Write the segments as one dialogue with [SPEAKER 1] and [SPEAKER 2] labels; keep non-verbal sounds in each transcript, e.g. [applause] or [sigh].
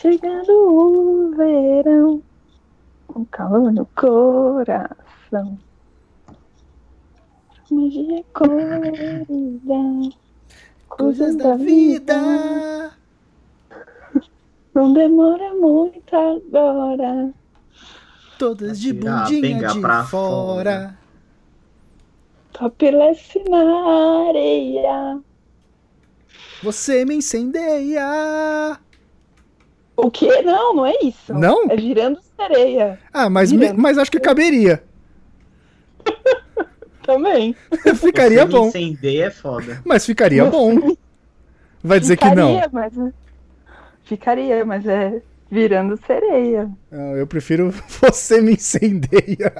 [SPEAKER 1] Chegando o verão, com calor no coração. Magia colorida,
[SPEAKER 2] Coisas da vida.
[SPEAKER 1] Não demora muito agora.
[SPEAKER 2] Todas de
[SPEAKER 3] Atirar a
[SPEAKER 2] bundinha
[SPEAKER 3] pinga
[SPEAKER 2] de
[SPEAKER 3] pra
[SPEAKER 2] fora.
[SPEAKER 3] fora.
[SPEAKER 1] Topless na areia.
[SPEAKER 2] Você me incendeia.
[SPEAKER 1] O que? Não, não é isso.
[SPEAKER 2] Não?
[SPEAKER 1] É girando sereia.
[SPEAKER 2] Ah, mas, me-
[SPEAKER 1] Miranda.
[SPEAKER 2] mas acho que caberia. [laughs]
[SPEAKER 1] Também.
[SPEAKER 2] Ficaria
[SPEAKER 3] Você me
[SPEAKER 2] bom.
[SPEAKER 3] Incendeia é foda.
[SPEAKER 2] Mas ficaria bom. Vai dizer que não.
[SPEAKER 1] Ficaria, Mas... é- Ficaria, mas é virando sereia.
[SPEAKER 2] Ah, Eu prefiro [laughs] você me incendeia.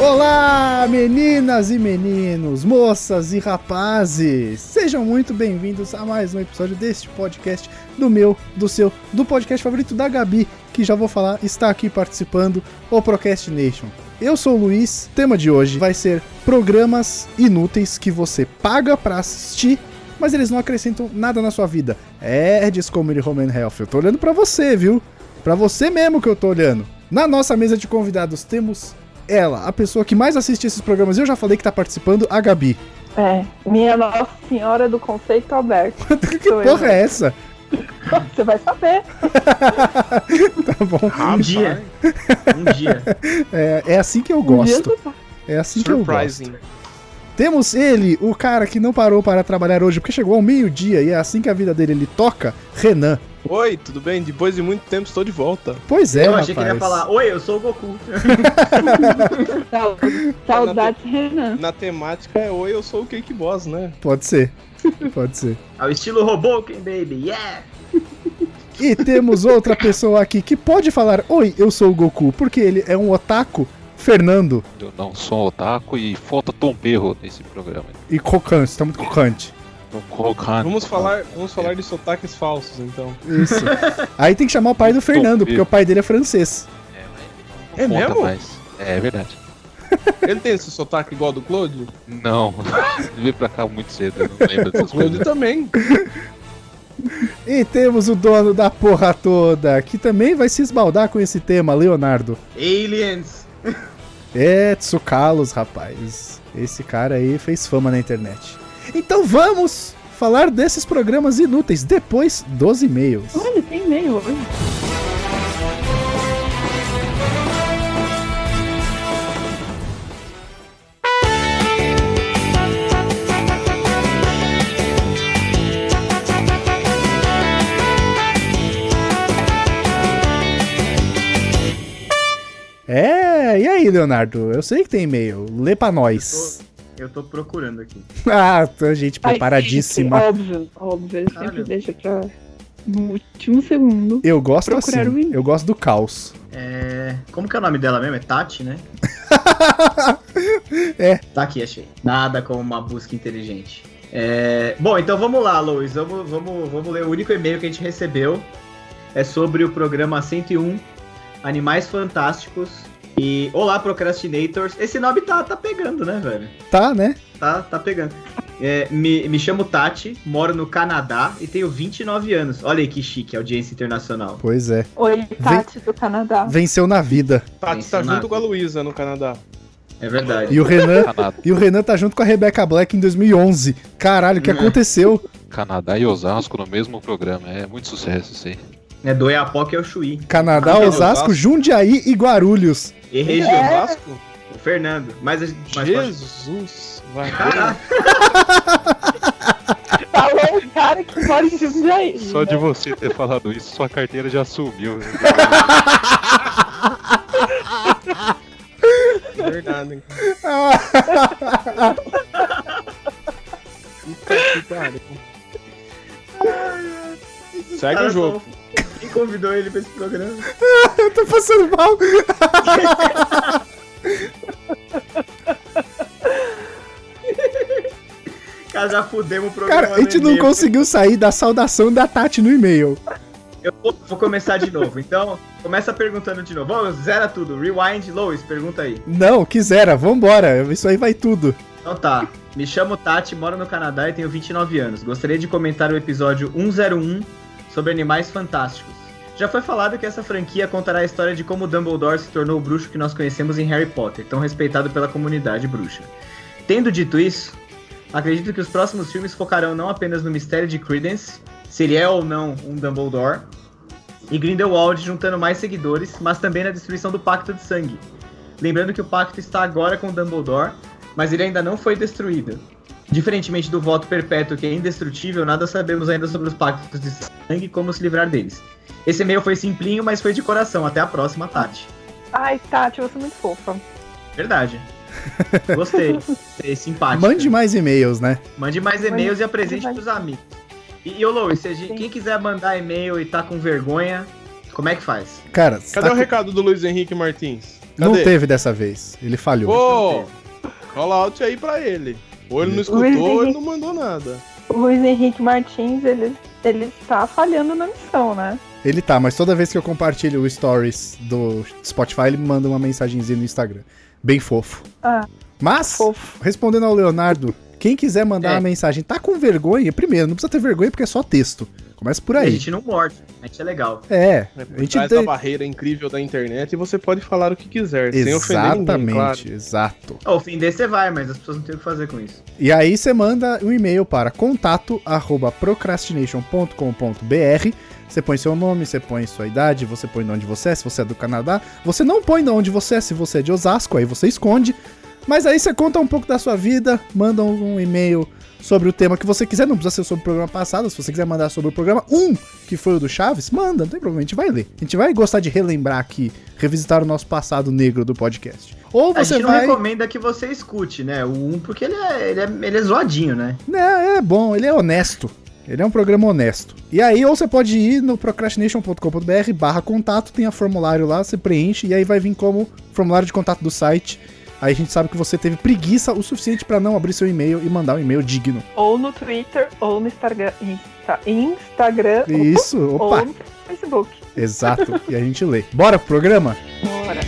[SPEAKER 2] Olá, meninas e meninos, moças e rapazes! Sejam muito bem-vindos a mais um episódio deste podcast do meu, do seu, do podcast favorito da Gabi, que já vou falar, está aqui participando, o Procrastination. Eu sou o Luiz, o tema de hoje vai ser programas inúteis que você paga pra assistir, mas eles não acrescentam nada na sua vida. É Discovery Home and Health, eu tô olhando pra você, viu? Pra você mesmo que eu tô olhando. Na nossa mesa de convidados temos ela, a pessoa que mais assiste esses programas, eu já falei que tá participando, a Gabi.
[SPEAKER 1] É, minha Nossa Senhora do Conceito
[SPEAKER 2] [laughs]
[SPEAKER 1] Aberto.
[SPEAKER 2] que
[SPEAKER 1] Sou eu.
[SPEAKER 2] porra é essa? [laughs]
[SPEAKER 1] Você vai saber.
[SPEAKER 2] Tá bom?
[SPEAKER 3] Um dia. Um dia.
[SPEAKER 2] É, é assim que eu
[SPEAKER 1] Um dia
[SPEAKER 2] gosto.
[SPEAKER 1] você vai.
[SPEAKER 2] É assim que eu gosto.
[SPEAKER 4] Surprising.
[SPEAKER 2] Temos ele, o cara que não parou para trabalhar hoje, porque chegou ao meio-dia e é assim que a vida dele ele toca, Renan.
[SPEAKER 4] Oi, tudo bem? Depois de muito tempo estou de volta.
[SPEAKER 2] Pois [laughs] é,
[SPEAKER 3] eu
[SPEAKER 2] rapaz.
[SPEAKER 3] achei que ele ia falar, oi, eu sou o Goku.
[SPEAKER 1] Sau- Saudades, Renan.
[SPEAKER 4] Na temática é oi, eu sou o Cake Boss, né?
[SPEAKER 2] Pode ser. Pode ser.
[SPEAKER 3] Ao É estilo robô, baby, yeah!
[SPEAKER 2] E temos outra pessoa aqui que pode falar: Oi, eu sou o Goku, porque ele é um otaku, Fernando.
[SPEAKER 5] Eu não sou um otaku e falta Tom Perro nesse programa.
[SPEAKER 2] E cocante, tá muito cocante.
[SPEAKER 5] Tô
[SPEAKER 2] Ah,
[SPEAKER 5] colocando-
[SPEAKER 2] tá.
[SPEAKER 4] Vamos falar, vamos falar de sotaques falsos, então.
[SPEAKER 3] [laughs]
[SPEAKER 2] Isso. Aí tem que chamar o pai do Fernando, porque o pai dele é francês.
[SPEAKER 4] É
[SPEAKER 5] É, mas não conta
[SPEAKER 4] mesmo?
[SPEAKER 5] mais. É, é verdade.
[SPEAKER 4] Ele tem esse sotaque igual ao do
[SPEAKER 2] [laughs]
[SPEAKER 4] Claude?
[SPEAKER 5] Não, [laughs] ele veio pra cá muito cedo, eu não lembro dessas coisas.
[SPEAKER 4] Claude também. Tá,
[SPEAKER 2] E temos o dono da porra toda, que também vai se esbaldar com esse tema, Leonardo.
[SPEAKER 3] Aliens!
[SPEAKER 2] É, Tsukalos, rapaz. Esse cara aí fez fama na internet. Então vamos falar desses programas inúteis depois dos e-mails.
[SPEAKER 1] Olha, tem meio hoje.
[SPEAKER 2] É, e aí, Leonardo? Eu sei que tem e-mail. Lê pra nós.
[SPEAKER 1] [laughs]
[SPEAKER 3] Eu tô procurando aqui.
[SPEAKER 2] Ah, tô gente
[SPEAKER 1] Ai, é.
[SPEAKER 2] preparadíssima.
[SPEAKER 1] gente, Óbvio, óbvio. Ele sempre
[SPEAKER 3] Caralho.
[SPEAKER 1] deixa pra. No último segundo.
[SPEAKER 2] Eu gosto assim.
[SPEAKER 1] procurar o e-mail.
[SPEAKER 2] Eu gosto do caos.
[SPEAKER 3] É... Como que é o nome dela mesmo? É Tati, né?
[SPEAKER 2] [laughs] É.
[SPEAKER 3] Tá aqui, achei. Nada como uma busca inteligente. É, Bom, então vamos lá, Luiz. Vamos, vamos, vamos ler o único e-mail que a gente recebeu. É sobre o programa 101, Animais Fantásticos. E olá, Procrastinators. Esse nome tá, tá pegando, né, velho?
[SPEAKER 2] Tá, né?
[SPEAKER 3] Tá, tá pegando. É, me, me chamo Tati, moro no Canadá e tenho 29 anos. Olha aí que chique, audiência internacional.
[SPEAKER 2] Pois é.
[SPEAKER 1] Oi, Tati do Canadá.
[SPEAKER 2] Venceu na vida.
[SPEAKER 4] Tati tá junto com a Luísa no Canadá.
[SPEAKER 3] É verdade.
[SPEAKER 2] E o Renan
[SPEAKER 5] Canadá,
[SPEAKER 2] E o Renan tá junto com a Rebecca Black em 2011. Caralho, o que
[SPEAKER 3] Hum.
[SPEAKER 2] aconteceu?
[SPEAKER 5] Canadá e Osasco no mesmo programa. É muito sucesso isso aí.
[SPEAKER 3] É do Eapoc ao Chuí.
[SPEAKER 2] Canadá,
[SPEAKER 4] Ah,
[SPEAKER 2] Osasco,
[SPEAKER 4] Osasco.
[SPEAKER 2] Jundiaí e Guarulhos.
[SPEAKER 3] E
[SPEAKER 4] Ele
[SPEAKER 3] região.
[SPEAKER 4] é Vasco?
[SPEAKER 3] O Fernando. Mas, a gente- mas pode-
[SPEAKER 4] Jesus, vai.
[SPEAKER 3] Caraca,
[SPEAKER 1] Falou o cara que mora em Jundiaí.
[SPEAKER 5] Só de você ter falado isso, sua carteira já sumiu.
[SPEAKER 4] É
[SPEAKER 2] [laughs]
[SPEAKER 4] verdade, hein?
[SPEAKER 2] Ah,
[SPEAKER 4] Puta que pariu. Segue o jogo.
[SPEAKER 3] só- Quem convidou ele pra esse programa?
[SPEAKER 2] eu tô passando mal.
[SPEAKER 3] já, já fudemos o programa. né,
[SPEAKER 2] Cara, a
[SPEAKER 3] no
[SPEAKER 2] gente não
[SPEAKER 3] e-mail.
[SPEAKER 2] conseguiu sair da saudação da Tati no e-mail.
[SPEAKER 3] Eu vou, vou começar de novo. Então, começa perguntando de novo. Vamos, zera tudo. Rewind, Lois, pergunta aí.
[SPEAKER 2] Não, quisera, vambora, isso aí vai tudo.
[SPEAKER 3] Então tá. Me chamo Tati, moro no Canadá e tenho 29 anos. Gostaria de comentar o episódio 101 sobre animais fantásticos. Já foi falado que essa franquia contará a história de como Dumbledore se tornou o bruxo que nós conhecemos em Harry Potter, tão respeitado pela comunidade bruxa. Tendo dito isso, acredito que os próximos filmes focarão não apenas no mistério de Credence, se ele é ou não um Dumbledore, e Grindelwald juntando mais seguidores, mas também na destruição do Pacto de Sangue. Lembrando que o pacto está agora com Dumbledore, mas ele ainda não foi destruído. Diferentemente do voto perpétuo que é indestrutível, nada sabemos ainda sobre os pactos de sangue e como se livrar deles. Esse e-mail foi simplinho, mas foi de coração. Até a próxima, Tati.
[SPEAKER 1] Ai, Tati, você é muito fofa.
[SPEAKER 2] [laughs]
[SPEAKER 3] Verdade. Gostei. Gostei, simpático.
[SPEAKER 2] Mande mais e-mails, né?
[SPEAKER 3] Mande mais e-mails e apresente
[SPEAKER 1] Mande.
[SPEAKER 3] pros amigos. E, e ô Louis, se a gente-
[SPEAKER 1] Sim.
[SPEAKER 3] quem quiser mandar e-mail e tá com vergonha, como é que faz?
[SPEAKER 2] Cara, você
[SPEAKER 4] Cadê
[SPEAKER 2] tá
[SPEAKER 4] o
[SPEAKER 2] com-
[SPEAKER 4] recado do Luiz Henrique Martins? Cadê?
[SPEAKER 2] não teve dessa vez, ele falhou.
[SPEAKER 4] Pô, rola out aí pra ele. Ou
[SPEAKER 2] Uhum.
[SPEAKER 4] ele não
[SPEAKER 1] Luiz
[SPEAKER 4] escutou, ou ele
[SPEAKER 1] Henrique.
[SPEAKER 4] não mandou nada.
[SPEAKER 1] O Luiz Henrique Martins, ele, ele está falhando na missão, né?
[SPEAKER 2] Ele tá, mas toda vez que eu compartilho o stories do Spotify, ele me manda uma mensagenzinha no Instagram. Bem fofo.
[SPEAKER 1] Ah.
[SPEAKER 2] Mas,
[SPEAKER 1] Fofo.
[SPEAKER 2] respondendo ao Leonardo, quem quiser mandar
[SPEAKER 3] É.
[SPEAKER 2] uma mensagem, tá com vergonha? Primeiro, não precisa ter vergonha porque é só texto. Começa por
[SPEAKER 3] A
[SPEAKER 2] aí.
[SPEAKER 3] gente não morde, a gente é legal.
[SPEAKER 2] É,
[SPEAKER 4] É por
[SPEAKER 2] A gente
[SPEAKER 4] trás
[SPEAKER 2] tem-
[SPEAKER 4] da barreira incrível da internet e você pode falar o que quiser, sem ofender
[SPEAKER 2] exatamente,
[SPEAKER 4] ninguém, claro.
[SPEAKER 2] exato.
[SPEAKER 3] Ó, Ofender você vai, mas as pessoas não têm o que fazer com isso.
[SPEAKER 2] E aí você manda um e-mail para contato arroba procrastination.com.br. Você põe seu nome, você põe sua idade, você põe de onde você é, se você é do Canadá. Você não põe de onde você é, se você é de Osasco, aí você esconde. Mas aí você conta um pouco da sua vida, manda um e-mail sobre o tema que você quiser. Não precisa ser sobre o programa passado, se você quiser mandar sobre o programa 1, que foi o do Chaves, manda, não tem problema, a gente vai ler. A gente vai gostar de relembrar aqui, revisitar o nosso passado negro do podcast. Ou
[SPEAKER 3] a
[SPEAKER 2] você
[SPEAKER 3] gente
[SPEAKER 2] vai.
[SPEAKER 3] não recomenda que você escute, né? O 1, porque ele é, ele, é, ele é zoadinho,
[SPEAKER 2] [laughs]
[SPEAKER 3] né?
[SPEAKER 2] Né, é bom, ele é honesto. Ele é um programa honesto. E aí, ou você pode ir no procrastination.com.br barra contato, tem a formulário lá, você preenche e aí vai vir como formulário de contato do site. Aí a gente sabe que você teve preguiça o suficiente pra não abrir seu e-mail e mandar um e-mail digno.
[SPEAKER 1] Ou no Twitter, ou no Instagram. Insta- Instagram
[SPEAKER 2] E Isso,
[SPEAKER 1] ou
[SPEAKER 2] opa,
[SPEAKER 1] no Facebook.
[SPEAKER 2] exato. E a gente lê. Bora pro programa?
[SPEAKER 1] Bora.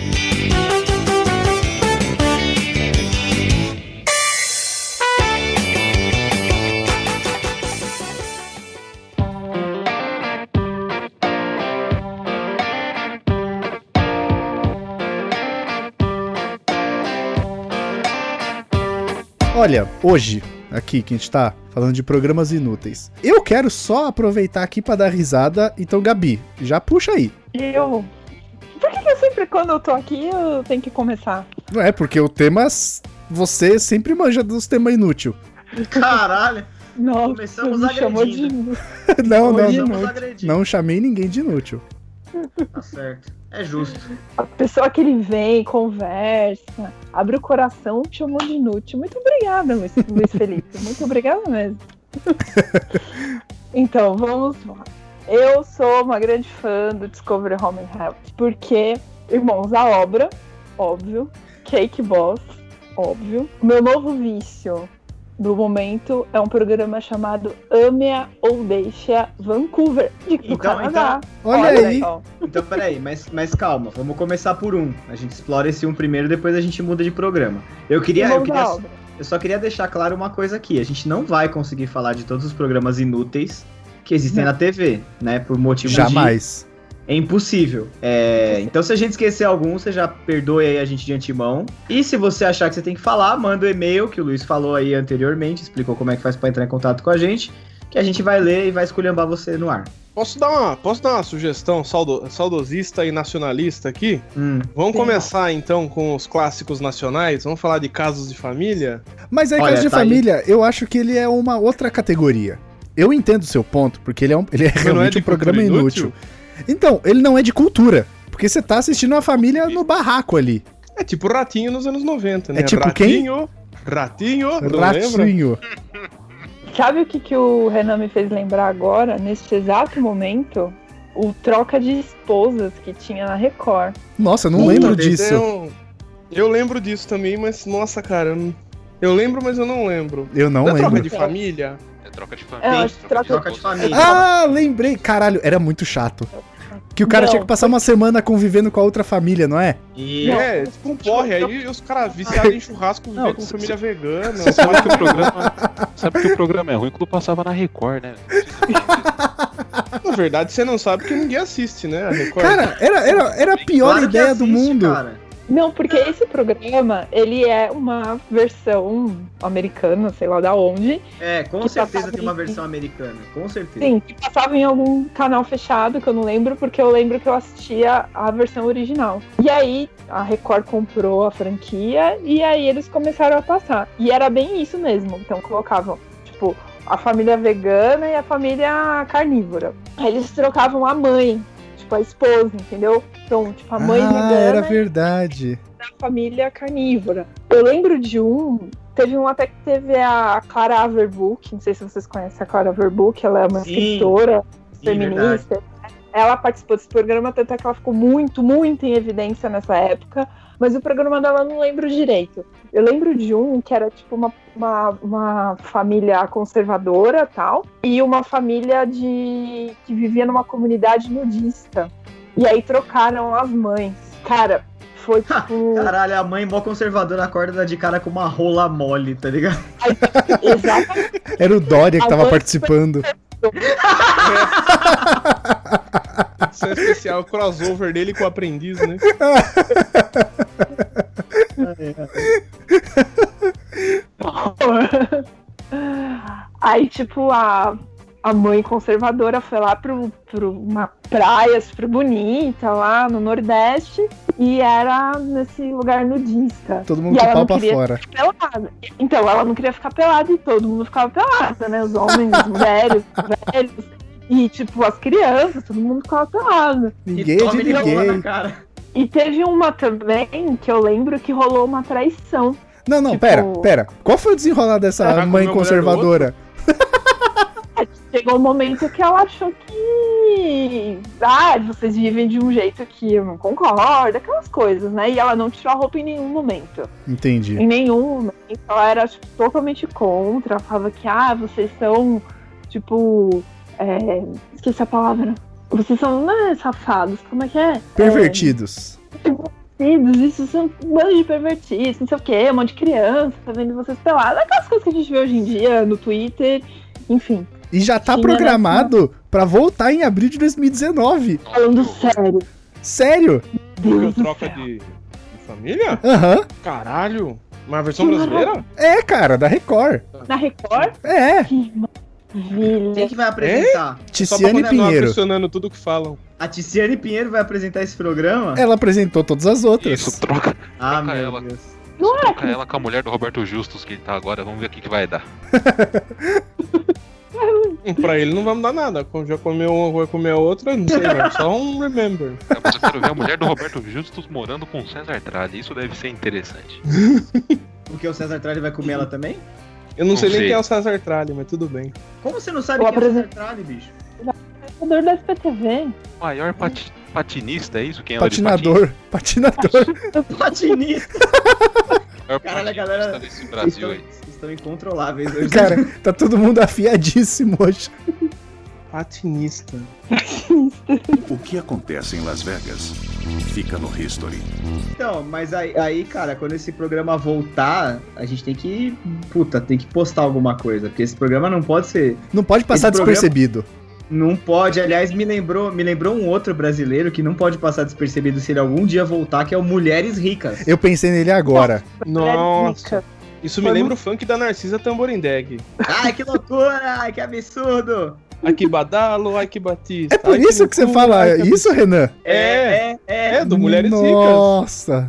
[SPEAKER 2] Olha, hoje, aqui que a gente tá falando de programas inúteis, eu quero só aproveitar aqui pra dar risada. Então, Gabi, já puxa aí.
[SPEAKER 1] E eu. Por que, que eu sempre, quando eu tô aqui, eu tenho que começar?
[SPEAKER 2] Não é, porque o tema. Você sempre manja dos temas inúteis.
[SPEAKER 3] Caralho,
[SPEAKER 1] Nossa,
[SPEAKER 3] Começamos
[SPEAKER 1] me chamou de.
[SPEAKER 3] agredindo.
[SPEAKER 2] [laughs] Não, não,
[SPEAKER 1] Hoje
[SPEAKER 2] não.
[SPEAKER 3] estamos
[SPEAKER 1] inútil.
[SPEAKER 3] agredindo.
[SPEAKER 2] Não chamei ninguém de inútil.
[SPEAKER 3] Tá certo. É justo.
[SPEAKER 1] A pessoa que ele vem, conversa, abre o coração, te chamou de inútil. Muito obrigada, Luiz, Luiz Felipe. Muito obrigada
[SPEAKER 2] [laughs]
[SPEAKER 1] mesmo. então, vamos lá. Eu sou uma grande fã do Discovery Home and Health, porque, irmãos, a obra, óbvio, Cake Boss, óbvio. Meu novo vício do momento é um programa chamado Ame-a ou Deixa Vancouver, de, do
[SPEAKER 3] Então,
[SPEAKER 1] Canadá.
[SPEAKER 2] Olha, aí.
[SPEAKER 1] só.
[SPEAKER 3] Então, peraí, mas, mas calma, vamos começar por um. A gente explora esse um primeiro, depois a gente muda de programa. Eu queria. Eu,
[SPEAKER 1] Irmãos
[SPEAKER 3] queria
[SPEAKER 1] da obra.
[SPEAKER 3] eu só queria deixar claro uma coisa aqui: a gente não vai conseguir falar de todos os programas inúteis que existem na TV, né? Por motivo
[SPEAKER 2] Jamais.
[SPEAKER 3] É impossível. É, então, se a gente esquecer algum, você já perdoe aí a gente de antemão. E se você achar que você tem que falar, manda o e-mail que o Luiz falou aí anteriormente, explicou como é que faz pra entrar em contato com a gente, que a gente vai ler e vai esculhambar você no ar.
[SPEAKER 4] Posso dar uma, posso dar uma sugestão saudo- saudosista e nacionalista aqui?
[SPEAKER 3] Hum.
[SPEAKER 4] Vamos
[SPEAKER 1] Sim.
[SPEAKER 4] começar então com os clássicos nacionais? Vamos falar de casos de família?
[SPEAKER 2] Mas aí,
[SPEAKER 3] Olha,
[SPEAKER 2] caso de
[SPEAKER 3] tá aí.
[SPEAKER 2] família, eu acho que ele é uma outra categoria. Eu entendo o seu ponto, porque ele é, um- ele é realmente
[SPEAKER 4] de
[SPEAKER 2] um programa
[SPEAKER 4] cultura
[SPEAKER 2] inútil. Então, ele não é de cultura. Porque você tá assistindo a família no barraco ali.
[SPEAKER 4] É tipo ratinho nos anos 90, né?
[SPEAKER 2] É tipo quem?
[SPEAKER 4] ratinho, Ratinho, não lembra?
[SPEAKER 2] Ratinho.
[SPEAKER 1] Sabe o que, que o Renan me fez lembrar agora, neste exato momento? O troca de esposas que tinha na Record.
[SPEAKER 2] Nossa, eu não
[SPEAKER 4] Puta, um-
[SPEAKER 2] lembro
[SPEAKER 4] esse
[SPEAKER 2] disso.
[SPEAKER 4] é um- Eu lembro disso também, mas nossa, cara, eu não- Eu lembro, mas eu não lembro.
[SPEAKER 2] Eu não
[SPEAKER 4] Não, é troca
[SPEAKER 2] lembro.
[SPEAKER 4] de família?
[SPEAKER 5] É troca de
[SPEAKER 1] É,
[SPEAKER 5] família.
[SPEAKER 1] acho que troca-
[SPEAKER 5] esposa.
[SPEAKER 3] troca de família.
[SPEAKER 2] Ah, lembrei. Caralho, era muito chato. Que o cara
[SPEAKER 1] Não.
[SPEAKER 2] tinha que passar uma semana convivendo com a outra família, não é?
[SPEAKER 3] E
[SPEAKER 1] Não.
[SPEAKER 4] É, tipo um porre. Aí os caras viciados em churrasco viver
[SPEAKER 5] Não,
[SPEAKER 4] com
[SPEAKER 5] se-
[SPEAKER 4] família vegana.
[SPEAKER 5] Você sabe que o programa. Sabe que o programa é ruim quando passava na Record, né?
[SPEAKER 4] Na verdade, você não sabe porque ninguém assiste, né? A Record.
[SPEAKER 2] Cara, era, era, era a pior
[SPEAKER 3] claro que
[SPEAKER 2] ideia do
[SPEAKER 3] assiste,
[SPEAKER 2] mundo.
[SPEAKER 3] cara.
[SPEAKER 1] Não, porque esse programa, ele é uma versão americana, sei lá da onde.
[SPEAKER 3] É, com
[SPEAKER 1] Que
[SPEAKER 3] certeza
[SPEAKER 1] passava
[SPEAKER 3] tem uma
[SPEAKER 1] em-
[SPEAKER 3] versão americana. Com certeza.
[SPEAKER 1] Sim, que passava em algum canal fechado, que eu não lembro, porque eu lembro que eu assistia a versão original. E aí a Record comprou a franquia e aí eles começaram a passar. E era bem isso mesmo. Então colocavam, tipo, a família vegana e a família carnívora. Aí eles trocavam a mãe, tipo, a esposa, entendeu? Então, tipo, a mãe
[SPEAKER 2] ah,
[SPEAKER 1] vegana
[SPEAKER 2] era verdade.
[SPEAKER 1] família carnívora. Eu lembro de um, teve um até que teve a Clara Averbuck, não sei se vocês conhecem a Clara Averbuck, ela é uma
[SPEAKER 3] Sim.
[SPEAKER 1] escritora
[SPEAKER 3] Sim, verdade.
[SPEAKER 1] feminista. né? Ela participou desse programa, tanto é que ela ficou muito, muito em evidência nessa época. Mas o programa dela eu não lembro direito. Eu lembro de um que era tipo uma, uma, uma família conservadora tal, e uma família de que vivia numa comunidade nudista. E aí trocaram as mães. Cara, foi
[SPEAKER 3] [laughs]
[SPEAKER 1] tipo.
[SPEAKER 3] Caralho, a mãe mó conservadora acorda de cara com uma rola mole, tá ligado?
[SPEAKER 1] Exatamente.
[SPEAKER 2] Era o Dória que
[SPEAKER 1] A
[SPEAKER 2] tava
[SPEAKER 1] mãe-
[SPEAKER 2] participando.
[SPEAKER 4] Edição é especial, o crossover dele com o aprendiz, né?
[SPEAKER 2] É,
[SPEAKER 1] Aí, tipo, a, a mãe conservadora foi lá pro, pro uma praia super bonita lá no Nordeste e era nesse lugar nudista.
[SPEAKER 2] Todo mundo
[SPEAKER 1] E
[SPEAKER 2] com
[SPEAKER 1] ela
[SPEAKER 2] pau
[SPEAKER 1] não
[SPEAKER 2] pra
[SPEAKER 1] queria-
[SPEAKER 2] fora.
[SPEAKER 1] Pelada. Então, ela não queria ficar pelada e todo mundo ficava pelado, né? Os homens, as mulheres, os velhos. E, tipo, as crianças, todo mundo ficava pelado.
[SPEAKER 2] Ninguém é
[SPEAKER 3] toma
[SPEAKER 2] de
[SPEAKER 3] ele rola na
[SPEAKER 2] ninguém.
[SPEAKER 3] cara.
[SPEAKER 1] E teve uma também que eu lembro que rolou uma traição.
[SPEAKER 2] Não, não,
[SPEAKER 1] Tipo-
[SPEAKER 2] pera, pera. Qual foi o desenrolar dessa
[SPEAKER 4] Vai comer
[SPEAKER 2] mãe
[SPEAKER 4] a mulher do
[SPEAKER 2] conservadora?
[SPEAKER 1] Chegou o momento que ela achou que. Ah, vocês vivem de um jeito que eu não concordo, aquelas coisas, né? E ela não tirou a roupa em nenhum momento.
[SPEAKER 2] Entendi.
[SPEAKER 1] Em nenhum momento. Ela era tipo, totalmente contra. Ela falava que, ah, vocês são, tipo. é, Esqueci a palavra. Vocês são, né, safados, como é que é?
[SPEAKER 2] Pervertidos.
[SPEAKER 1] Pervertidos, isso são um bando de pervertidos, não sei o quê, um monte de criança, tá vendo vocês pelados. Aquelas coisas que a gente vê hoje em dia no Twitter, enfim.
[SPEAKER 2] E já tá
[SPEAKER 1] Sim, é
[SPEAKER 2] programado pra voltar em abril de 2019.
[SPEAKER 5] Nossa, que
[SPEAKER 1] Falando
[SPEAKER 5] horror.
[SPEAKER 1] sério.
[SPEAKER 2] Sério?
[SPEAKER 4] Porque eu troca de, de família?
[SPEAKER 2] Aham.
[SPEAKER 4] Caralho. Mas a versão brasileira?
[SPEAKER 2] É, cara, da Record.
[SPEAKER 1] Na Record?
[SPEAKER 2] É,
[SPEAKER 1] Que
[SPEAKER 3] Quem
[SPEAKER 1] maravilha.
[SPEAKER 3] que vai apresentar?
[SPEAKER 4] Só pra
[SPEAKER 2] Ticiane
[SPEAKER 4] quando é nova,
[SPEAKER 2] Pinheiro.
[SPEAKER 4] funcionando tudo que falam.
[SPEAKER 3] A Ticiane Pinheiro vai apresentar esse programa?
[SPEAKER 2] Ela apresentou todas as outras.
[SPEAKER 5] Isso, troca,
[SPEAKER 3] Ah,
[SPEAKER 5] troca ela.
[SPEAKER 3] meu Deus.
[SPEAKER 1] Não é,
[SPEAKER 5] troca ela com a mulher do Roberto Justus que tá agora. Vamos ver o que, que vai dar.
[SPEAKER 4] Hum, Pra ele não vai mudar nada. Quando já comeu uma, vai comer a outra, não sei, velho. Só um remember.
[SPEAKER 5] Mas eu quero ver a mulher do Roberto Justus morando com o César Tralli. Isso deve ser interessante.
[SPEAKER 3] Porque o César Tralli vai comer ela também?
[SPEAKER 4] Eu não,
[SPEAKER 5] Não
[SPEAKER 4] sei, nem
[SPEAKER 5] sei.
[SPEAKER 4] quem é o César Tralli, mas tudo bem.
[SPEAKER 3] Como você não sabe
[SPEAKER 1] Eu
[SPEAKER 3] quem é o César
[SPEAKER 1] apresento.
[SPEAKER 3] Tralli, bicho?
[SPEAKER 1] apresentador da SPTV.
[SPEAKER 5] O maior pati- patinista, é isso? Quem é
[SPEAKER 2] Patinador. Patinador.
[SPEAKER 3] Platinista!
[SPEAKER 5] O
[SPEAKER 3] Caralho, a
[SPEAKER 5] maior patinista
[SPEAKER 3] galera-
[SPEAKER 5] desse Brasil aí.
[SPEAKER 3] Vocês estão incontroláveis
[SPEAKER 2] [laughs]
[SPEAKER 3] hoje.
[SPEAKER 2] Cara, tá todo mundo afiadíssimo hoje.
[SPEAKER 4] Patinista.
[SPEAKER 6] O que acontece em Las Vegas? Fica no History.
[SPEAKER 3] Então, mas aí, aí, cara, quando esse programa voltar, a gente tem que. Puta, tem que postar alguma coisa. Porque esse programa não pode ser.
[SPEAKER 2] Não pode passar
[SPEAKER 3] Esse programa-
[SPEAKER 2] despercebido.
[SPEAKER 3] Não pode. Aliás, me lembrou, me lembrou um outro brasileiro que não pode passar despercebido se ele algum dia voltar, que é o Mulheres Ricas.
[SPEAKER 2] Eu pensei nele agora.
[SPEAKER 4] Nossa.
[SPEAKER 1] Dica.
[SPEAKER 4] Isso me lembra o funk da Narcisa Tamborindeg.
[SPEAKER 3] Ai, que loucura! Ai, que absurdo!
[SPEAKER 4] Ai que badalo, ai que batista.
[SPEAKER 2] É por
[SPEAKER 4] ai,
[SPEAKER 2] isso que você
[SPEAKER 4] loucura,
[SPEAKER 2] fala
[SPEAKER 4] ai, que
[SPEAKER 2] isso, Renan?
[SPEAKER 3] É, é, é.
[SPEAKER 4] É, do Mulheres Ricas.
[SPEAKER 2] Nossa.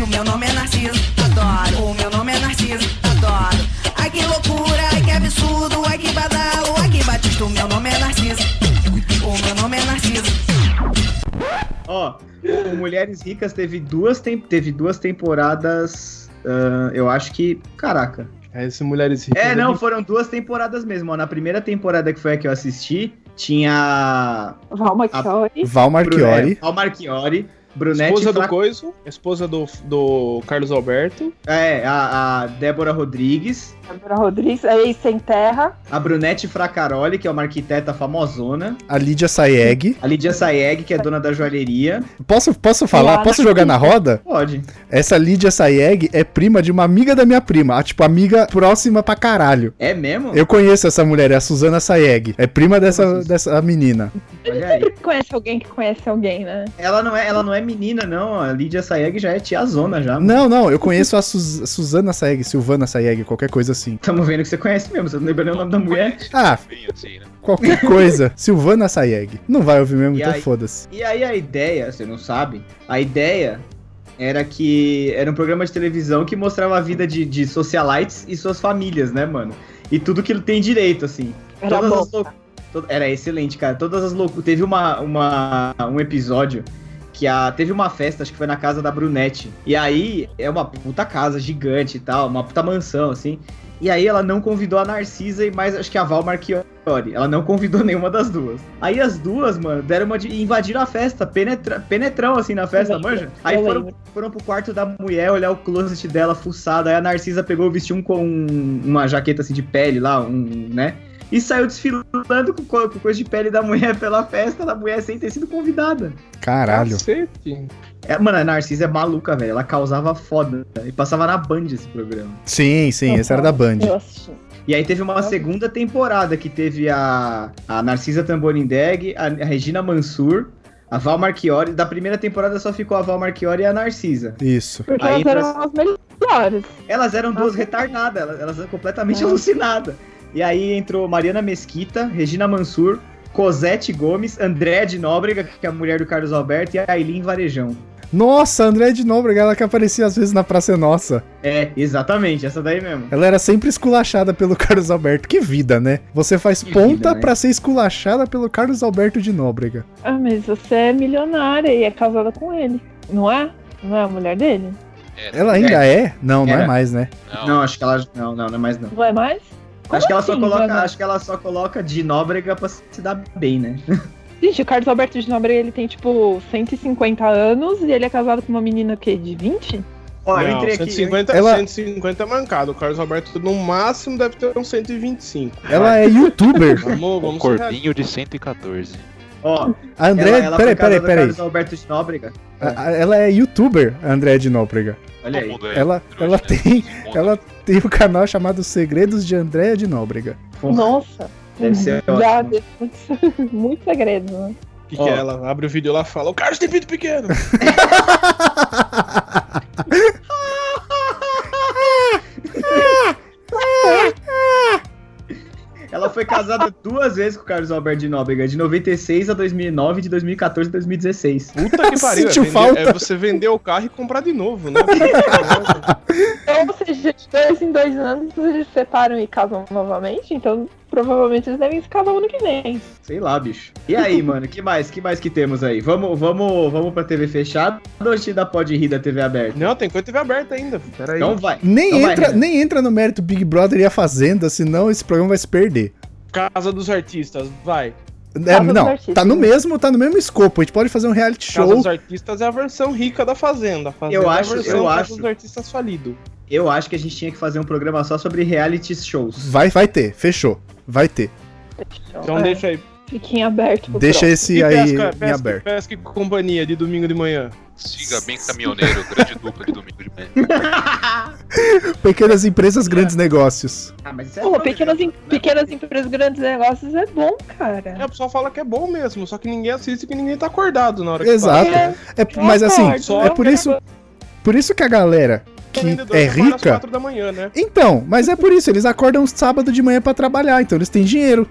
[SPEAKER 7] O meu nome é Narciso, adoro. O meu nome é Narciso, adoro. Ai que loucura, ai que absurdo, ai que badalo, ai que batista. O meu nome é Narciso. O meu nome é Narciso.
[SPEAKER 3] Ó, o Mulheres Ricas teve duas, tem- teve duas temporadas. ahn, eu acho que. Caraca.
[SPEAKER 4] É esse Mulheres Ricas.
[SPEAKER 3] É, não,
[SPEAKER 4] bem-
[SPEAKER 3] foram duas temporadas mesmo. ó. Na primeira temporada que foi a que eu assisti, tinha.
[SPEAKER 1] Val Machiori.
[SPEAKER 2] Val Marchiori.
[SPEAKER 3] Bruno- é, Al Marchiori. Brunete
[SPEAKER 4] esposa do
[SPEAKER 3] Flaco-
[SPEAKER 4] Coiso, esposa do, do Carlos Alberto.
[SPEAKER 3] É, a, a Débora Rodrigues,
[SPEAKER 1] Débora Rodrigues, aí sem terra.
[SPEAKER 3] a Brunete Fracaroli, que é uma arquiteta famosona,
[SPEAKER 2] A Lídia Sayeg.
[SPEAKER 3] a Lídia Saeg, que é dona da joalheria.
[SPEAKER 2] Posso, posso falar?
[SPEAKER 1] Lá
[SPEAKER 2] Posso
[SPEAKER 1] na-
[SPEAKER 2] jogar na roda?
[SPEAKER 3] Pode.
[SPEAKER 2] Essa Lídia Sayeg é prima de uma amiga da minha prima. A, tipo, amiga próxima pra caralho.
[SPEAKER 3] É mesmo?
[SPEAKER 2] Eu conheço essa mulher, é a Suzana Sayeg. É prima dessa,
[SPEAKER 3] Nossa.
[SPEAKER 2] dessa menina.
[SPEAKER 3] Olha aí.
[SPEAKER 1] Conhece alguém que conhece alguém, né?
[SPEAKER 3] Ela não é, ela não é menina, não. A Lídia Saeg já é tiazona já. mano.
[SPEAKER 2] Não, não, eu conheço a Suz- Suzana Sayeg, Silvana Sayeg, qualquer coisa assim.
[SPEAKER 3] Tamo vendo que você conhece mesmo, você não lembra nem o nome da mulher.
[SPEAKER 2] Ah,
[SPEAKER 5] Bem assim, né?
[SPEAKER 2] qualquer
[SPEAKER 3] [laughs]
[SPEAKER 2] coisa. Silvana Sayeg. Não vai ouvir mesmo,
[SPEAKER 3] E
[SPEAKER 2] então
[SPEAKER 3] aí?
[SPEAKER 2] foda-se.
[SPEAKER 3] E aí a ideia, você não sabe, a ideia era que era um programa de televisão que mostrava a vida de, de socialites e suas famílias, né, mano? E tudo que ele tem direito, assim.
[SPEAKER 1] Era
[SPEAKER 3] Todas
[SPEAKER 1] bom.
[SPEAKER 3] as lou- to- Era excelente, cara. Todas as loucuras. Teve uma, uma, um episódio que a... teve uma festa, acho que foi na casa da Brunette. E aí é uma puta casa gigante e tal, uma puta mansão, assim. E aí ela não convidou a Narcisa e mais, acho que a Val Marchiori. Ela não convidou [laughs] nenhuma das duas. Aí as duas, mano, deram uma de... e invadiram a festa, penetra... penetrão assim na festa,
[SPEAKER 1] Eu
[SPEAKER 3] manja? Aí
[SPEAKER 1] eu
[SPEAKER 3] foram,
[SPEAKER 1] lembro.
[SPEAKER 3] foram pro quarto da mulher olhar o closet dela fuçado. Aí a Narcisa pegou e vestiu um com um- uma jaqueta assim de pele lá, um, né? e saiu desfilando com, co- com coisa de pele da mulher pela festa da mulher sem ter sido convidada.
[SPEAKER 2] Caralho.
[SPEAKER 4] Cacete.
[SPEAKER 3] É, mano, a Narcisa é maluca, velho. Ela causava foda. né? E passava na Band esse programa.
[SPEAKER 2] Sim, sim, essa era da Band.
[SPEAKER 1] Eu assisti.
[SPEAKER 3] E aí teve uma segunda temporada que teve a, a Narcisa Tamborindeg, a, a Regina Mansur, a Val Marchiori. Da primeira temporada só ficou a Val Marchiori e a Narcisa.
[SPEAKER 2] Isso.
[SPEAKER 1] Porque
[SPEAKER 3] Aí
[SPEAKER 1] elas eram as melhores.
[SPEAKER 3] Elas eram duas
[SPEAKER 1] Ah.
[SPEAKER 3] retardadas, elas, elas eram completamente
[SPEAKER 1] Ah.
[SPEAKER 3] alucinadas. E aí entrou Mariana Mesquita, Regina Mansur, Cosete Gomes, Andréa de Nóbrega, que é a mulher do Carlos Alberto, e a Aileen Varejão.
[SPEAKER 2] Nossa, a André de Nóbrega, ela que aparecia às vezes na Praça é Nossa.
[SPEAKER 3] É, exatamente, essa daí mesmo.
[SPEAKER 2] Ela era sempre esculachada pelo Carlos Alberto. Que vida, né? Você faz
[SPEAKER 3] Que
[SPEAKER 2] ponta
[SPEAKER 3] vida, né?
[SPEAKER 2] pra ser esculachada pelo Carlos Alberto de Nóbrega.
[SPEAKER 1] Ah, mas você é milionária e é casada com ele, não é? Não é a mulher dele?
[SPEAKER 5] É,
[SPEAKER 2] Ela ainda é? Não, não é
[SPEAKER 3] Era.
[SPEAKER 2] mais, né?
[SPEAKER 5] não,
[SPEAKER 3] Não, acho que ela. Não, não, não é mais não.
[SPEAKER 1] Não é mais? Como
[SPEAKER 3] acho que ela só
[SPEAKER 1] assim,
[SPEAKER 3] coloca.
[SPEAKER 1] não é mais?
[SPEAKER 3] Acho que ela só coloca de Nóbrega pra se dar bem, né?
[SPEAKER 1] Gente, o Carlos Alberto de Nobre, ele tem tipo 150 anos e ele é casado com uma menina o quê? De 20?
[SPEAKER 3] Ó, eu
[SPEAKER 4] Não,
[SPEAKER 3] entrei aqui.
[SPEAKER 4] 150,
[SPEAKER 2] Ela-
[SPEAKER 4] 150 é mancado. O Carlos Alberto, no máximo, deve ter uns 125.
[SPEAKER 2] Ela é youtuber.
[SPEAKER 4] Vamos,
[SPEAKER 5] Um
[SPEAKER 4] vamos
[SPEAKER 5] corvinho de 114.
[SPEAKER 3] Ó,
[SPEAKER 2] A
[SPEAKER 3] [laughs] ela,
[SPEAKER 2] André.
[SPEAKER 3] ela
[SPEAKER 2] Peraí,
[SPEAKER 3] foi casada
[SPEAKER 2] peraí,
[SPEAKER 3] do
[SPEAKER 2] peraí.
[SPEAKER 3] Carlos Alberto de Nóbrega.
[SPEAKER 2] A- a- Ela é youtuber, a André de Nóbrega.
[SPEAKER 3] Olha
[SPEAKER 5] Todo
[SPEAKER 3] aí.
[SPEAKER 5] mundo é
[SPEAKER 2] Ela-
[SPEAKER 5] trouxa,
[SPEAKER 2] ela
[SPEAKER 5] né?
[SPEAKER 2] tem-
[SPEAKER 5] Todo
[SPEAKER 2] [laughs]
[SPEAKER 5] mundo.
[SPEAKER 2] Ela tem um canal chamado Segredos de André de Nóbrega.
[SPEAKER 1] Nossa.
[SPEAKER 3] Deve ser
[SPEAKER 1] Já
[SPEAKER 3] ótimo.
[SPEAKER 1] deu muito, [laughs] muito segredo, né?
[SPEAKER 4] O que,
[SPEAKER 3] Ó.
[SPEAKER 4] que é ela? Abre o vídeo lá e fala: O Carlos tem pinto pequeno.
[SPEAKER 3] Ela foi [laughs] casada duas vezes com o Carlos Alberto de Nóbrega, de 96 a 2009 e de 2014 a 2016.
[SPEAKER 4] Puta [laughs] que pariu. é
[SPEAKER 2] Sentiu
[SPEAKER 4] vender-
[SPEAKER 2] falta.
[SPEAKER 4] É você vender o carro e comprar de novo, né?
[SPEAKER 1] Então, ou seja, de dois em dois anos eles se separam e casam novamente, então provavelmente eles devem se casar ano que vem.
[SPEAKER 3] Sei lá, bicho. E [laughs] aí, mano, que mais? Que mais que temos aí? Vamos, vamos, vamos pra TV fechada ou a gente ainda pode rir da TV aberta?
[SPEAKER 4] [laughs] Não, tem coisa TV aberta ainda. Peraí.
[SPEAKER 3] Então vai.
[SPEAKER 2] Nem,
[SPEAKER 3] Então vai,
[SPEAKER 2] entra,
[SPEAKER 3] Renan.
[SPEAKER 2] nem entra no mérito Big Brother e a Fazenda, senão esse programa vai se perder.
[SPEAKER 4] Casa dos Artistas, vai.
[SPEAKER 2] É,
[SPEAKER 1] dos
[SPEAKER 2] não,
[SPEAKER 1] Artistas.
[SPEAKER 2] tá no mesmo, tá no mesmo escopo. A gente pode fazer um reality
[SPEAKER 4] Casa
[SPEAKER 2] show.
[SPEAKER 4] né? dos Artistas é a versão rica da Fazenda. A Fazenda
[SPEAKER 3] Eu
[SPEAKER 4] é a
[SPEAKER 3] acho-
[SPEAKER 4] versão
[SPEAKER 3] eu
[SPEAKER 4] Casa
[SPEAKER 3] acho.
[SPEAKER 4] dos Artistas falido.
[SPEAKER 3] Eu acho que a gente tinha que fazer um programa só sobre reality shows.
[SPEAKER 2] Vai, vai ter, fechou. Vai ter.
[SPEAKER 4] Então
[SPEAKER 1] É,
[SPEAKER 4] deixa aí.
[SPEAKER 1] Fiquem abertos pro
[SPEAKER 2] Deixa
[SPEAKER 1] próximo.
[SPEAKER 2] esse aí em
[SPEAKER 4] pesca,
[SPEAKER 2] aberto.
[SPEAKER 4] pesca e companhia de domingo de manhã.
[SPEAKER 5] Siga bem caminhoneiro, grande dupla de domingo de manhã.
[SPEAKER 2] Pequenas empresas, grandes
[SPEAKER 4] É.
[SPEAKER 2] negócios.
[SPEAKER 3] Ah, mas isso
[SPEAKER 1] Pô, pequenas, em- pequenas empresas, grandes negócios é bom, cara.
[SPEAKER 4] É, o pessoal fala que é bom mesmo, só que ninguém assiste e que ninguém tá acordado na hora que
[SPEAKER 2] Exato.
[SPEAKER 4] fala. né? Então,
[SPEAKER 2] É, mas assim, é por isso, por isso que a galera que
[SPEAKER 4] Vendedor
[SPEAKER 2] é
[SPEAKER 4] trabalha às
[SPEAKER 2] rica.
[SPEAKER 4] quatro da manhã, né?
[SPEAKER 2] Então, mas é por isso, eles acordam sábado de manhã pra trabalhar, então eles têm dinheiro.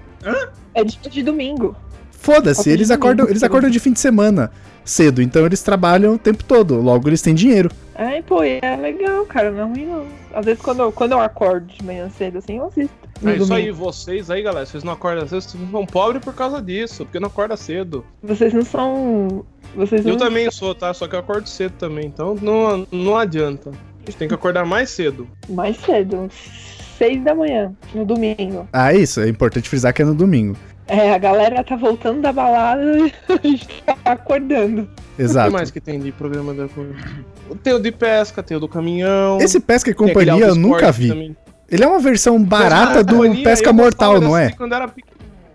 [SPEAKER 1] É de, de domingo.
[SPEAKER 2] Foda-se,
[SPEAKER 1] Ok,
[SPEAKER 2] eles acordam, eles acordam de fim de semana cedo, então eles trabalham o tempo todo, logo eles têm dinheiro.
[SPEAKER 1] Ai, pô, e é legal, cara, não é ruim não. Às vezes quando eu, quando eu acordo de manhã cedo, assim, eu assisto. no
[SPEAKER 4] É isso aí,
[SPEAKER 1] domingo.
[SPEAKER 4] vocês aí, galera, vocês não acordam cedo, vocês são pobres por causa disso, porque não acorda cedo.
[SPEAKER 1] Vocês não são... Vocês
[SPEAKER 2] Uhum.
[SPEAKER 1] não...
[SPEAKER 4] Eu também sou, tá? Só que eu acordo cedo também, então não, não adianta. A gente tem que acordar mais cedo.
[SPEAKER 1] Mais cedo, seis da manhã, no domingo.
[SPEAKER 2] Ah, isso, é importante frisar que é no domingo.
[SPEAKER 1] É, a galera tá voltando da balada [laughs] e a gente tá acordando.
[SPEAKER 4] O que
[SPEAKER 2] Exato.
[SPEAKER 4] mais que tem de programa da coisa? Tem o de pesca, tem o do caminhão.
[SPEAKER 2] Esse Pesca e
[SPEAKER 4] tem aquele
[SPEAKER 2] Companhia eu
[SPEAKER 4] autoesporte
[SPEAKER 2] nunca vi.
[SPEAKER 4] também.
[SPEAKER 2] Ele é uma versão barata
[SPEAKER 4] Pesca
[SPEAKER 2] do
[SPEAKER 4] Companhia,
[SPEAKER 2] Pesca
[SPEAKER 4] eu
[SPEAKER 2] Mortal,
[SPEAKER 4] gostava
[SPEAKER 2] não
[SPEAKER 4] desse
[SPEAKER 2] é?
[SPEAKER 4] de Quando era pe-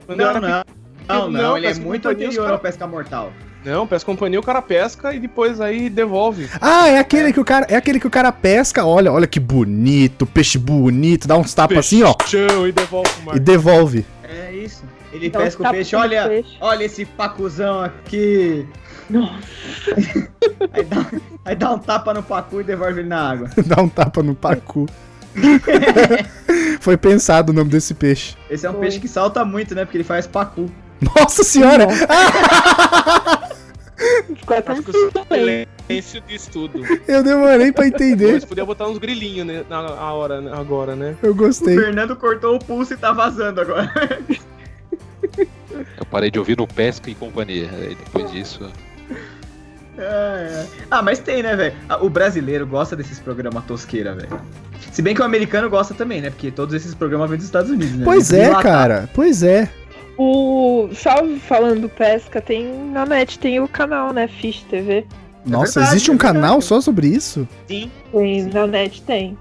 [SPEAKER 4] quando eu
[SPEAKER 3] Não,
[SPEAKER 4] era
[SPEAKER 3] não. Não, né? não,
[SPEAKER 4] Não,
[SPEAKER 3] ele é
[SPEAKER 4] Pesca
[SPEAKER 3] muito
[SPEAKER 4] Companhia, os
[SPEAKER 3] anterior
[SPEAKER 4] cara-
[SPEAKER 3] ao Pesca Mortal.
[SPEAKER 4] Não, pesca companhia, o cara pesca e depois aí devolve.
[SPEAKER 2] Ah, é aquele que o cara, é aquele que o cara pesca, olha, olha que bonito, peixe bonito, dá uns tapas assim, ó,
[SPEAKER 4] Chão e devolve o mar.
[SPEAKER 2] e devolve. [laughs]
[SPEAKER 3] É isso. Ele
[SPEAKER 1] Dá uns
[SPEAKER 3] pesca o
[SPEAKER 1] tapas
[SPEAKER 3] peixe,
[SPEAKER 1] no
[SPEAKER 3] olha,
[SPEAKER 1] Então, tá peixe.
[SPEAKER 3] olha esse pacuzão aqui.
[SPEAKER 1] Nossa,
[SPEAKER 3] Aí dá, aí dá um tapa no pacu e devolve ele na água.
[SPEAKER 2] dá um tapa no
[SPEAKER 4] [laughs]
[SPEAKER 2] pacu. Foi pensado o nome desse peixe.
[SPEAKER 3] Esse é um
[SPEAKER 1] Foi.
[SPEAKER 3] peixe que salta muito, né? Porque ele faz pacu.
[SPEAKER 2] Nossa senhora!
[SPEAKER 1] ficou até um
[SPEAKER 4] Acho que o
[SPEAKER 1] silêncio.
[SPEAKER 4] silêncio diz
[SPEAKER 2] [laughs]
[SPEAKER 4] tudo.
[SPEAKER 2] Eu demorei pra entender.
[SPEAKER 4] Você podia botar uns grilinhos né, na, na hora, né, agora, né?
[SPEAKER 2] Eu
[SPEAKER 3] O
[SPEAKER 2] gostei.
[SPEAKER 3] Fernando cortou o pulso e tá vazando agora. [laughs]
[SPEAKER 5] Eu parei de ouvir no Pesca e Companhia. Aí depois disso.
[SPEAKER 3] É, é. Ah, mas tem, né, velho? Ah, O brasileiro gosta desses programas tosqueira, velho. Se bem que o americano gosta também, né? Porque todos esses programas vêm dos Estados Unidos, né?
[SPEAKER 2] Pois
[SPEAKER 3] Eles
[SPEAKER 2] é,
[SPEAKER 3] enlatam.
[SPEAKER 2] cara. Pois é.
[SPEAKER 1] O. Só falando pesca, tem na net, tem o canal, né? Fish TV.
[SPEAKER 2] Nossa,
[SPEAKER 3] verdade,
[SPEAKER 2] existe um
[SPEAKER 3] é verdade.
[SPEAKER 2] canal só sobre isso?
[SPEAKER 3] Sim.
[SPEAKER 1] Tem, na net tem.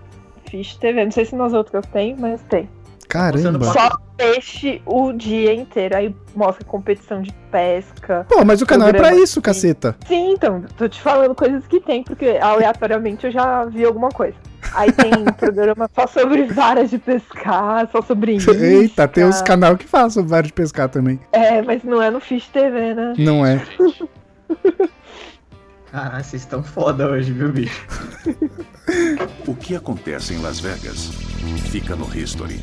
[SPEAKER 1] Fish TV. Não sei se nas outras tem, mas tem.
[SPEAKER 2] Caramba.
[SPEAKER 1] Só peixe o dia inteiro. Aí mostra competição de pesca.
[SPEAKER 2] Pô, mas o canal é pra
[SPEAKER 1] Programa,
[SPEAKER 2] isso, caceta.
[SPEAKER 1] Sim, então, tô te falando coisas que tem, porque aleatoriamente eu já vi alguma coisa. Aí
[SPEAKER 2] [laughs]
[SPEAKER 1] tem programa só sobre varas de pescar, só sobre isso.
[SPEAKER 2] [laughs] Eita, tem uns canal que falam sobre vários de pescar também.
[SPEAKER 1] É, mas não é no Fish TV, né?
[SPEAKER 2] Não é.
[SPEAKER 3] Caralho, vocês estão foda hoje, viu, bicho?
[SPEAKER 6] O que acontece em Las Vegas? Fica no History.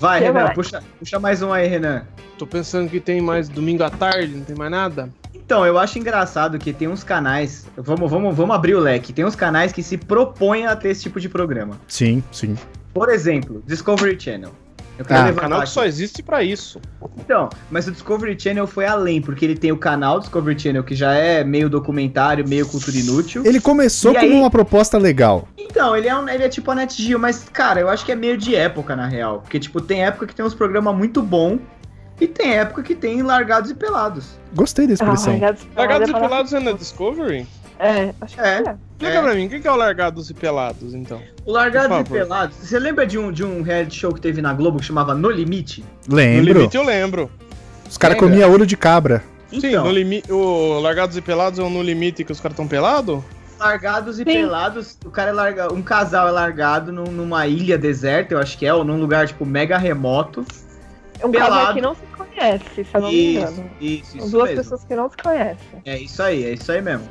[SPEAKER 3] Vai,
[SPEAKER 1] Que
[SPEAKER 3] Renan,
[SPEAKER 1] mais?
[SPEAKER 3] puxa, puxa mais um aí, Renan.
[SPEAKER 4] Tô pensando que tem mais domingo à tarde, não tem mais nada.
[SPEAKER 3] Então, eu acho engraçado que tem uns canais. Vamos, vamos, vamos abrir o leque. Tem uns canais que se propõem a ter esse tipo de programa.
[SPEAKER 2] Sim, sim.
[SPEAKER 3] Por exemplo, Discovery Channel. Eu quero
[SPEAKER 2] Ah,
[SPEAKER 4] O
[SPEAKER 3] levantar
[SPEAKER 4] canal que
[SPEAKER 3] aqui.
[SPEAKER 4] só existe pra isso.
[SPEAKER 3] Então, mas o Discovery Channel foi além, porque ele tem o canal Discovery Channel, que já é meio documentário, meio cultura inútil.
[SPEAKER 2] Ele começou
[SPEAKER 3] E
[SPEAKER 2] como
[SPEAKER 3] aí?
[SPEAKER 2] uma proposta legal.
[SPEAKER 3] Então, ele é, um- ele é tipo a NetGeo, mas, cara, eu acho que é meio de época, na real. Porque, tipo, tem época que tem uns programas muito bom e tem época que tem largados e pelados.
[SPEAKER 2] Gostei da expressão.
[SPEAKER 1] largados e
[SPEAKER 4] Largados e
[SPEAKER 1] pelados
[SPEAKER 4] Pelados é na Discovery?
[SPEAKER 1] É, acho que
[SPEAKER 3] É.
[SPEAKER 1] é.
[SPEAKER 4] Explica
[SPEAKER 3] É.
[SPEAKER 4] pra mim, o que que é o Largados e Pelados, então?
[SPEAKER 3] O Largados
[SPEAKER 4] Por
[SPEAKER 3] e
[SPEAKER 4] favor.
[SPEAKER 3] Pelados. Você lembra de um, de um reality show que teve na Globo que chamava No Limite?
[SPEAKER 4] No
[SPEAKER 2] Lembro.
[SPEAKER 4] Limite eu lembro.
[SPEAKER 2] Os caras
[SPEAKER 4] Lembra?
[SPEAKER 2] comiam olho de cabra.
[SPEAKER 4] Sim,
[SPEAKER 3] Então,
[SPEAKER 4] no limite. O Largados e Pelados é o No Limite que os caras tão pelado?
[SPEAKER 3] Largados
[SPEAKER 1] Sim.
[SPEAKER 3] e pelados, o cara é larga, um casal é largado num- numa ilha deserta, eu acho que é, ou num lugar tipo mega remoto.
[SPEAKER 1] É um
[SPEAKER 3] Pelado.
[SPEAKER 1] casal que não se conhece, se eu não me engano.
[SPEAKER 3] isso,
[SPEAKER 1] São
[SPEAKER 3] isso
[SPEAKER 1] duas
[SPEAKER 3] mesmo.
[SPEAKER 1] pessoas que não se conhecem.
[SPEAKER 3] É isso aí, é isso aí mesmo.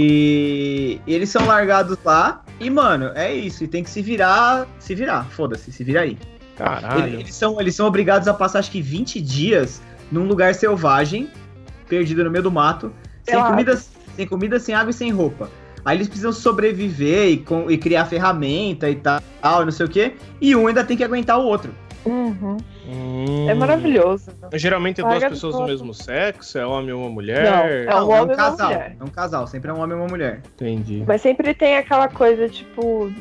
[SPEAKER 3] E e eles são largados lá e, mano, é isso. E tem que se virar, se virar, foda-se, se vira aí. Ele-
[SPEAKER 4] Caralho.
[SPEAKER 3] Eles são, eles são obrigados a passar acho que 20 dias num lugar selvagem, perdido no meio do mato, sem
[SPEAKER 1] Pelado.
[SPEAKER 3] comida, sem comida, sem água e sem roupa. Aí eles precisam sobreviver e, com- e criar ferramenta e tal, não sei o quê. E um ainda tem que aguentar o outro.
[SPEAKER 1] Uhum.
[SPEAKER 4] Hum.
[SPEAKER 1] É maravilhoso.
[SPEAKER 4] Geralmente é duas
[SPEAKER 1] Largados e
[SPEAKER 4] pessoas do
[SPEAKER 1] Pelados.
[SPEAKER 4] mesmo sexo, é homem ou uma
[SPEAKER 1] Não,
[SPEAKER 4] mulher.
[SPEAKER 1] É um
[SPEAKER 3] é
[SPEAKER 1] homem e
[SPEAKER 3] um
[SPEAKER 1] uma
[SPEAKER 3] casal.
[SPEAKER 1] mulher.
[SPEAKER 3] É um casal, sempre é um homem e uma mulher.
[SPEAKER 4] Entendi.
[SPEAKER 1] Mas sempre tem aquela coisa, tipo,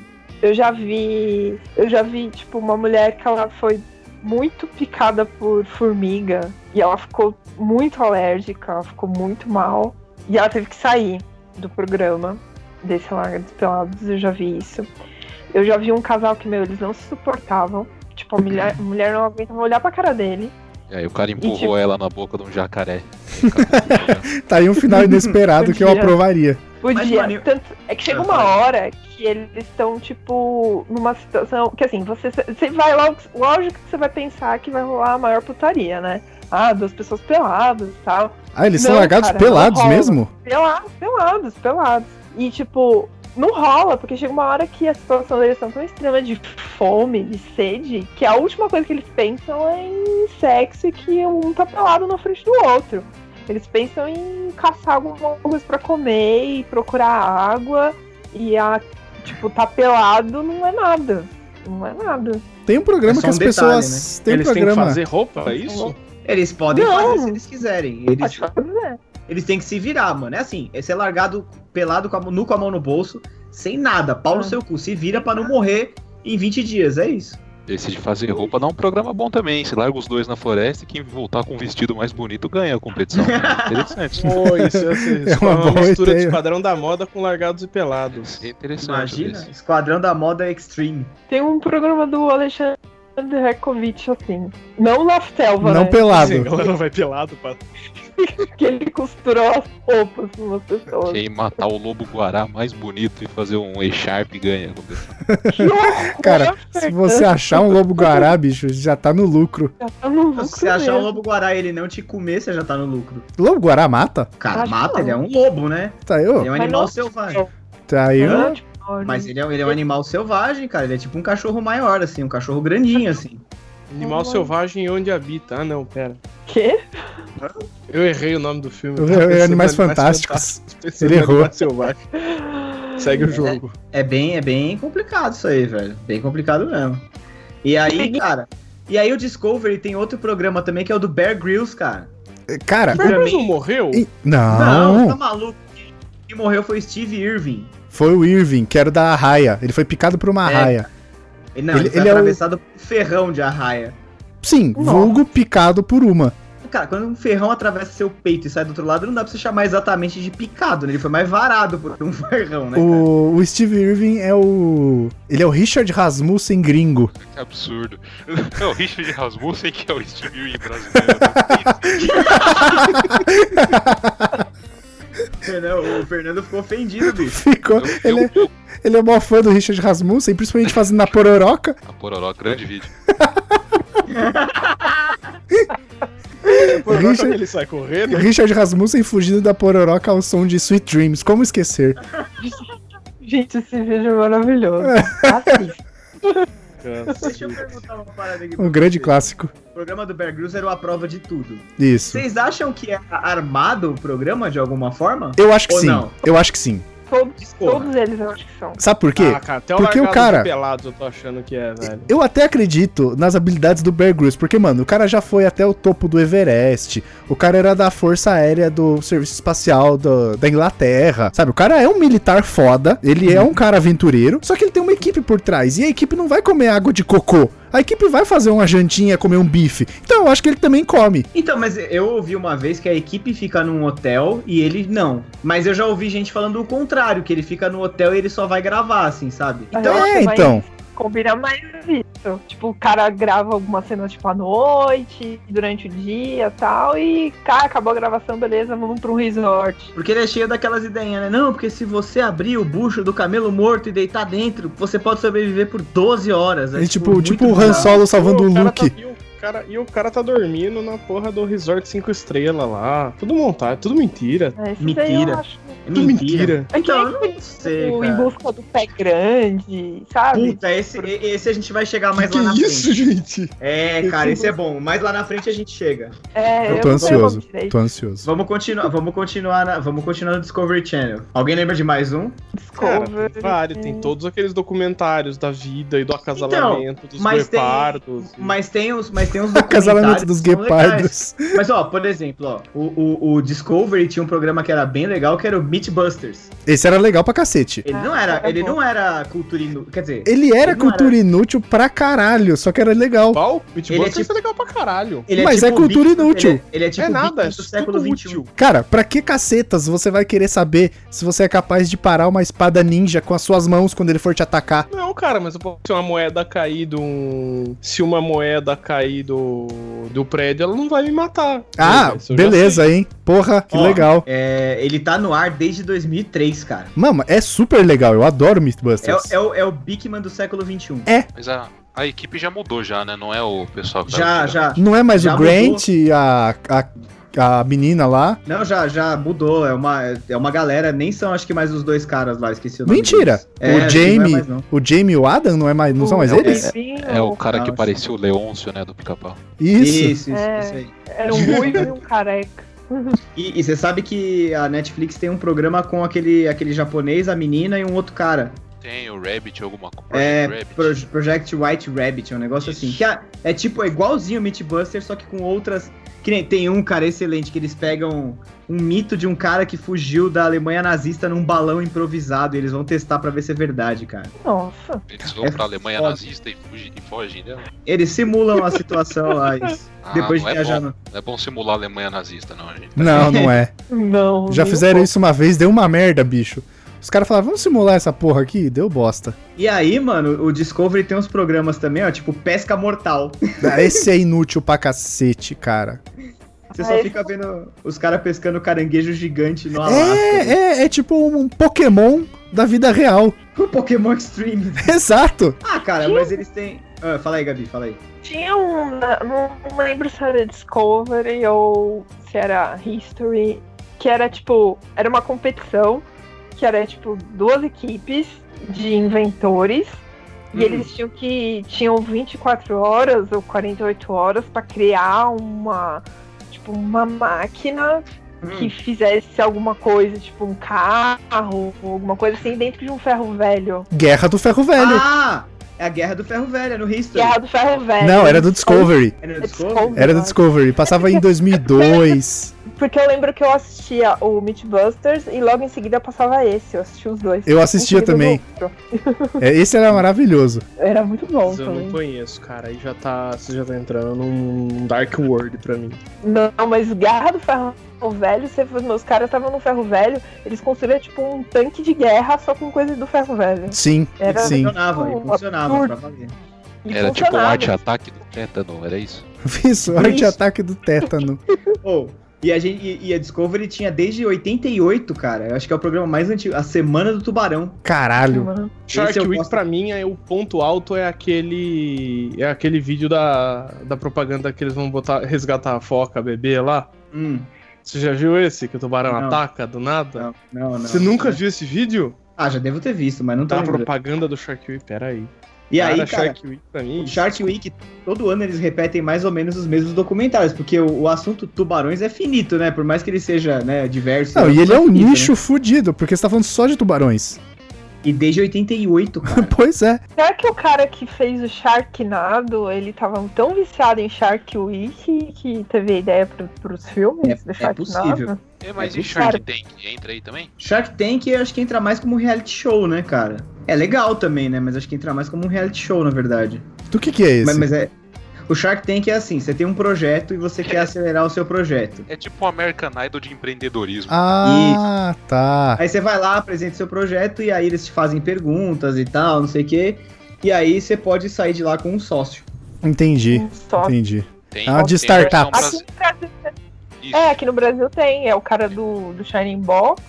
[SPEAKER 1] eu já vi. Eu já vi, tipo, uma mulher que ela foi muito picada por formiga e ela ficou muito alérgica, ela ficou muito mal. E ela teve que sair do programa desse Larga dos Pelados, eu já vi isso. Eu já vi um casal que, meu, eles não se suportavam. Tipo, a mulher, a mulher não aguentava olhar pra cara dele.
[SPEAKER 5] E aí o cara
[SPEAKER 1] E, tipo-
[SPEAKER 5] empurrou ela na boca de um jacaré. Aí o cara ficou-
[SPEAKER 2] Tá aí um final inesperado que eu
[SPEAKER 1] Podia.
[SPEAKER 2] aprovaria.
[SPEAKER 1] Podia.
[SPEAKER 3] mano, eu-
[SPEAKER 1] Tanto, é que chega
[SPEAKER 3] Ah,
[SPEAKER 1] uma
[SPEAKER 3] fala.
[SPEAKER 1] hora que eles estão, tipo, numa situação. Que assim, você, você vai lá. Lógico que você vai pensar é que vai rolar a maior putaria, né? Ah, duas pessoas peladas e tal.
[SPEAKER 2] Ah, eles são
[SPEAKER 1] Não,
[SPEAKER 2] largados
[SPEAKER 1] cara,
[SPEAKER 2] pelados
[SPEAKER 1] não rola.
[SPEAKER 2] mesmo?
[SPEAKER 1] Pelados, pelados, pelados. E, tipo, não rola, porque chega uma hora que a situação deles são tão extrema de fome, de sede, que a última coisa que eles pensam é em sexo e que um tá pelado na frente do outro. Eles pensam em caçar alguma coisa pra comer e procurar água. E a, tipo, tá pelado não é nada. Não é nada.
[SPEAKER 2] Tem um programa
[SPEAKER 3] É só
[SPEAKER 2] que as
[SPEAKER 3] um detalhe,
[SPEAKER 2] pessoas. Tem um
[SPEAKER 4] né? Eles têm que
[SPEAKER 2] programa.
[SPEAKER 4] fazer roupa, é isso?
[SPEAKER 3] Eles podem
[SPEAKER 1] Não.
[SPEAKER 3] fazer se eles quiserem. Eles,
[SPEAKER 1] Pode fazer.
[SPEAKER 3] Eles têm que se virar, mano. É assim, é ser largado pelado, com a, mão- nu com a mão no bolso, sem nada, pau no
[SPEAKER 1] Ah.
[SPEAKER 3] seu cu. Se vira pra não morrer em 20 dias, é isso.
[SPEAKER 5] Esse de fazer roupa dá um programa bom também. Se larga os dois na floresta e quem voltar com um vestido mais bonito ganha a competição. interessante.
[SPEAKER 4] Pô, isso
[SPEAKER 2] [laughs]
[SPEAKER 4] ia ser
[SPEAKER 2] tipo, É
[SPEAKER 4] isso é
[SPEAKER 2] uma
[SPEAKER 4] uma,
[SPEAKER 2] boa
[SPEAKER 4] mistura
[SPEAKER 2] ideia.
[SPEAKER 4] de padrão da moda com largados e pelados.
[SPEAKER 5] Interessante.
[SPEAKER 3] Imagina,
[SPEAKER 5] esse.
[SPEAKER 3] Esquadrão da Moda Extreme.
[SPEAKER 1] Tem um programa do Alexandre Rekovic, assim. Não na selva,
[SPEAKER 2] Não
[SPEAKER 1] né?
[SPEAKER 2] pelado.
[SPEAKER 4] Sim, a galera vai pelado pra
[SPEAKER 1] Que ele costurou as roupas de umas pessoas.
[SPEAKER 5] Quem matar o lobo guará mais bonito e fazer um E-Sharp ganha. a competição.
[SPEAKER 1] Que horror,
[SPEAKER 2] Cara, Se você achar um lobo guará, bicho, já tá no lucro.
[SPEAKER 1] Já tá no lucro
[SPEAKER 3] Se você achar um
[SPEAKER 1] mesmo.
[SPEAKER 3] lobo guará e ele não te comer, você já tá no lucro.
[SPEAKER 2] Lobo guará mata?
[SPEAKER 3] Cara,
[SPEAKER 1] Acho
[SPEAKER 3] mata,
[SPEAKER 1] que não.
[SPEAKER 3] ele é um lobo, né?
[SPEAKER 2] Tá
[SPEAKER 3] Ele é
[SPEAKER 2] eu?
[SPEAKER 3] um
[SPEAKER 1] Mas
[SPEAKER 3] animal
[SPEAKER 1] não- tipo,
[SPEAKER 3] selvagem.
[SPEAKER 2] Tá eu?
[SPEAKER 3] Hã?
[SPEAKER 1] Grande olho.
[SPEAKER 3] Mas ele é, ele é um animal selvagem, cara. Ele é tipo um cachorro maior, assim, um cachorro grandinho, assim.
[SPEAKER 4] Animal
[SPEAKER 1] Olha.
[SPEAKER 4] Selvagem onde habita. Ah, não, pera.
[SPEAKER 1] Quê?
[SPEAKER 4] Eu errei o nome do filme. é
[SPEAKER 2] Eu-
[SPEAKER 4] tava
[SPEAKER 2] eu-
[SPEAKER 4] pensando
[SPEAKER 2] Animais
[SPEAKER 4] em
[SPEAKER 2] Fantásticos.
[SPEAKER 4] pensando
[SPEAKER 2] Ele
[SPEAKER 4] em
[SPEAKER 2] errou.
[SPEAKER 4] é Animais Selvagens. Segue
[SPEAKER 2] [laughs]
[SPEAKER 4] o jogo.
[SPEAKER 3] É bem, é bem complicado isso aí, velho. Bem complicado mesmo. E aí, cara. E aí o Discovery tem outro programa também que é o do Bear Grylls, cara.
[SPEAKER 2] Cara,
[SPEAKER 4] Mas ele não morreu?
[SPEAKER 2] e- não.
[SPEAKER 3] tá maluco. Quem morreu foi Steve Irving.
[SPEAKER 2] Foi o Irving, que era da arraia. Ele foi picado por uma
[SPEAKER 3] É.
[SPEAKER 2] arraia.
[SPEAKER 3] Ele, não,
[SPEAKER 2] Ele-
[SPEAKER 3] ele, foi
[SPEAKER 2] ele é o-
[SPEAKER 3] atravessado por um ferrão de arraia.
[SPEAKER 2] Sim,
[SPEAKER 1] Nossa.
[SPEAKER 2] vulgo picado por uma.
[SPEAKER 3] Cara, quando um ferrão atravessa seu peito e sai do outro lado, não dá pra você chamar exatamente de picado, né? Ele foi mais varado por um [laughs] ferrão, né? cara?
[SPEAKER 2] O, o Steve Irving é o. Ele é o Richard Rasmussen gringo. [laughs]
[SPEAKER 5] Que absurdo. [laughs] É o Richard Rasmussen que é o Steve Irwin brasileiro. [laughs]
[SPEAKER 3] Fernando- O Fernando ficou ofendido, bicho.
[SPEAKER 2] Ficou.
[SPEAKER 5] Eu-
[SPEAKER 2] Ele é,
[SPEAKER 5] eu- eu-
[SPEAKER 2] ele é mó fã do Richard Rasmussen, principalmente fazendo na pororoca. [laughs]
[SPEAKER 5] A Pororó, grande vídeo.
[SPEAKER 4] Pô, agora
[SPEAKER 2] Richard-
[SPEAKER 4] quando ele sai correndo.
[SPEAKER 2] Richard Rasmussen fugindo da pororoca ao som de Sweet Dreams. Como esquecer?
[SPEAKER 1] Gente, esse vídeo é maravilhoso. Assista.
[SPEAKER 3] Deixa eu perguntar uma parada aqui. pra
[SPEAKER 2] Um grande
[SPEAKER 3] vocês.
[SPEAKER 2] clássico.
[SPEAKER 3] O programa do Bear Grylls era uma prova de tudo.
[SPEAKER 2] Isso.
[SPEAKER 3] Vocês acham que é armado o programa de alguma forma?
[SPEAKER 2] Eu acho que
[SPEAKER 3] Ou
[SPEAKER 2] sim.
[SPEAKER 3] não?
[SPEAKER 2] Eu acho que sim.
[SPEAKER 1] Todos,
[SPEAKER 3] Porra.
[SPEAKER 1] todos eles eu acho que são.
[SPEAKER 2] Sabe por quê?
[SPEAKER 4] Ah, cara, até
[SPEAKER 2] Porque o
[SPEAKER 4] Largados
[SPEAKER 2] cara-
[SPEAKER 4] e Pelados eu tô achando que é, velho.
[SPEAKER 2] Eu até acredito nas habilidades do Bear Grylls, porque, mano, o cara já foi até o topo do Everest, o cara era da Força Aérea do Serviço Espacial do- da Inglaterra, sabe? O cara é um militar foda, ele é um cara aventureiro, só que ele tem uma equipe por trás, e a equipe não vai comer água de cocô. A equipe vai fazer uma jantinha, comer um bife. Então eu acho que ele também come.
[SPEAKER 3] Então, mas eu ouvi uma vez que a equipe fica num hotel e ele não. Mas eu já ouvi gente falando o contrário, que ele fica no hotel e ele só vai gravar, assim, sabe?
[SPEAKER 1] Mas
[SPEAKER 2] Então,
[SPEAKER 1] eu acho
[SPEAKER 2] é,
[SPEAKER 1] que vai
[SPEAKER 2] então.
[SPEAKER 1] Combina mais isso. Tipo, o cara grava alguma cena, tipo, à noite, durante o dia e tal, e, cara, acabou a gravação, beleza, vamos pra um resort.
[SPEAKER 3] Porque ele é cheio daquelas ideias, né? Não, porque se você abrir o bucho do camelo morto e deitar dentro, você pode sobreviver por 12 horas. É,
[SPEAKER 2] E, tipo, tipo
[SPEAKER 3] muito
[SPEAKER 2] o Han
[SPEAKER 3] bizarro.
[SPEAKER 2] Solo salvando o
[SPEAKER 4] Pô, cara
[SPEAKER 2] Luke.
[SPEAKER 4] tá- e, o cara, e o cara tá dormindo na porra do Resort 5 Estrelas lá. Tudo montado, tudo mentira.
[SPEAKER 1] É, isso daí eu
[SPEAKER 3] Mentira.
[SPEAKER 1] acho.
[SPEAKER 3] É
[SPEAKER 4] Tudo
[SPEAKER 3] mentira.
[SPEAKER 4] mentira.
[SPEAKER 1] É que
[SPEAKER 3] Então,
[SPEAKER 1] nem
[SPEAKER 3] eu não sei,
[SPEAKER 1] o Em
[SPEAKER 3] cara.
[SPEAKER 1] Busca do Pé Grande, sabe?
[SPEAKER 3] Puta, esse, esse a gente vai chegar mais
[SPEAKER 4] que
[SPEAKER 3] lá na
[SPEAKER 4] isso,
[SPEAKER 3] frente.
[SPEAKER 4] gente?
[SPEAKER 3] É, cara, esse é bom. Mais lá na frente a gente chega.
[SPEAKER 1] É,
[SPEAKER 2] Eu
[SPEAKER 1] eu
[SPEAKER 2] tô
[SPEAKER 1] não sei o nome
[SPEAKER 2] ansioso.
[SPEAKER 1] direito.
[SPEAKER 2] Tô ansioso.
[SPEAKER 3] Vamos continuar, vamos continuar, na- vamos continuar no Discovery Channel. Alguém lembra de mais um?
[SPEAKER 4] Cara,
[SPEAKER 1] Discovery.
[SPEAKER 4] tem É, vários, tem todos aqueles documentários da vida e do acasalamento, dos
[SPEAKER 3] Então, mas tem-
[SPEAKER 4] guepardos. e-
[SPEAKER 3] Mas tem os,
[SPEAKER 2] [laughs]
[SPEAKER 3] mas tem os
[SPEAKER 2] Acasalamento dos
[SPEAKER 3] que são legais.
[SPEAKER 2] guepardos.
[SPEAKER 3] Mas ó, por exemplo, ó, o, o, o Discovery tinha um programa que era bem legal, que era o Meatbusters.
[SPEAKER 2] Esse era legal pra cacete.
[SPEAKER 3] Ele
[SPEAKER 1] Ah,
[SPEAKER 3] não era,
[SPEAKER 1] era
[SPEAKER 3] ele
[SPEAKER 1] bom.
[SPEAKER 3] não era culturino, quer dizer,
[SPEAKER 2] Ele era
[SPEAKER 3] Ele não
[SPEAKER 2] cultura inútil pra caralho, só que era legal.
[SPEAKER 4] Qual? Pitbull
[SPEAKER 3] Ele é
[SPEAKER 4] é,
[SPEAKER 3] tipo-
[SPEAKER 4] é legal pra caralho.
[SPEAKER 3] ele
[SPEAKER 2] mas é
[SPEAKER 3] o
[SPEAKER 2] cultura
[SPEAKER 3] Beatles,
[SPEAKER 2] inútil.
[SPEAKER 3] Ele é, ele é tipo
[SPEAKER 4] é
[SPEAKER 3] o
[SPEAKER 4] nada, é
[SPEAKER 3] Beatles do século um.
[SPEAKER 4] tudo
[SPEAKER 3] XXI.
[SPEAKER 4] útil.
[SPEAKER 2] Cara, pra que cacetas você vai querer saber se você é capaz de parar uma espada ninja com as suas mãos quando ele for te atacar?
[SPEAKER 4] Não, cara, mas eu posso- se uma moeda cair de um. Se uma moeda cair do, do prédio, ela não vai me matar.
[SPEAKER 2] Ah,
[SPEAKER 4] Isso eu já sei.
[SPEAKER 2] beleza, hein? Porra, que
[SPEAKER 3] Ó,
[SPEAKER 2] legal.
[SPEAKER 3] É, ele tá no ar desde 2003, cara.
[SPEAKER 2] Mama, é super legal, eu adoro
[SPEAKER 3] É, o-
[SPEAKER 2] Mythbusters.
[SPEAKER 3] é, o, é o Bigman do século um.
[SPEAKER 2] Tá
[SPEAKER 3] XXI.
[SPEAKER 5] Mas a, a equipe já mudou já, né? Não é o pessoal que né?
[SPEAKER 3] Já,
[SPEAKER 5] tava
[SPEAKER 3] já.
[SPEAKER 2] Não é mais
[SPEAKER 3] Já
[SPEAKER 2] o Grant, a, a, a menina lá?
[SPEAKER 3] Não, já, já mudou. É uma, é uma galera, nem são acho que mais os dois caras lá, esqueci o nome.
[SPEAKER 2] Mentira.
[SPEAKER 3] deles.
[SPEAKER 2] O
[SPEAKER 3] É, acho que não é
[SPEAKER 2] Jamie-
[SPEAKER 3] mais, não.
[SPEAKER 2] O Jamie e o Adam não, é mais, não são mais
[SPEAKER 1] O
[SPEAKER 2] eles?
[SPEAKER 1] Bebezinho,
[SPEAKER 5] É o cara que
[SPEAKER 3] Nossa.
[SPEAKER 5] parecia o Leôncio, né? Do pica-pau.
[SPEAKER 3] Isso,
[SPEAKER 2] Isso.
[SPEAKER 3] isso, isso,
[SPEAKER 1] É.
[SPEAKER 3] aí.
[SPEAKER 1] Era um ruivo e um careca.
[SPEAKER 3] E, e você sabe que a Netflix tem um programa com aquele, aquele japonês, a menina e um outro cara.
[SPEAKER 5] Tem o Rabbit, alguma coisa.
[SPEAKER 3] É,
[SPEAKER 5] Rabbit.
[SPEAKER 3] Pro- Project White Rabbit, é um negócio
[SPEAKER 5] Isso.
[SPEAKER 3] assim. Que é, é tipo, é igualzinho o Meatbuster, só que com outras. Que nem tem um, cara, excelente, que eles pegam um mito de um cara que fugiu da Alemanha nazista num balão improvisado e eles vão testar pra ver se é verdade, cara.
[SPEAKER 1] Nossa.
[SPEAKER 5] Eles vão
[SPEAKER 3] É
[SPEAKER 5] pra Alemanha
[SPEAKER 3] foda.
[SPEAKER 5] nazista e, fugem, e fogem né? dela.
[SPEAKER 3] Eles simulam a situação lá.
[SPEAKER 5] [laughs]
[SPEAKER 3] Isso.
[SPEAKER 5] Ah,
[SPEAKER 3] Depois de
[SPEAKER 5] não, é
[SPEAKER 3] viajar
[SPEAKER 5] bom,
[SPEAKER 3] no.
[SPEAKER 5] não é bom simular a Alemanha nazista, não, gente.
[SPEAKER 2] Não, não
[SPEAKER 3] [laughs]
[SPEAKER 2] é.
[SPEAKER 1] Não.
[SPEAKER 2] Já
[SPEAKER 1] viu?
[SPEAKER 2] fizeram isso uma vez, deu uma merda, bicho. Os caras falaram, vamos simular essa porra aqui? Deu bosta.
[SPEAKER 3] E aí, mano, o Discovery tem uns programas também, ó, tipo Pesca Mortal.
[SPEAKER 2] Ah, Esse é inútil pra cacete, cara.
[SPEAKER 3] Você
[SPEAKER 1] Ah,
[SPEAKER 3] só
[SPEAKER 1] esse-
[SPEAKER 3] fica vendo os caras pescando caranguejo gigante no Alasca.
[SPEAKER 2] É, é, é tipo um Pokémon da vida real. [laughs]
[SPEAKER 3] O Pokémon Extreme.
[SPEAKER 2] Exato.
[SPEAKER 3] Ah, cara, mas eles têm. Ah, fala aí, Gabi, fala aí.
[SPEAKER 1] Tinha um. na- Não não lembro se era Discovery ou se era History. Que era tipo. Era uma competição. Que era tipo duas equipes de inventores. E
[SPEAKER 3] Hum.
[SPEAKER 1] eles tinham que. Tinham 24 horas ou 48 horas pra criar uma. Tipo, uma máquina
[SPEAKER 3] Hum.
[SPEAKER 2] Hum.
[SPEAKER 1] que fizesse alguma coisa, tipo um carro, alguma coisa assim, dentro de um ferro velho.
[SPEAKER 2] Guerra do Ferro Velho.
[SPEAKER 3] Ah! É a Guerra do Ferro Velho, é no History.
[SPEAKER 1] Guerra do ferro velho.
[SPEAKER 2] Não, era do Discovery.
[SPEAKER 3] Ah, É no
[SPEAKER 1] É
[SPEAKER 3] Discovery?
[SPEAKER 1] Discovery.
[SPEAKER 2] Era do Discovery. Passava em 2002.
[SPEAKER 1] Porque eu lembro que eu assistia o Mythbusters e logo em seguida passava esse. Eu assistia os dois.
[SPEAKER 2] Eu assistia
[SPEAKER 1] Um seguido
[SPEAKER 2] também.
[SPEAKER 1] do outro.
[SPEAKER 2] É, esse era maravilhoso.
[SPEAKER 1] Era muito
[SPEAKER 3] Então,
[SPEAKER 1] bom
[SPEAKER 2] é
[SPEAKER 4] Mas eu não
[SPEAKER 1] também.
[SPEAKER 4] conheço, cara. Aí já tá. Você já tá entrando num Dark World pra mim.
[SPEAKER 1] Não, mas Guerra do Ferro Velho, você, meus caras estavam no Ferro Velho, eles construíam tipo um tanque de guerra só com coisa do Ferro Velho.
[SPEAKER 2] Sim, [laughs]
[SPEAKER 1] Era
[SPEAKER 2] sim.
[SPEAKER 3] Funcionava, e
[SPEAKER 1] Um
[SPEAKER 3] funcionava
[SPEAKER 1] absurdo.
[SPEAKER 3] pra valer.
[SPEAKER 1] E
[SPEAKER 5] Era tipo um
[SPEAKER 1] funcionava.
[SPEAKER 5] arte-ataque do tétano, era isso?
[SPEAKER 2] Isso, arte ataque do tétano.
[SPEAKER 3] Oh, e, a gente, e, e a Discovery tinha desde 88, cara. Eu acho que é o programa mais antigo. A Semana do Tubarão.
[SPEAKER 2] Caralho.
[SPEAKER 4] Shark
[SPEAKER 3] eu
[SPEAKER 4] Week
[SPEAKER 3] gosto.
[SPEAKER 4] pra mim é o ponto alto é aquele é aquele vídeo da, da propaganda que eles vão botar resgatar a foca bebê lá.
[SPEAKER 3] Hum,
[SPEAKER 4] Você já viu esse que o tubarão
[SPEAKER 3] Não.
[SPEAKER 4] ataca do nada?
[SPEAKER 3] não, não, não.
[SPEAKER 4] Você nunca viu esse vídeo?
[SPEAKER 3] Ah, já devo ter visto, mas não tá
[SPEAKER 4] Da
[SPEAKER 3] lembrando.
[SPEAKER 4] propaganda do Shark Week, pera aí.
[SPEAKER 3] E aí, cara,
[SPEAKER 4] Shark Week pra mim.
[SPEAKER 3] o Shark Week, todo ano eles repetem mais ou menos os mesmos documentários, porque o, o assunto tubarões é finito, né? Por mais que ele seja, né, diverso.
[SPEAKER 2] Não, e ele é um
[SPEAKER 3] finito, né?
[SPEAKER 2] nicho fudido, porque você tá falando só de tubarões.
[SPEAKER 3] E
[SPEAKER 2] [laughs]
[SPEAKER 3] desde 88, cara.
[SPEAKER 2] Pois é.
[SPEAKER 1] Será que o cara que fez o Sharknado, ele tava tão viciado em Shark Week que teve a ideia pro, pros filmes
[SPEAKER 3] É-
[SPEAKER 1] do
[SPEAKER 3] é
[SPEAKER 1] Sharknado?
[SPEAKER 3] possível.
[SPEAKER 5] É, mas
[SPEAKER 3] É
[SPEAKER 5] e Shark Tank? Entra aí também?
[SPEAKER 3] Shark Tank eu acho que entra mais como um reality show, né, cara? É legal também, né? Mas acho que entra mais como um reality show, na verdade.
[SPEAKER 2] Do que que é esse?
[SPEAKER 3] Mas, mas é. O Shark Tank é assim, você tem um projeto e você quer acelerar o seu projeto.
[SPEAKER 5] É tipo um American Idol de empreendedorismo.
[SPEAKER 2] Ah, tá.
[SPEAKER 3] Aí você vai lá, apresenta o seu projeto e aí eles te fazem perguntas e tal, não sei o quê. E aí você pode sair de lá com um sócio.
[SPEAKER 2] Entendi,
[SPEAKER 1] Só.
[SPEAKER 2] entendi.
[SPEAKER 3] é
[SPEAKER 5] Tem,
[SPEAKER 2] Ah, de
[SPEAKER 5] tem versão
[SPEAKER 2] startups.
[SPEAKER 1] Aqui
[SPEAKER 5] brasi-
[SPEAKER 1] no Brasil,
[SPEAKER 5] Isso.
[SPEAKER 1] é, aqui no Brasil tem. É o cara do, do Shining Box.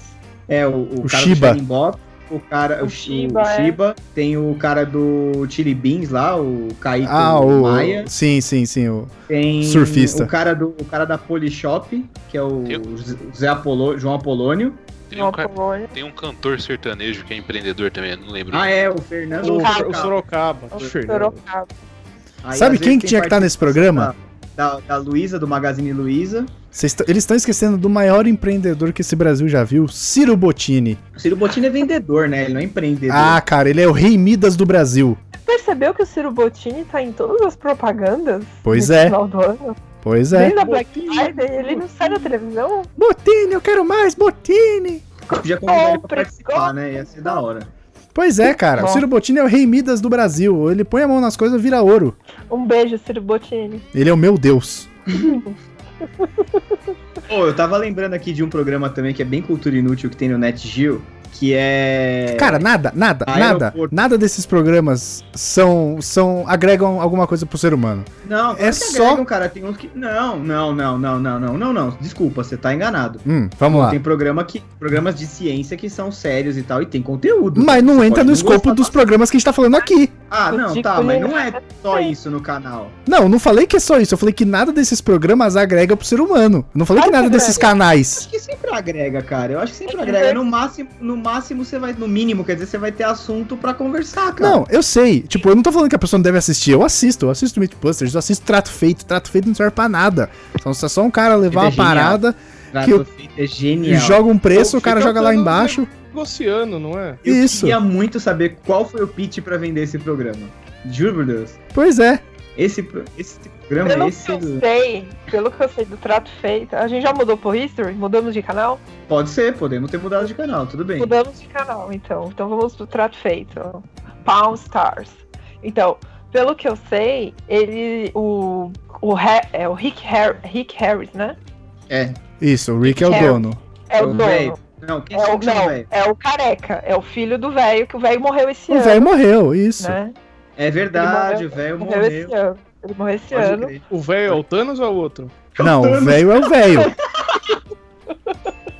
[SPEAKER 3] É o, o,
[SPEAKER 2] O
[SPEAKER 3] cara
[SPEAKER 2] Shiba.
[SPEAKER 3] do Shining Box, o cara
[SPEAKER 1] O
[SPEAKER 3] o, o
[SPEAKER 1] Shiba,
[SPEAKER 3] Shiba,
[SPEAKER 1] é.
[SPEAKER 3] tem o cara do Chili Beans lá, o Kaique
[SPEAKER 2] Ah, o.
[SPEAKER 3] Maia,
[SPEAKER 2] Sim, sim, sim. O...
[SPEAKER 3] tem
[SPEAKER 2] surfista.
[SPEAKER 3] o cara do o cara da Polishop, que é o
[SPEAKER 5] Eu-
[SPEAKER 3] Zé Apolo, João Apolônio.
[SPEAKER 5] Tem,
[SPEAKER 3] é
[SPEAKER 5] um
[SPEAKER 1] Uma
[SPEAKER 5] ca-
[SPEAKER 1] colônia.
[SPEAKER 5] tem um cantor sertanejo que é empreendedor também, eu não lembro.
[SPEAKER 3] Ah, é, o Fernando.
[SPEAKER 4] O,
[SPEAKER 3] Sorocaba.
[SPEAKER 4] o Sorocaba.
[SPEAKER 1] É
[SPEAKER 4] é
[SPEAKER 1] O
[SPEAKER 4] Fernando.
[SPEAKER 1] Sorocaba.
[SPEAKER 3] Aí,
[SPEAKER 2] Sabe quem
[SPEAKER 3] às vezes,
[SPEAKER 2] que
[SPEAKER 3] tem
[SPEAKER 2] tinha que estar nesse programa?
[SPEAKER 3] Da, da Luísa, do Magazine Luísa.
[SPEAKER 2] Vocês tão- eles estão esquecendo do maior empreendedor que esse Brasil já viu, Ciro Bottini.
[SPEAKER 3] O Ciro Bottini é vendedor, né? Ele não é empreendedor.
[SPEAKER 2] Ah, cara, ele é o rei Midas do Brasil.
[SPEAKER 1] Percebeu que o Ciro Bottini tá em todas as propagandas?
[SPEAKER 2] Pois
[SPEAKER 1] nesse
[SPEAKER 2] é.
[SPEAKER 1] Final do ano?
[SPEAKER 2] Pois é.
[SPEAKER 1] Desde a Black Friday, ele não sai da televisão?
[SPEAKER 2] Bottini, eu quero mais, Bottini.
[SPEAKER 3] Podia convidar ele pra
[SPEAKER 1] compre,
[SPEAKER 3] participar, né? Ia ser da hora.
[SPEAKER 2] Pois é, cara. O
[SPEAKER 1] Bom.
[SPEAKER 2] Ciro Bottini é o rei Midas do Brasil. Ele põe a mão nas coisas, vira ouro.
[SPEAKER 1] Um beijo, Ciro Bottini.
[SPEAKER 2] Ele é o meu Deus.
[SPEAKER 3] Pô, eu tava lembrando aqui de um programa também que é bem cultura inútil que tem no NetGeo, que é.
[SPEAKER 2] Cara, nada, nada, nada,
[SPEAKER 3] Aeroporto.
[SPEAKER 2] nada desses programas são, são, agregam alguma coisa pro ser humano.
[SPEAKER 3] não,
[SPEAKER 2] é
[SPEAKER 3] claro que
[SPEAKER 2] só-
[SPEAKER 3] agregam, cara. Tem uns que. Não, não, não, não, não, não, não, não. Desculpa, você tá enganado.
[SPEAKER 2] Hum, vamos lá.
[SPEAKER 3] Tem programa que, programas de ciência que são sérios e tal, e tem conteúdo.
[SPEAKER 2] Mas não
[SPEAKER 3] Você
[SPEAKER 2] entra
[SPEAKER 3] pode
[SPEAKER 2] no
[SPEAKER 3] não
[SPEAKER 2] escopo
[SPEAKER 3] gostar.
[SPEAKER 2] dos programas que a gente tá falando aqui.
[SPEAKER 3] Ah, não, tá,
[SPEAKER 1] Ridículo.
[SPEAKER 3] mas não é só isso no canal.
[SPEAKER 2] Não, não falei que é só isso. Eu falei que nada desses programas agrega pro ser humano. Eu Não falei que
[SPEAKER 1] Claro
[SPEAKER 2] nada
[SPEAKER 1] que
[SPEAKER 2] desses canais.
[SPEAKER 3] Acho que sempre agrega, cara. Eu acho que sempre
[SPEAKER 1] É que
[SPEAKER 3] agrega.
[SPEAKER 1] vai-
[SPEAKER 3] No máximo, no máximo você vai. No mínimo, quer dizer, você vai ter assunto pra conversar, cara.
[SPEAKER 2] Não, eu sei. Tipo, eu não tô falando que a pessoa não deve assistir. Eu assisto, eu assisto Mythbusters, eu assisto Trato Feito. Trato Feito não serve pra nada. Só, só- só um cara levar uma
[SPEAKER 3] Vida genial.
[SPEAKER 2] parada, que eu-
[SPEAKER 3] Trato feito é
[SPEAKER 2] e
[SPEAKER 3] genial.
[SPEAKER 2] joga um preço,
[SPEAKER 4] Eu
[SPEAKER 2] o cara
[SPEAKER 4] fico
[SPEAKER 2] joga lá
[SPEAKER 4] tentando
[SPEAKER 2] embaixo.
[SPEAKER 4] Negociando, um não é?
[SPEAKER 3] Eu
[SPEAKER 2] Isso.
[SPEAKER 3] queria muito saber qual foi o pitch pra vender esse programa. Juro por Deus.
[SPEAKER 2] Pois é.
[SPEAKER 3] Esse, pro- esse programa,
[SPEAKER 1] Pelo que
[SPEAKER 3] esse
[SPEAKER 1] eu sei, pelo que eu sei do trato feito, a gente já mudou pro History? Mudamos de canal?
[SPEAKER 3] Pode ser, podemos ter mudado de canal, tudo bem.
[SPEAKER 1] Mudamos de canal, então. Então vamos pro trato feito. Palm Stars. Então, pelo que eu sei, ele. O. O, Har- é, o Rick, Har- Rick Harris, né?
[SPEAKER 3] É.
[SPEAKER 2] Isso, o Rick é o
[SPEAKER 1] É.
[SPEAKER 2] dono.
[SPEAKER 1] É o
[SPEAKER 3] Ô,
[SPEAKER 1] dono.
[SPEAKER 3] véio, Não, quem
[SPEAKER 1] É o,
[SPEAKER 3] sabe que é o
[SPEAKER 1] não,
[SPEAKER 3] véio?
[SPEAKER 1] é o careca. É o filho do velho, que o velho morreu esse
[SPEAKER 2] O
[SPEAKER 1] ano.
[SPEAKER 2] velho morreu, isso.
[SPEAKER 1] né?
[SPEAKER 3] É verdade, o velho
[SPEAKER 1] Morreu
[SPEAKER 3] morreu.
[SPEAKER 1] esse ano. Ele morreu esse
[SPEAKER 3] Pode
[SPEAKER 1] ano.
[SPEAKER 3] crer.
[SPEAKER 4] O velho é o Thanos ou é o outro?
[SPEAKER 2] Não, o
[SPEAKER 3] Thanos.
[SPEAKER 2] velho é o velho.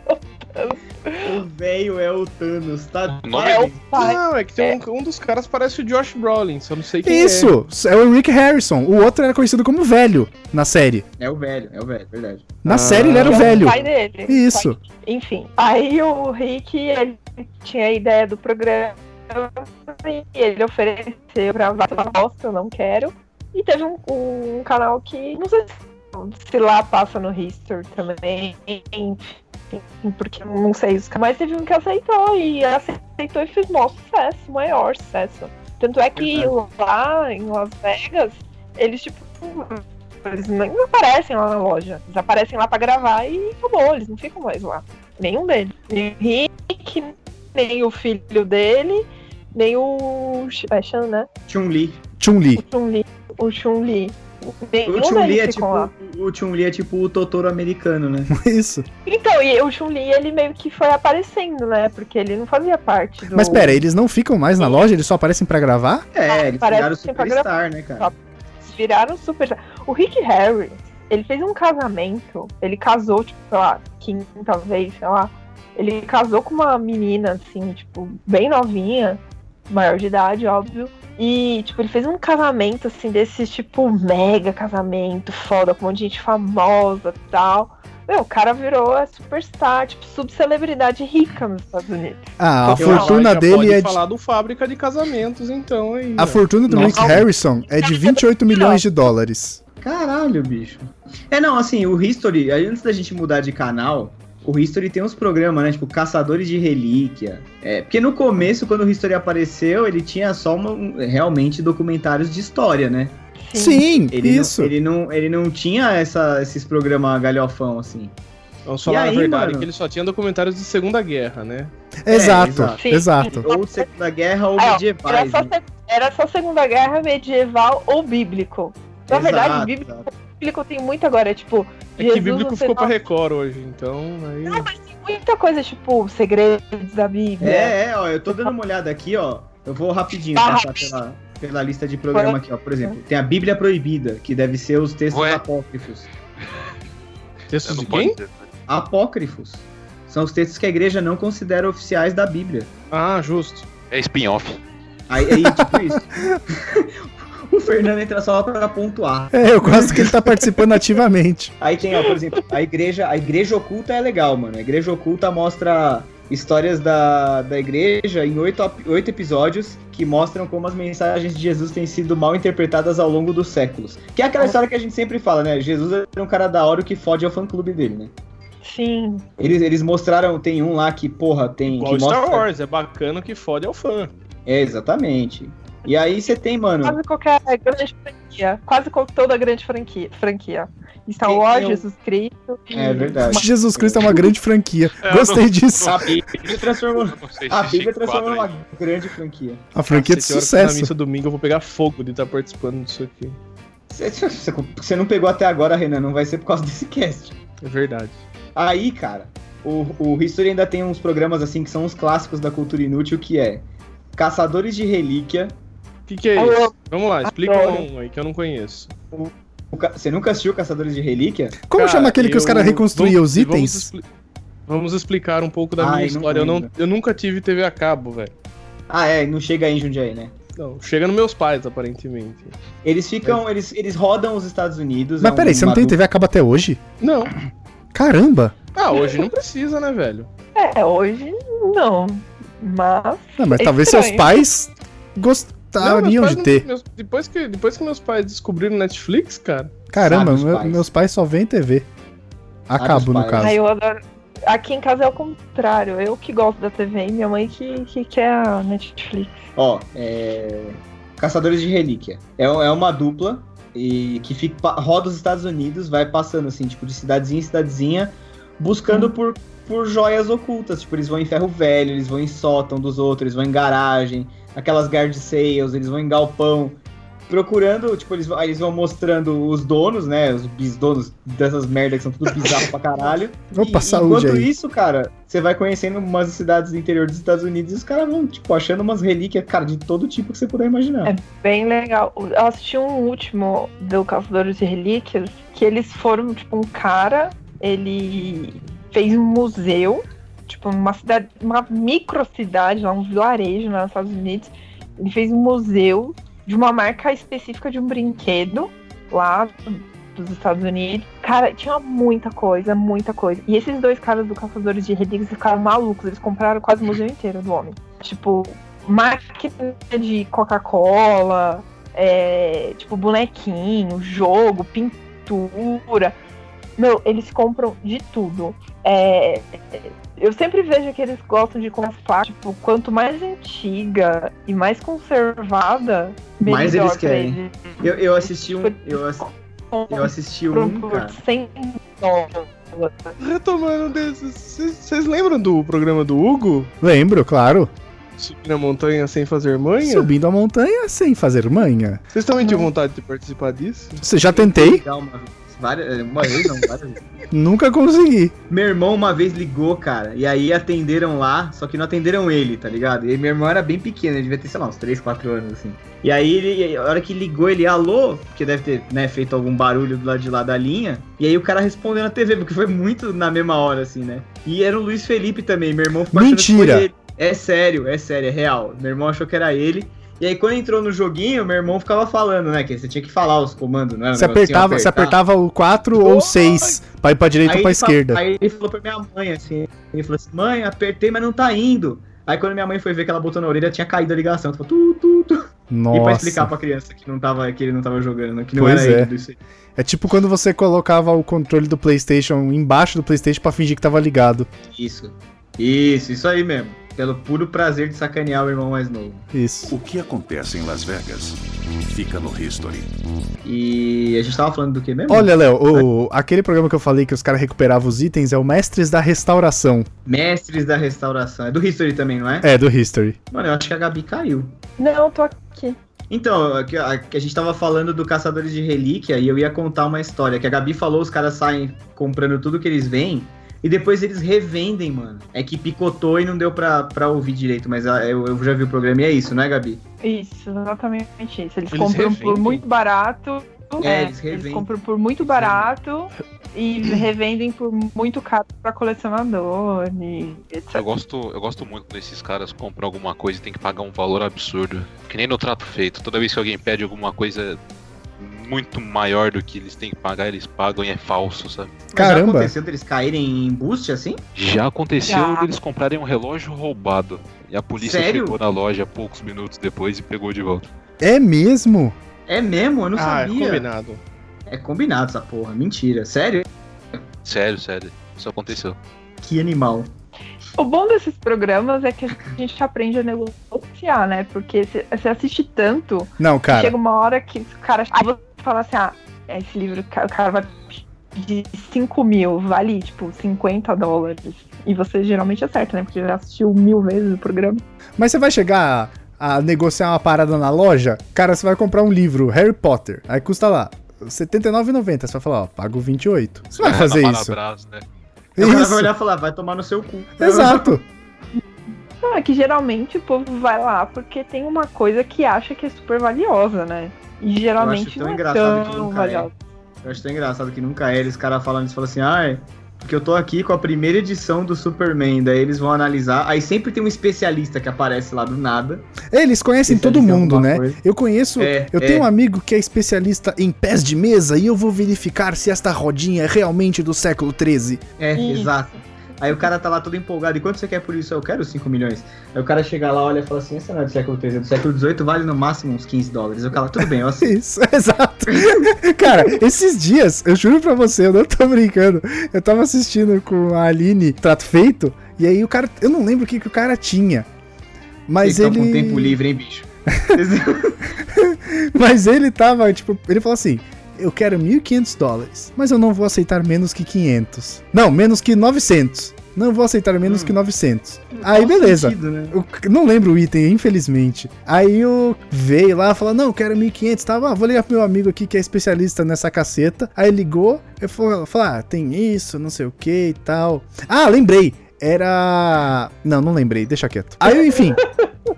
[SPEAKER 3] O velho é o Thanos, tá?
[SPEAKER 5] O nome
[SPEAKER 1] É o
[SPEAKER 3] Parabéns.
[SPEAKER 1] pai.
[SPEAKER 4] Não, é que tem um, um dos caras parece o Josh Brolin, só não sei quem é.
[SPEAKER 2] Isso, é o Rick Harrison. O outro era conhecido como velho na série.
[SPEAKER 3] É o velho, é o velho, verdade.
[SPEAKER 2] Na
[SPEAKER 4] Ah.
[SPEAKER 2] série ele era
[SPEAKER 1] Que
[SPEAKER 2] o
[SPEAKER 1] é
[SPEAKER 2] velho.
[SPEAKER 1] pai dele.
[SPEAKER 2] Isso.
[SPEAKER 1] Enfim, aí o Rick, ele tinha a ideia do programa e ele ofereceu pra várias bosta, eu não quero. E teve um, um canal que, não sei se- se lá passa no History também, enfim, porque eu não sei isso. Mas teve um que aceitou e aceitou e fez maior sucesso, maior sucesso. Tanto é que lá em Las Vegas, eles tipo. Eles nem aparecem lá na loja. Eles aparecem lá pra gravar e acabou, eles não ficam mais lá. Nenhum deles. Nem o Rick, nem o filho dele, nem o. Sh- É Shan, né?
[SPEAKER 3] Chun-Li.
[SPEAKER 2] Chun-Li. [laughs]
[SPEAKER 1] O Chun-Li. O Chun-Li.
[SPEAKER 3] O
[SPEAKER 1] Nenhum
[SPEAKER 3] Chun-Li
[SPEAKER 1] deles
[SPEAKER 3] é tipo,
[SPEAKER 1] ficam lá.
[SPEAKER 3] o Chun-Li é tipo o Totoro
[SPEAKER 1] [laughs]
[SPEAKER 3] americano, né?
[SPEAKER 2] Isso.
[SPEAKER 1] Então, e o Chun-Li, ele meio que foi aparecendo, né? Porque ele não fazia parte do.
[SPEAKER 2] Mas pera, eles não ficam mais na loja? Eles só aparecem pra gravar?
[SPEAKER 1] Ah,
[SPEAKER 3] É, eles
[SPEAKER 1] parece
[SPEAKER 3] viraram
[SPEAKER 1] que tem pra
[SPEAKER 3] superstar, né, cara?
[SPEAKER 1] Eles viraram super. O Rick Harry, ele fez um casamento. Ele casou, tipo, sei lá, quinta vez, sei lá. Ele casou com uma menina, assim, tipo, bem novinha, maior de idade, óbvio. E, tipo, ele fez um casamento, assim, desses, tipo, mega casamento, foda, com um monte de gente famosa e tal. Meu, o cara virou a superstar, tipo, subcelebridade rica nos Estados Unidos.
[SPEAKER 2] Ah, a
[SPEAKER 4] Eu acho
[SPEAKER 2] fortuna
[SPEAKER 4] que Então, já
[SPEAKER 2] dele
[SPEAKER 4] pode
[SPEAKER 2] é de.
[SPEAKER 4] falar do Fábrica de Casamentos, então, aí.
[SPEAKER 2] A fortuna do
[SPEAKER 3] Nossa.
[SPEAKER 2] Rick Harrison é de 28 milhões de dólares.
[SPEAKER 3] Caralho, bicho. É, não, assim, o History, aí antes da gente mudar de canal, o History tem uns programas, né? Tipo, Caçadores de Relíquia. É, porque no começo, quando o History apareceu, ele tinha só uma- um- realmente documentários de história, né?
[SPEAKER 1] Assim,
[SPEAKER 2] Sim,
[SPEAKER 3] Ele
[SPEAKER 2] isso.
[SPEAKER 3] Não, ele, não, ele não tinha essa- esses programas galhofão, assim.
[SPEAKER 4] Então, só
[SPEAKER 3] E
[SPEAKER 4] falar a
[SPEAKER 3] aí,
[SPEAKER 4] verdade,
[SPEAKER 3] mano?
[SPEAKER 4] que ele só tinha documentários de Segunda Guerra, né?
[SPEAKER 2] Exato,
[SPEAKER 3] exato.
[SPEAKER 1] Sim.
[SPEAKER 2] exato.
[SPEAKER 3] Ou Segunda Guerra ou
[SPEAKER 1] Ah, ó, Era
[SPEAKER 3] medievais.
[SPEAKER 1] só,
[SPEAKER 3] né?
[SPEAKER 1] se- era só Segunda Guerra medieval ou bíblico. Na
[SPEAKER 3] Exato,
[SPEAKER 1] verdade, bíblico,
[SPEAKER 3] exato.
[SPEAKER 1] bíblico tem muito agora, tipo,
[SPEAKER 4] É que
[SPEAKER 1] Jesus
[SPEAKER 4] bíblico
[SPEAKER 1] no
[SPEAKER 4] ficou pra
[SPEAKER 1] final-
[SPEAKER 4] Record hoje, então. Aí...
[SPEAKER 1] Não, mas tem muita coisa, tipo, segredos da Bíblia.
[SPEAKER 3] É, é, ó, eu tô dando uma olhada aqui, ó. Eu vou rapidinho
[SPEAKER 1] Tá
[SPEAKER 3] passar pela, pela lista de programa aqui, ó. Por exemplo, tem a Bíblia Proibida, que deve ser os textos
[SPEAKER 5] Ué?
[SPEAKER 3] apócrifos.
[SPEAKER 4] Textos
[SPEAKER 5] não
[SPEAKER 4] de
[SPEAKER 5] pode
[SPEAKER 4] quem?
[SPEAKER 5] dizer.
[SPEAKER 3] Apócrifos. São os textos que a igreja não considera oficiais da Bíblia.
[SPEAKER 4] Ah, justo.
[SPEAKER 5] É spin-off.
[SPEAKER 3] Aí, aí tipo isso. [laughs] o Fernando entra só pra pontuar.
[SPEAKER 2] É, eu gosto que ele tá participando
[SPEAKER 3] [laughs]
[SPEAKER 2] ativamente.
[SPEAKER 3] Aí tem, ó, por exemplo, a igreja, a igreja oculta é legal, mano. A igreja oculta mostra histórias da, da igreja em oito, ap- oito episódios que mostram como as mensagens de Jesus têm sido mal interpretadas ao longo dos séculos. Que é aquela história que a gente sempre fala, né? Jesus é um cara da hora o que fode ao fã clube dele, né?
[SPEAKER 1] Sim.
[SPEAKER 3] Eles, eles mostraram, tem um lá que, porra, tem.
[SPEAKER 4] Igual
[SPEAKER 3] que
[SPEAKER 4] Star
[SPEAKER 3] mostra-
[SPEAKER 4] Wars, é bacana que fode ao fã.
[SPEAKER 3] É, exatamente. E aí você tem, mano.
[SPEAKER 1] Quase qualquer grande franquia. Quase co- toda grande franquia. franquia. Star
[SPEAKER 3] Tem-
[SPEAKER 1] Wars,
[SPEAKER 3] tem um-
[SPEAKER 1] Jesus Cristo.
[SPEAKER 3] É verdade.
[SPEAKER 2] Jesus Cristo é uma grande franquia.
[SPEAKER 5] É,
[SPEAKER 2] Gostei disso.
[SPEAKER 3] A Bíblia transformou,
[SPEAKER 5] Eu não sei se
[SPEAKER 3] a Bíblia
[SPEAKER 5] esse
[SPEAKER 3] transformou
[SPEAKER 5] quadro
[SPEAKER 3] numa
[SPEAKER 5] aí-
[SPEAKER 3] grande franquia.
[SPEAKER 2] A franquia é de
[SPEAKER 4] Cacete, a Ah, hora que for Na
[SPEAKER 2] sucesso.
[SPEAKER 4] missa domingo eu vou pegar fogo de estar participando disso aqui.
[SPEAKER 3] Você- Você você não pegou até agora, Renan, não vai ser por causa desse cast.
[SPEAKER 4] É verdade.
[SPEAKER 3] Aí, cara, o, o History ainda tem uns programas assim que são os clássicos da cultura inútil, que é Caçadores de Relíquia.
[SPEAKER 4] O que, que é
[SPEAKER 1] Alô?
[SPEAKER 4] isso? Vamos lá, explica
[SPEAKER 1] Adoro.
[SPEAKER 4] um aí que eu não conheço.
[SPEAKER 3] O ca- Você nunca assistiu Caçadores de Relíquia?
[SPEAKER 2] Como
[SPEAKER 4] Cara,
[SPEAKER 2] chama aquele que os
[SPEAKER 4] eu-
[SPEAKER 2] caras reconstruíam
[SPEAKER 4] vamos-
[SPEAKER 2] os
[SPEAKER 4] vamos
[SPEAKER 2] itens?
[SPEAKER 4] expli- Vamos explicar um pouco da
[SPEAKER 3] Ai,
[SPEAKER 4] minha
[SPEAKER 3] não
[SPEAKER 4] história. Eu, não,
[SPEAKER 3] lembro.
[SPEAKER 4] eu nunca tive TV a cabo, velho.
[SPEAKER 3] Ah, é, não chega aí em Jundiaí, né?
[SPEAKER 4] Não, chega nos meus pais, aparentemente.
[SPEAKER 3] Eles ficam, eles, eles rodam os Estados Unidos. é
[SPEAKER 2] É. Mas
[SPEAKER 3] um-
[SPEAKER 2] peraí, você não
[SPEAKER 3] uma
[SPEAKER 2] tem
[SPEAKER 3] dupla-
[SPEAKER 2] TV acaba até hoje?
[SPEAKER 4] Não.
[SPEAKER 2] Caramba!
[SPEAKER 4] Ah, hoje não precisa, né, velho?
[SPEAKER 1] É, hoje não. Mas.
[SPEAKER 2] Não, mas
[SPEAKER 1] É
[SPEAKER 2] talvez
[SPEAKER 1] estranho.
[SPEAKER 2] seus pais gostariam
[SPEAKER 4] Não, um meus pais
[SPEAKER 2] Tá de
[SPEAKER 4] não-
[SPEAKER 2] ter.
[SPEAKER 4] meus- depois, que, depois que meus pais descobriram Netflix, cara.
[SPEAKER 2] Caramba,
[SPEAKER 3] Sabe os
[SPEAKER 2] meu-
[SPEAKER 3] pais.
[SPEAKER 2] meus pais só veem TV.
[SPEAKER 3] os
[SPEAKER 2] Acabo, no
[SPEAKER 3] pais.
[SPEAKER 2] caso.
[SPEAKER 1] Aí eu adoro. Aqui em casa é o contrário. Eu que gosto da TV e minha mãe que, que quer a Netflix.
[SPEAKER 3] Ó, é. Caçadores de Relíquia. É, é uma dupla. e que fica, pa- roda os Estados Unidos, vai passando assim, tipo, de cidadezinha em cidadezinha, buscando por, por joias ocultas. Tipo, eles vão em ferro velho, eles vão em sótão dos outros, eles vão em garagem, aquelas guard sales, eles vão em galpão, procurando, tipo, eles, aí eles vão mostrando os donos, né? Os bisdonos dessas merdas que são tudo bizarro pra caralho.
[SPEAKER 2] [laughs] Opa,
[SPEAKER 3] E-
[SPEAKER 2] saúde
[SPEAKER 3] Enquanto
[SPEAKER 2] aí.
[SPEAKER 3] isso, cara, você vai conhecendo umas cidades do interior dos Estados Unidos e os caras vão, tipo, achando umas relíquias, cara, de todo tipo que você puder imaginar.
[SPEAKER 1] É. Bem legal. Eu assisti um último do Caçadores de Relíquias, que eles foram, tipo, um cara, ele fez um museu, tipo, numa cidade, uma micro cidade, lá um vilarejo lá nos Estados Unidos. Ele fez um museu de uma marca específica de um brinquedo lá dos Estados Unidos. Cara, tinha muita coisa, muita coisa. E esses dois caras do Caçadores de Relíquias ficaram malucos. Eles compraram quase o museu inteiro do homem. Tipo, máquina de Coca-Cola, é, tipo, bonequinho, jogo, pintura. Meu, eles compram de tudo. É, eu sempre vejo que eles gostam de comprar, tipo, quanto mais antiga e mais conservada, melhor
[SPEAKER 3] Mais eles
[SPEAKER 1] pra
[SPEAKER 3] querem.
[SPEAKER 1] eles.
[SPEAKER 3] Eu, eu assisti um. Eu, ass- eu assisti um,
[SPEAKER 1] Por
[SPEAKER 3] cara.
[SPEAKER 1] 100 dólares.
[SPEAKER 4] Retomando desses, vocês lembram do programa do Hugo?
[SPEAKER 2] Lembro, claro.
[SPEAKER 4] Subir a montanha sem fazer manha?
[SPEAKER 2] Subindo a montanha sem fazer manha.
[SPEAKER 4] Vocês também tinham vontade de participar disso?
[SPEAKER 2] Você já tentei?
[SPEAKER 3] Legal, uma vez. Várias, uma vez não, várias vezes.
[SPEAKER 2] Nunca consegui.
[SPEAKER 3] Meu irmão uma vez ligou, cara, e aí atenderam lá, só que não atenderam ele, tá ligado? E meu irmão era bem pequeno, ele devia ter, sei lá, uns 3, 4 anos, assim. E aí, ele, a hora que ligou, ele, alô, porque deve ter, né, feito algum barulho do lado de lá da linha. E aí o cara respondeu na TV, porque foi muito na mesma hora, assim, né? E era o Luiz Felipe também, meu irmão ficou achando que
[SPEAKER 2] Mentira!
[SPEAKER 3] foi ele. É sério, é sério, é real. Meu irmão achou que era ele. E aí, quando entrou no joguinho, meu irmão ficava falando, né? Que você tinha que falar os comandos, né?
[SPEAKER 2] Você apertava, você apertava o 4
[SPEAKER 3] Ai.
[SPEAKER 2] ou 6 pra ir pra direita ou pra
[SPEAKER 3] ele fa-
[SPEAKER 2] esquerda.
[SPEAKER 3] aí ele falou pra minha mãe, assim, ele falou assim, mãe, apertei, mas não tá indo. Aí quando minha mãe foi ver que ela botou na orelha, tinha caído a ligação. Falou, tu, tu, tu. E pra explicar
[SPEAKER 2] Nossa.
[SPEAKER 3] pra criança que não tava, que ele não tava jogando, que não
[SPEAKER 2] Pois
[SPEAKER 3] era
[SPEAKER 2] é.
[SPEAKER 3] ele do isso aí.
[SPEAKER 2] É tipo quando você colocava o controle do PlayStation embaixo do PlayStation pra fingir que tava ligado.
[SPEAKER 3] Isso. Isso, isso aí mesmo. Pelo puro prazer de sacanear o irmão mais novo.
[SPEAKER 2] Isso.
[SPEAKER 6] O que acontece em Las Vegas? Fica no History.
[SPEAKER 3] E a gente tava falando do que mesmo?
[SPEAKER 2] Olha, Léo, o- aquele programa que eu falei que os caras recuperavam os itens é o Mestres da Restauração.
[SPEAKER 3] Mestres da restauração. É do History também, não é?
[SPEAKER 2] É, do History.
[SPEAKER 3] Mano, eu acho que a Gabi caiu.
[SPEAKER 1] Não, tô aqui.
[SPEAKER 3] Então, a, a, a gente tava falando do Caçadores de Relíquia e eu ia contar uma história que a Gabi falou, os caras saem comprando tudo que eles veem e depois eles revendem, mano. É que picotou e não deu pra, pra ouvir direito, mas ah, eu, eu já vi o programa e é isso, né, Gabi?
[SPEAKER 1] Isso, exatamente isso. Eles,
[SPEAKER 5] Eles
[SPEAKER 1] compram por
[SPEAKER 5] revendem.
[SPEAKER 1] muito barato.
[SPEAKER 3] É,
[SPEAKER 1] É,
[SPEAKER 3] eles
[SPEAKER 1] eles,
[SPEAKER 3] revendem.
[SPEAKER 1] compram por muito barato e revendem por muito caro pra colecionador e
[SPEAKER 5] Eu
[SPEAKER 3] É.
[SPEAKER 1] etc.
[SPEAKER 5] gosto, eu gosto muito desses caras comprar alguma coisa e tem que pagar um valor absurdo. Que nem no trato feito. Toda vez que alguém pede alguma coisa muito maior do que eles têm que pagar, eles pagam e é falso, sabe?
[SPEAKER 3] Mas Já
[SPEAKER 2] Caramba.
[SPEAKER 3] aconteceu deles caírem em boost assim?
[SPEAKER 5] Já aconteceu
[SPEAKER 1] Já.
[SPEAKER 5] deles comprarem um relógio roubado. E a polícia
[SPEAKER 3] Sério?
[SPEAKER 5] chegou na loja poucos minutos depois e pegou de volta.
[SPEAKER 2] É mesmo?
[SPEAKER 3] É mesmo? Eu não
[SPEAKER 4] ah,
[SPEAKER 3] sabia. É
[SPEAKER 4] é
[SPEAKER 3] combinado.
[SPEAKER 4] combinado.
[SPEAKER 3] essa porra, mentira. Sério?
[SPEAKER 5] Sério, sério. Isso aconteceu.
[SPEAKER 3] Que animal.
[SPEAKER 1] O bom desses programas é que a gente aprende a negociar, né? Porque você você assiste tanto,
[SPEAKER 2] Não, cara.
[SPEAKER 1] chega uma hora que o cara aí você fala assim, ah, esse livro, o ca- o cara vai pedir 5 mil, vale tipo 50 dólares. E você geralmente acerta, né? Porque já assistiu mil vezes o programa.
[SPEAKER 2] Mas você vai chegar a, a negociar uma parada na loja? Cara, você vai comprar um livro, Harry Potter. Aí custa lá R$ 79,90. Você vai falar, ó, pago 28. Você
[SPEAKER 3] É,
[SPEAKER 2] vai fazer
[SPEAKER 5] É,
[SPEAKER 3] tá
[SPEAKER 5] Na
[SPEAKER 2] isso.
[SPEAKER 5] Marabras, né?
[SPEAKER 3] O cara
[SPEAKER 2] Isso.
[SPEAKER 3] vai [laughs] olhar e falar, vai tomar no seu cu.
[SPEAKER 2] Exato.
[SPEAKER 1] Não, é que geralmente o povo vai lá porque tem uma coisa que acha que é super valiosa, né? E geralmente
[SPEAKER 3] tão
[SPEAKER 1] não é
[SPEAKER 3] engraçado que
[SPEAKER 1] tão
[SPEAKER 3] nunca é.
[SPEAKER 1] valiosa.
[SPEAKER 3] Eu acho tão engraçado que nunca é, eles cara falando, eles falam assim, ah, é porque eu tô aqui com a primeira edição do Superman, daí eles vão analisar, aí sempre tem um especialista que aparece lá do nada.
[SPEAKER 2] Eles conhecem todo
[SPEAKER 3] especialista em
[SPEAKER 2] mundo,
[SPEAKER 3] alguma
[SPEAKER 2] né?
[SPEAKER 3] coisa.
[SPEAKER 2] Eu conheço.
[SPEAKER 3] É,
[SPEAKER 2] Eu
[SPEAKER 3] é.
[SPEAKER 2] tenho um amigo que é especialista em pés de mesa e eu vou verificar se esta rodinha é realmente do século 13.
[SPEAKER 3] É,
[SPEAKER 1] Isso.
[SPEAKER 3] exato. Aí o cara tá lá todo empolgado, e quanto você quer por isso? "Ah, Eu quero 5 milhões. Aí o cara chega lá, olha e fala assim, essa não é do século XIII, é do século XVIII, vale no máximo uns 15 dólares. Eu falo, tudo bem,
[SPEAKER 2] [laughs]
[SPEAKER 3] eu aceito.
[SPEAKER 2] Isso, exato. Cara, esses dias, eu juro pra você, eu não tô brincando. Eu tava assistindo com a Aline Trato Feito, e aí o cara. Eu não lembro o que, que o cara tinha. Mas
[SPEAKER 3] Vocês tão
[SPEAKER 2] ele.
[SPEAKER 3] com um tempo livre, hein, bicho?
[SPEAKER 2] [laughs] Mas ele tava, tipo, ele falou assim: eu quero 1.500 dólares, mas eu não vou aceitar menos que 500. Não, menos que 900. Não vou aceitar menos
[SPEAKER 4] Hum.
[SPEAKER 2] que 900. Aí beleza.
[SPEAKER 4] Sentido, né?
[SPEAKER 2] Eu c- não lembro o item, infelizmente. Aí eu veio lá, falou, não, quero 1.500, tava, ah, vou ligar pro meu amigo aqui que é especialista nessa caceta. Aí ligou, eu falou, ah, tem isso, não sei o que e tal. Ah, lembrei, era... Não, não lembrei, deixa quieto. Aí, enfim,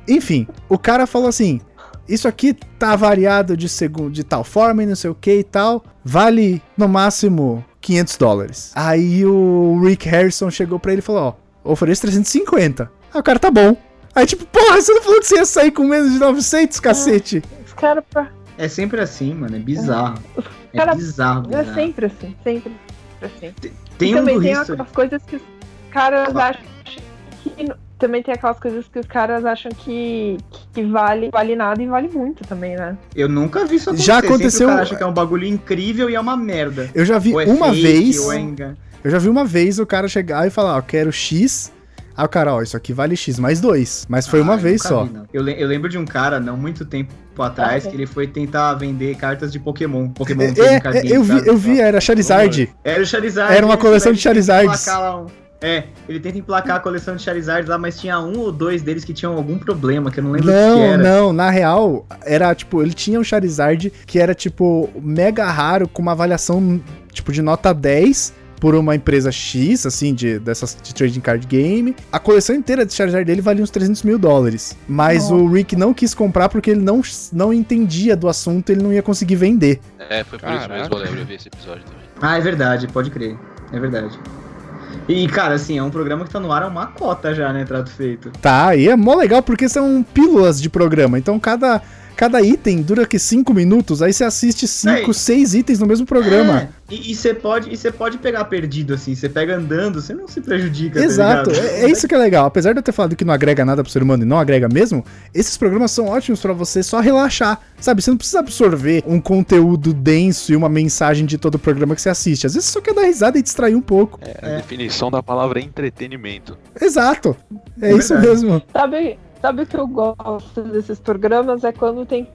[SPEAKER 2] enfim, o cara falou assim, isso aqui tá variado de, segu- de tal forma e não sei o que e tal, vale no máximo 500 dólares. Aí o Rick Harrison chegou pra ele e falou, ó, ofereço 350. Aí o cara, tá bom. Aí tipo, porra, você não falou que você ia sair com menos de 900, cacete?
[SPEAKER 1] Os caras pra-
[SPEAKER 3] É sempre assim, mano. É bizarro. É
[SPEAKER 1] Cara,
[SPEAKER 3] bizarro,
[SPEAKER 1] é
[SPEAKER 3] bizarro.
[SPEAKER 1] sempre assim, sempre assim.
[SPEAKER 3] Tem
[SPEAKER 1] e
[SPEAKER 3] um
[SPEAKER 1] também
[SPEAKER 3] do
[SPEAKER 1] tem
[SPEAKER 3] History.
[SPEAKER 1] aquelas coisas que os caras
[SPEAKER 3] Fala.
[SPEAKER 1] acham que. n- Também tem aquelas coisas que os caras acham que, que vale, vale nada e vale muito também, né?
[SPEAKER 3] Eu nunca vi isso acontecer.
[SPEAKER 2] Já
[SPEAKER 3] Sempre
[SPEAKER 2] aconteceu-
[SPEAKER 3] O cara acha que é um bagulho incrível e é uma merda.
[SPEAKER 2] Eu já vi
[SPEAKER 3] Ou é
[SPEAKER 2] uma
[SPEAKER 3] fake,
[SPEAKER 2] vez,
[SPEAKER 3] ou é engan-
[SPEAKER 2] eu já vi uma vez o cara chegar e falar, ó, quero X. Aí o cara, ó, isso aqui vale X mais dois. Mas foi
[SPEAKER 3] Ah,
[SPEAKER 2] uma
[SPEAKER 3] eu
[SPEAKER 2] vez
[SPEAKER 3] nunca
[SPEAKER 2] só.
[SPEAKER 3] vi, não. eu, le- eu lembro de um cara, não muito tempo atrás, que ele foi tentar vender cartas de Pokémon. Pokémon
[SPEAKER 2] É,
[SPEAKER 3] um
[SPEAKER 2] é,
[SPEAKER 3] casinho,
[SPEAKER 2] eu vi,
[SPEAKER 3] sabe?
[SPEAKER 2] eu vi, era Charizard.
[SPEAKER 3] Era o Charizard.
[SPEAKER 2] Era uma
[SPEAKER 3] ele
[SPEAKER 2] coleção
[SPEAKER 3] tenta
[SPEAKER 2] de Charizards.
[SPEAKER 3] emplacar lá um- É, ele tenta emplacar a coleção de Charizards lá, mas tinha um ou dois deles que tinham algum problema, que eu não lembro o que
[SPEAKER 2] Não,
[SPEAKER 3] era.
[SPEAKER 2] não, na real, era tipo, ele tinha um Charizard que era tipo mega raro com uma avaliação tipo de nota 10 por uma empresa X, assim, de dessas de trading card game. A coleção inteira de Charizard dele valia uns 300 mil dólares, mas o Rick não quis comprar porque ele não, não entendia do assunto, ele não ia conseguir vender.
[SPEAKER 5] É, foi por isso
[SPEAKER 4] Caraca.
[SPEAKER 5] mesmo, eu lembro, eu vi esse episódio também.
[SPEAKER 3] Ah, é verdade, pode crer. É verdade. E, cara, assim, é um programa que tá no ar há uma cota já, né, Trato Feito.
[SPEAKER 2] Tá, e é mó legal porque são pílulas de programa, então cada cada item dura que 5 minutos, aí você
[SPEAKER 3] É
[SPEAKER 2] assiste 5,
[SPEAKER 3] Ei.
[SPEAKER 2] 6 itens no mesmo programa.
[SPEAKER 3] É, e você pode, e você pode pegar perdido, assim, você pega andando, você não se prejudica, tá
[SPEAKER 2] Exato,
[SPEAKER 3] ligado?
[SPEAKER 2] é, é isso que é legal. Apesar de eu ter falado que não agrega nada pro ser humano e não agrega mesmo, esses programas são ótimos pra você só relaxar, sabe? Você não precisa absorver um conteúdo denso e uma mensagem de todo o programa que você assiste. Às vezes você só quer dar risada e distrair um pouco.
[SPEAKER 3] É.
[SPEAKER 5] A definição da palavra é entretenimento.
[SPEAKER 2] Exato, é,
[SPEAKER 3] É
[SPEAKER 2] isso
[SPEAKER 3] verdade.
[SPEAKER 2] mesmo.
[SPEAKER 1] Sabe, sabe o que eu gosto desses programas? É quando tem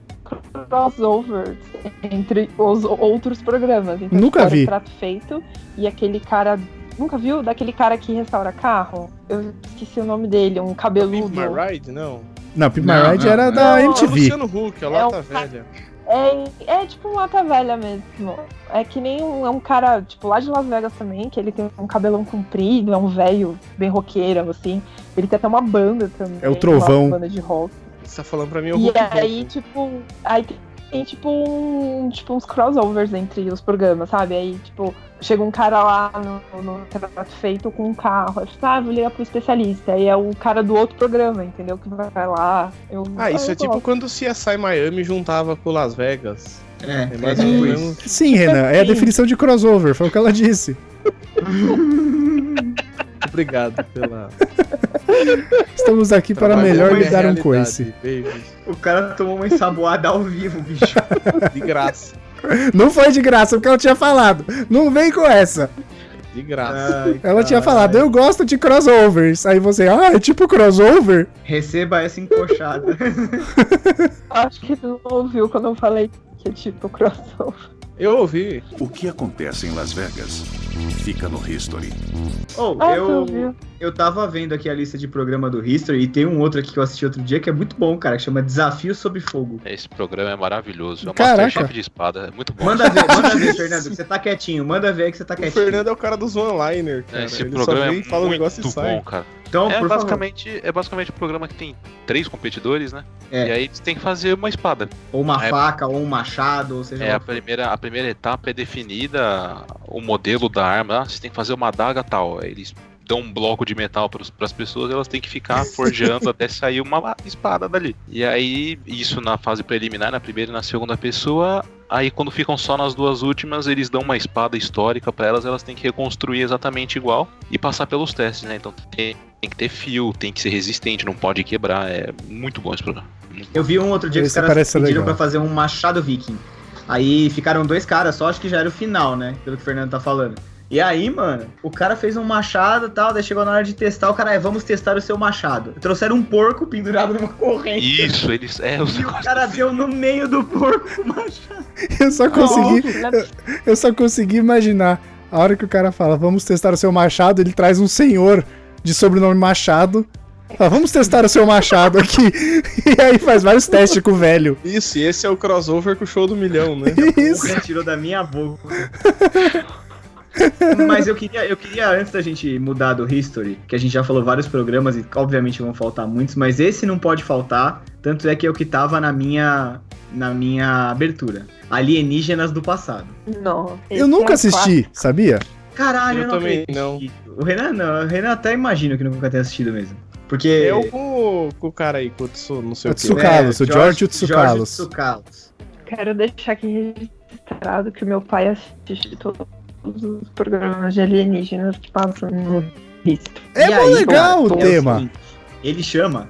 [SPEAKER 1] crossovers entre os outros programas. Então,
[SPEAKER 2] Nunca
[SPEAKER 1] tipo, era
[SPEAKER 2] vi.
[SPEAKER 1] o Trato feito e aquele cara. Nunca viu? Daquele cara que restaura carro? Eu esqueci o nome dele, um
[SPEAKER 4] Pimp
[SPEAKER 1] cabeludo.
[SPEAKER 4] My Ride? Não.
[SPEAKER 2] Não, Pimp My
[SPEAKER 3] Não,
[SPEAKER 2] Ride
[SPEAKER 3] não,
[SPEAKER 2] era
[SPEAKER 3] não.
[SPEAKER 2] da
[SPEAKER 1] Não,
[SPEAKER 4] É o
[SPEAKER 2] MTV.
[SPEAKER 4] Luciano Huck, a
[SPEAKER 1] É
[SPEAKER 4] lata
[SPEAKER 1] um-
[SPEAKER 4] velha.
[SPEAKER 1] É, é tipo um lata velha mesmo. É que nem um, é um cara, tipo, lá de Las Vegas também, que ele tem um cabelão comprido, é um velho bem roqueiro, assim. Ele tem até uma banda também.
[SPEAKER 2] É o Trovão.
[SPEAKER 1] Uma banda de rock.
[SPEAKER 4] Você tá falando pra mim o
[SPEAKER 1] E
[SPEAKER 4] Hulk
[SPEAKER 1] aí,
[SPEAKER 4] Hogan.
[SPEAKER 1] tipo, aí tem- tem tipo um, tipo uns crossovers entre os programas, sabe? Aí, tipo, chega um cara lá no, no trato feito com um carro, aí fala, ah, vou ligar pro especialista. Aí é o cara do outro programa, entendeu? Que vai lá. Eu,
[SPEAKER 4] Ah, isso
[SPEAKER 1] eu
[SPEAKER 4] é tipo
[SPEAKER 1] gosto.
[SPEAKER 4] quando o CSI Miami juntava com Las Vegas.
[SPEAKER 3] É,
[SPEAKER 4] É
[SPEAKER 3] é
[SPEAKER 4] mais ou
[SPEAKER 3] tipo isso.
[SPEAKER 5] né?
[SPEAKER 4] menos.
[SPEAKER 2] Sim, Renan, é a
[SPEAKER 1] Sim.
[SPEAKER 2] definição de crossover, foi o que ela disse.
[SPEAKER 4] Obrigado
[SPEAKER 2] [laughs]
[SPEAKER 4] pela.
[SPEAKER 2] Estamos aqui para
[SPEAKER 4] trabalho.
[SPEAKER 2] melhor
[SPEAKER 4] Como é
[SPEAKER 2] lhe dar um
[SPEAKER 4] realidade,
[SPEAKER 2] coice.
[SPEAKER 4] baby.
[SPEAKER 3] O cara tomou uma ensaboada ao vivo,
[SPEAKER 5] [laughs]
[SPEAKER 3] bicho.
[SPEAKER 4] De graça.
[SPEAKER 2] Não foi de graça, porque ela tinha falado. Não vem com essa.
[SPEAKER 4] De graça.
[SPEAKER 3] Ai,
[SPEAKER 2] Ela tinha
[SPEAKER 3] caralho.
[SPEAKER 2] falado, eu gosto de crossovers. Aí você, ah, é tipo crossover? [laughs]
[SPEAKER 3] Receba essa encoxada.
[SPEAKER 1] Acho que tu não ouviu quando eu falei que é tipo crossover.
[SPEAKER 2] Ah.
[SPEAKER 4] Eu ouvi.
[SPEAKER 6] O que acontece em Las Vegas fica no History.
[SPEAKER 3] Ou,
[SPEAKER 1] Ah, tu
[SPEAKER 3] Oh, eu,
[SPEAKER 1] ouviu.
[SPEAKER 3] eu tava vendo aqui a lista de programa do History e tem um outro aqui que eu assisti outro dia que é muito bom, cara, que chama Desafio Sob Fogo.
[SPEAKER 5] Esse programa é maravilhoso. É o
[SPEAKER 2] Caraca.
[SPEAKER 5] Masterchef de espada. É muito bom.
[SPEAKER 2] [laughs]
[SPEAKER 3] Manda ver, manda ver, Fernando, que você tá quietinho, manda ver que você tá
[SPEAKER 4] O
[SPEAKER 3] quietinho.
[SPEAKER 4] Fernando é o cara dos one-liner, cara.
[SPEAKER 5] Esse
[SPEAKER 4] Ele só
[SPEAKER 5] programa
[SPEAKER 4] vem,
[SPEAKER 5] é
[SPEAKER 4] fala um
[SPEAKER 5] muito
[SPEAKER 4] negócio e sai.
[SPEAKER 5] bom, cara.
[SPEAKER 3] Então,
[SPEAKER 5] É
[SPEAKER 3] por
[SPEAKER 5] basicamente, é basicamente um programa que tem três competidores, né?
[SPEAKER 3] É.
[SPEAKER 5] E aí eles têm que fazer uma espada.
[SPEAKER 3] favor. Ou uma
[SPEAKER 5] é-
[SPEAKER 3] faca, ou um machado, ou seja.
[SPEAKER 5] É,
[SPEAKER 3] lá.
[SPEAKER 5] a primeira, a primeira etapa é definida o modelo da arma. Ah, você tem que fazer uma adaga tal. Aí eles dão um bloco de metal para as pessoas, elas têm que
[SPEAKER 3] [laughs]
[SPEAKER 5] ficar forjando até sair uma espada dali. E aí, isso na fase preliminar, na primeira e na segunda pessoa. Aí quando ficam só nas duas últimas, eles dão uma espada histórica para elas, elas têm que reconstruir exatamente igual e passar pelos testes, né? Então tem, tem que ter fio, tem que ser resistente, não pode quebrar. É muito bom esse programa.
[SPEAKER 3] Eu vi um outro dia que os
[SPEAKER 2] Esse
[SPEAKER 3] caras
[SPEAKER 2] parece
[SPEAKER 3] pediram
[SPEAKER 2] legal.
[SPEAKER 3] pra fazer um machado viking. Aí ficaram dois caras só, acho que já era o final, né? Pelo que o Fernando tá falando. E aí, mano, o cara fez um machado e tal, daí chegou na hora de testar, o cara é, vamos testar o seu machado. Trouxeram um porco pendurado numa corrente.
[SPEAKER 5] Isso, eles. É,
[SPEAKER 3] [laughs]
[SPEAKER 5] os
[SPEAKER 3] E o cara deu no meio do porco o machado.
[SPEAKER 2] Eu só consegui,
[SPEAKER 1] Não, é
[SPEAKER 2] eu só consegui imaginar a hora que o cara fala, vamos testar o seu machado, ele traz um senhor de sobrenome Machado. Fala, vamos testar o seu machado aqui. [laughs] E aí faz vários testes com o velho.
[SPEAKER 4] Isso, e esse é o crossover com o show do milhão, [laughs] né?
[SPEAKER 2] Isso.
[SPEAKER 3] Porra, tirou da
[SPEAKER 2] [laughs]
[SPEAKER 3] minha boca. Mas eu queria, eu queria, antes da gente mudar do History, que a gente já falou vários programas e obviamente vão faltar muitos, mas esse não pode faltar, tanto é que é o que tava na minha, na minha abertura. Alienígenas do passado.
[SPEAKER 1] não.
[SPEAKER 3] é
[SPEAKER 2] Eu
[SPEAKER 3] um
[SPEAKER 2] nunca assisti, sabia?
[SPEAKER 3] Caralho, eu,
[SPEAKER 4] Eu
[SPEAKER 3] não
[SPEAKER 4] também
[SPEAKER 3] acredito. O Renan não, o Renan até imagino que nunca tenha assistido mesmo. Porque... é,
[SPEAKER 4] Eu com, o- com o cara aí, com o Tsu, não sei o que.
[SPEAKER 2] Tsu- Tsukalos, o George Tsukalos.
[SPEAKER 3] George Tsukalos.
[SPEAKER 1] Quero deixar aqui registrado que o meu pai assiste todos os programas de alienígenas que passam no visto.
[SPEAKER 2] É
[SPEAKER 3] E
[SPEAKER 2] mó
[SPEAKER 3] aí,
[SPEAKER 2] legal o
[SPEAKER 3] cara, então
[SPEAKER 2] tema.
[SPEAKER 3] seguinte, Ele chama,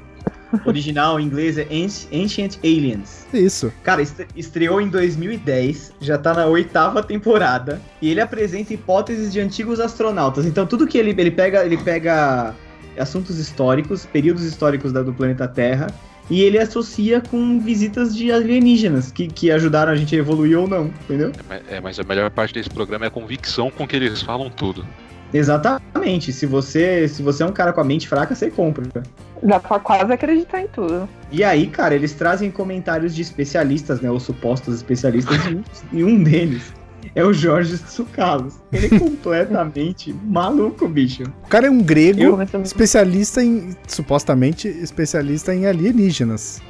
[SPEAKER 3] original em inglês é Anci- Ancient Aliens.
[SPEAKER 2] Isso.
[SPEAKER 3] Cara, est- estreou em 2010, já tá na oitava temporada, e ele apresenta hipóteses de antigos astronautas. Então tudo que ele, ele pega, ele pega assuntos históricos, períodos históricos da- do planeta Terra, e ele associa com visitas de alienígenas, que, que ajudaram a gente a evoluir ou não, entendeu?
[SPEAKER 5] É, mas a melhor parte desse programa é a convicção com que eles falam [laughs] tudo.
[SPEAKER 3] Exatamente. Se você, se você é um cara com a mente fraca, você compra.
[SPEAKER 1] Dá pra quase acreditar em tudo.
[SPEAKER 3] E aí, cara, eles trazem comentários de especialistas, né? Ou supostos especialistas, e um- e um deles é o Jorge Tsukalos. Ele
[SPEAKER 2] [laughs]
[SPEAKER 3] é completamente maluco, bicho.
[SPEAKER 2] O cara é um grego,
[SPEAKER 1] Eu começo a me
[SPEAKER 2] especialista em. supostamente especialista em alienígenas.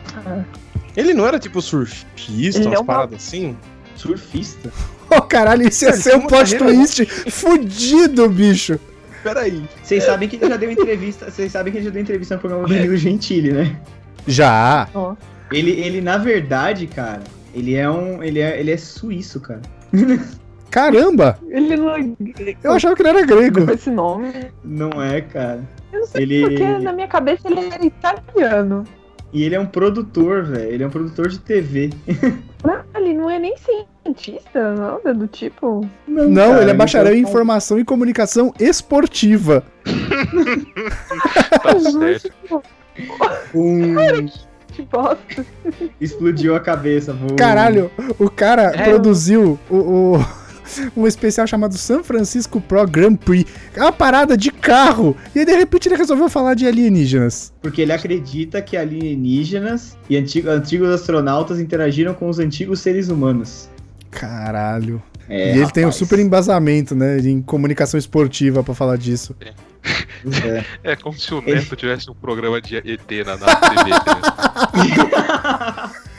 [SPEAKER 4] Ele não era tipo surfista,
[SPEAKER 1] Ele é
[SPEAKER 4] umas
[SPEAKER 1] uma-
[SPEAKER 4] paradas assim?
[SPEAKER 3] Surfista.
[SPEAKER 2] Ô caralho, isso ia
[SPEAKER 4] Ele
[SPEAKER 2] ser
[SPEAKER 4] tem
[SPEAKER 2] um
[SPEAKER 4] uma
[SPEAKER 2] plot
[SPEAKER 4] carreira-
[SPEAKER 2] twist fudido, bicho.
[SPEAKER 4] Peraí.
[SPEAKER 3] Vocês
[SPEAKER 2] É.
[SPEAKER 3] sabem que ele já deu entrevista. Vocês sabem que ele já deu entrevista no programa do Danilo Gentili, né?
[SPEAKER 2] Já.
[SPEAKER 3] Ele, ele, na verdade, cara, ele é um. Ele é, ele é suíço, cara.
[SPEAKER 2] Caramba!
[SPEAKER 1] Ele não.
[SPEAKER 2] Eu achava que ele era grego.
[SPEAKER 1] com esse nome.
[SPEAKER 3] Não é, cara.
[SPEAKER 1] Eu não sei
[SPEAKER 3] Ele-
[SPEAKER 1] porque na minha cabeça ele era italiano.
[SPEAKER 3] E ele é um produtor, velho. Ele é um produtor de TV.
[SPEAKER 1] Não, ele não é nem cientista, nada do tipo.
[SPEAKER 2] Não,
[SPEAKER 3] cara,
[SPEAKER 2] ele é bacharel em
[SPEAKER 3] então-
[SPEAKER 2] informação e comunicação esportiva.
[SPEAKER 5] Tá certo.
[SPEAKER 3] Um,
[SPEAKER 1] Que bosta.
[SPEAKER 3] explodiu a cabeça. Vou...
[SPEAKER 2] Caralho, o cara
[SPEAKER 5] É.
[SPEAKER 2] produziu o, [laughs] o- um especial chamado San Francisco Pro Grand Prix. É uma parada de carro. E aí, de repente, ele resolveu falar de alienígenas.
[SPEAKER 3] Porque ele acredita que alienígenas e antigo- antigos astronautas interagiram com os antigos seres humanos.
[SPEAKER 2] Caralho.
[SPEAKER 3] É,
[SPEAKER 2] e ele tem um
[SPEAKER 3] rapaz.
[SPEAKER 2] super embasamento, né? Em comunicação esportiva pra falar disso.
[SPEAKER 3] É.
[SPEAKER 5] É como se o Neto tivesse um programa de ET na, na TV. né?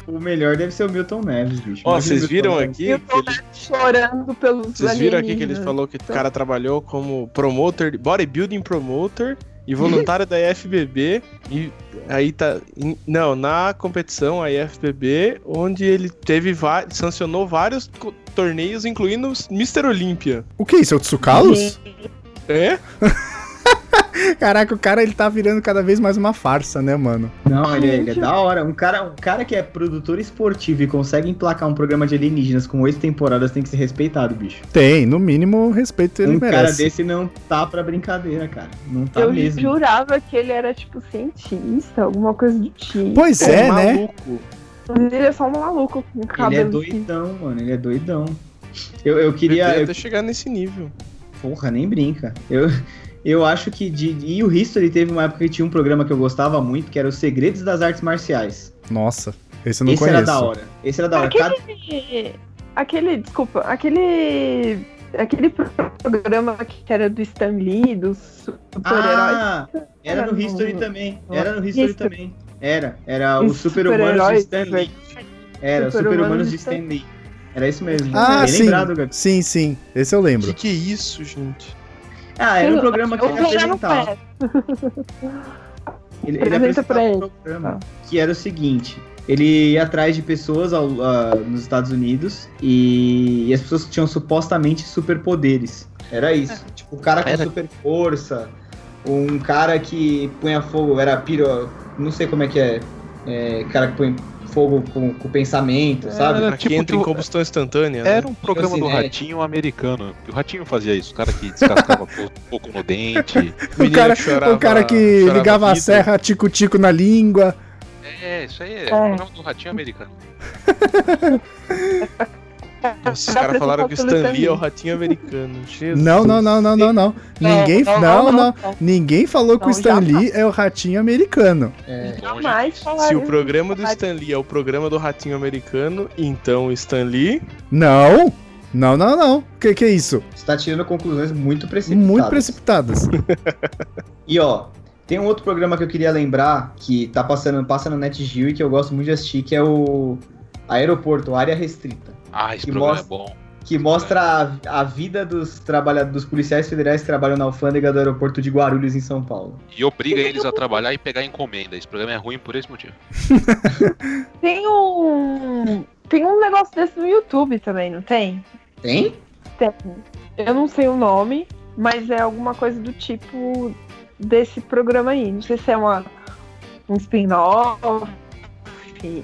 [SPEAKER 3] O melhor deve ser o Milton Neves, bicho.
[SPEAKER 4] Ó,
[SPEAKER 3] Mas o
[SPEAKER 4] vocês
[SPEAKER 3] Milton
[SPEAKER 4] viram
[SPEAKER 3] Neves-
[SPEAKER 1] Eu
[SPEAKER 4] aqui? que
[SPEAKER 1] tô
[SPEAKER 4] ele-
[SPEAKER 1] chorando pelos
[SPEAKER 4] Vocês viram aqui que ele
[SPEAKER 1] alienígenas.
[SPEAKER 4] falou que o cara trabalhou como promoter, de- bodybuilding promoter e voluntário da IFBB e aí tá em- não, na competição a IFBB, onde ele teve va- sancionou vários co- torneios incluindo o Mr. Olímpia.
[SPEAKER 2] O que é isso? É o Tsukalos?
[SPEAKER 4] É?
[SPEAKER 2] Caraca, o cara ele tá virando cada vez mais uma farsa, né, mano?
[SPEAKER 3] Não, ele, é- ele é da hora. Um cara, um cara que é produtor esportivo e consegue emplacar um programa de alienígenas com oito temporadas tem que ser respeitado, bicho.
[SPEAKER 2] Tem, no mínimo, respeito ele
[SPEAKER 3] um cara
[SPEAKER 2] merece.
[SPEAKER 3] desse não tá pra brincadeira, cara. Não tá
[SPEAKER 1] Eu
[SPEAKER 3] mesmo.
[SPEAKER 1] jurava que ele era, tipo, cientista, alguma coisa do tipo.
[SPEAKER 2] Pois
[SPEAKER 3] um
[SPEAKER 2] é, né?
[SPEAKER 4] maluco.
[SPEAKER 1] Mas Ele é só um maluco com cabelo.
[SPEAKER 3] Ele é
[SPEAKER 1] assim.
[SPEAKER 3] doidão, mano. Ele é doidão. Eu, eu
[SPEAKER 4] Queria
[SPEAKER 3] queria. eu
[SPEAKER 4] até chegar nesse nível.
[SPEAKER 3] Porra, nem brinca. Eu, eu acho que. De, e o History teve uma época que tinha um programa que eu gostava muito, que era Os Segredos das Artes Marciais.
[SPEAKER 2] Nossa, esse eu não
[SPEAKER 3] Esse
[SPEAKER 2] conheço.
[SPEAKER 3] era da hora. Esse era da hora. Cada-
[SPEAKER 1] Aquele, aquele, desculpa, aquele, aquele programa que era do Stan Lee, dos super-heróis.
[SPEAKER 3] Ah, era no History também. Era no History
[SPEAKER 1] History.
[SPEAKER 3] também. Era. Era o
[SPEAKER 1] Os
[SPEAKER 3] Super-Humanos
[SPEAKER 1] super-heróis,
[SPEAKER 3] de Stan Lee. Era, o Super-Humanos de Stan Lee. Era isso mesmo.
[SPEAKER 2] Ah,
[SPEAKER 3] Bem
[SPEAKER 2] sim.
[SPEAKER 3] lembrado, Gabi.
[SPEAKER 2] Sim, sim, esse eu
[SPEAKER 4] Que
[SPEAKER 2] lembro.
[SPEAKER 4] que é isso, gente?
[SPEAKER 3] Ah, era um programa que
[SPEAKER 1] Eu
[SPEAKER 3] ele
[SPEAKER 1] vou pegar no
[SPEAKER 3] apresentava.
[SPEAKER 1] pé.
[SPEAKER 3] Ele, ele
[SPEAKER 1] Apresenta
[SPEAKER 3] apresentava
[SPEAKER 1] pra
[SPEAKER 3] um
[SPEAKER 1] ele. Tá.
[SPEAKER 3] programa que era o seguinte. Ele ia atrás de pessoas ao- ah, nos Estados Unidos e, e as pessoas que tinham supostamente superpoderes. Era isso. Tipo, o cara com
[SPEAKER 5] Era.
[SPEAKER 3] super força, um cara que punha fogo, era piro... Não sei como é que é. é, cara que põe fogo com, com o
[SPEAKER 1] É.
[SPEAKER 3] pensamento, sabe?
[SPEAKER 5] era
[SPEAKER 4] Aqui
[SPEAKER 5] tipo
[SPEAKER 4] entra
[SPEAKER 5] que
[SPEAKER 4] em
[SPEAKER 5] o-
[SPEAKER 4] combustão instantânea. né?
[SPEAKER 5] [laughs] Era um programa do
[SPEAKER 3] Cinete.
[SPEAKER 5] Ratinho americano. que O Ratinho fazia isso. O cara que [laughs] descascava um pouco no dente.
[SPEAKER 2] O
[SPEAKER 4] menino
[SPEAKER 2] cara,
[SPEAKER 4] chorava-
[SPEAKER 2] o cara que
[SPEAKER 4] chorava
[SPEAKER 2] ligava a
[SPEAKER 4] vidro.
[SPEAKER 2] serra tico-tico na língua.
[SPEAKER 5] É, isso aí é,
[SPEAKER 1] É.
[SPEAKER 5] programa do Ratinho americano.
[SPEAKER 4] Nossa, os
[SPEAKER 1] Dá
[SPEAKER 4] caras
[SPEAKER 1] pra
[SPEAKER 4] falaram
[SPEAKER 1] ser
[SPEAKER 4] que o Stan Lee é o
[SPEAKER 1] absolutamente.
[SPEAKER 4] ratinho americano. Jesus.
[SPEAKER 2] Não, não, não, não, não, não. Ninguém, É, não, não, Ninguém falou que o
[SPEAKER 1] Não,
[SPEAKER 2] Stan
[SPEAKER 1] jamais.
[SPEAKER 2] Lee é o ratinho americano.
[SPEAKER 3] É.
[SPEAKER 5] Longe
[SPEAKER 1] Jamais
[SPEAKER 5] disso.
[SPEAKER 1] falaram
[SPEAKER 4] Se o
[SPEAKER 1] isso.
[SPEAKER 4] programa do Stan Lee é o programa do ratinho americano, então o Stan Lee.
[SPEAKER 2] Não, não, não, não. Que que é isso?
[SPEAKER 3] Você tá tirando conclusões muito precipitadas.
[SPEAKER 2] Muito precipitadas.
[SPEAKER 3] [laughs] E ó, tem um outro programa que eu queria lembrar, que tá passando, passa na NetGeo e que eu gosto muito de assistir, que é o Aeroporto, Área Restrita.
[SPEAKER 5] Ah, esse
[SPEAKER 3] Que
[SPEAKER 5] programa
[SPEAKER 3] mostra-
[SPEAKER 5] é bom.
[SPEAKER 3] Que mostra a, a vida dos trabalhadores, dos policiais federais que trabalham na alfândega do aeroporto de Guarulhos, em São Paulo.
[SPEAKER 5] E obriga eles a trabalhar e pegar encomenda. Esse programa é ruim por esse motivo.
[SPEAKER 1] Tem um. Tem um negócio desse no YouTube também, não tem?
[SPEAKER 3] Tem?
[SPEAKER 1] Tem. Eu não sei o nome, mas é alguma coisa do tipo desse programa aí. Não sei se é uma, um spin-off.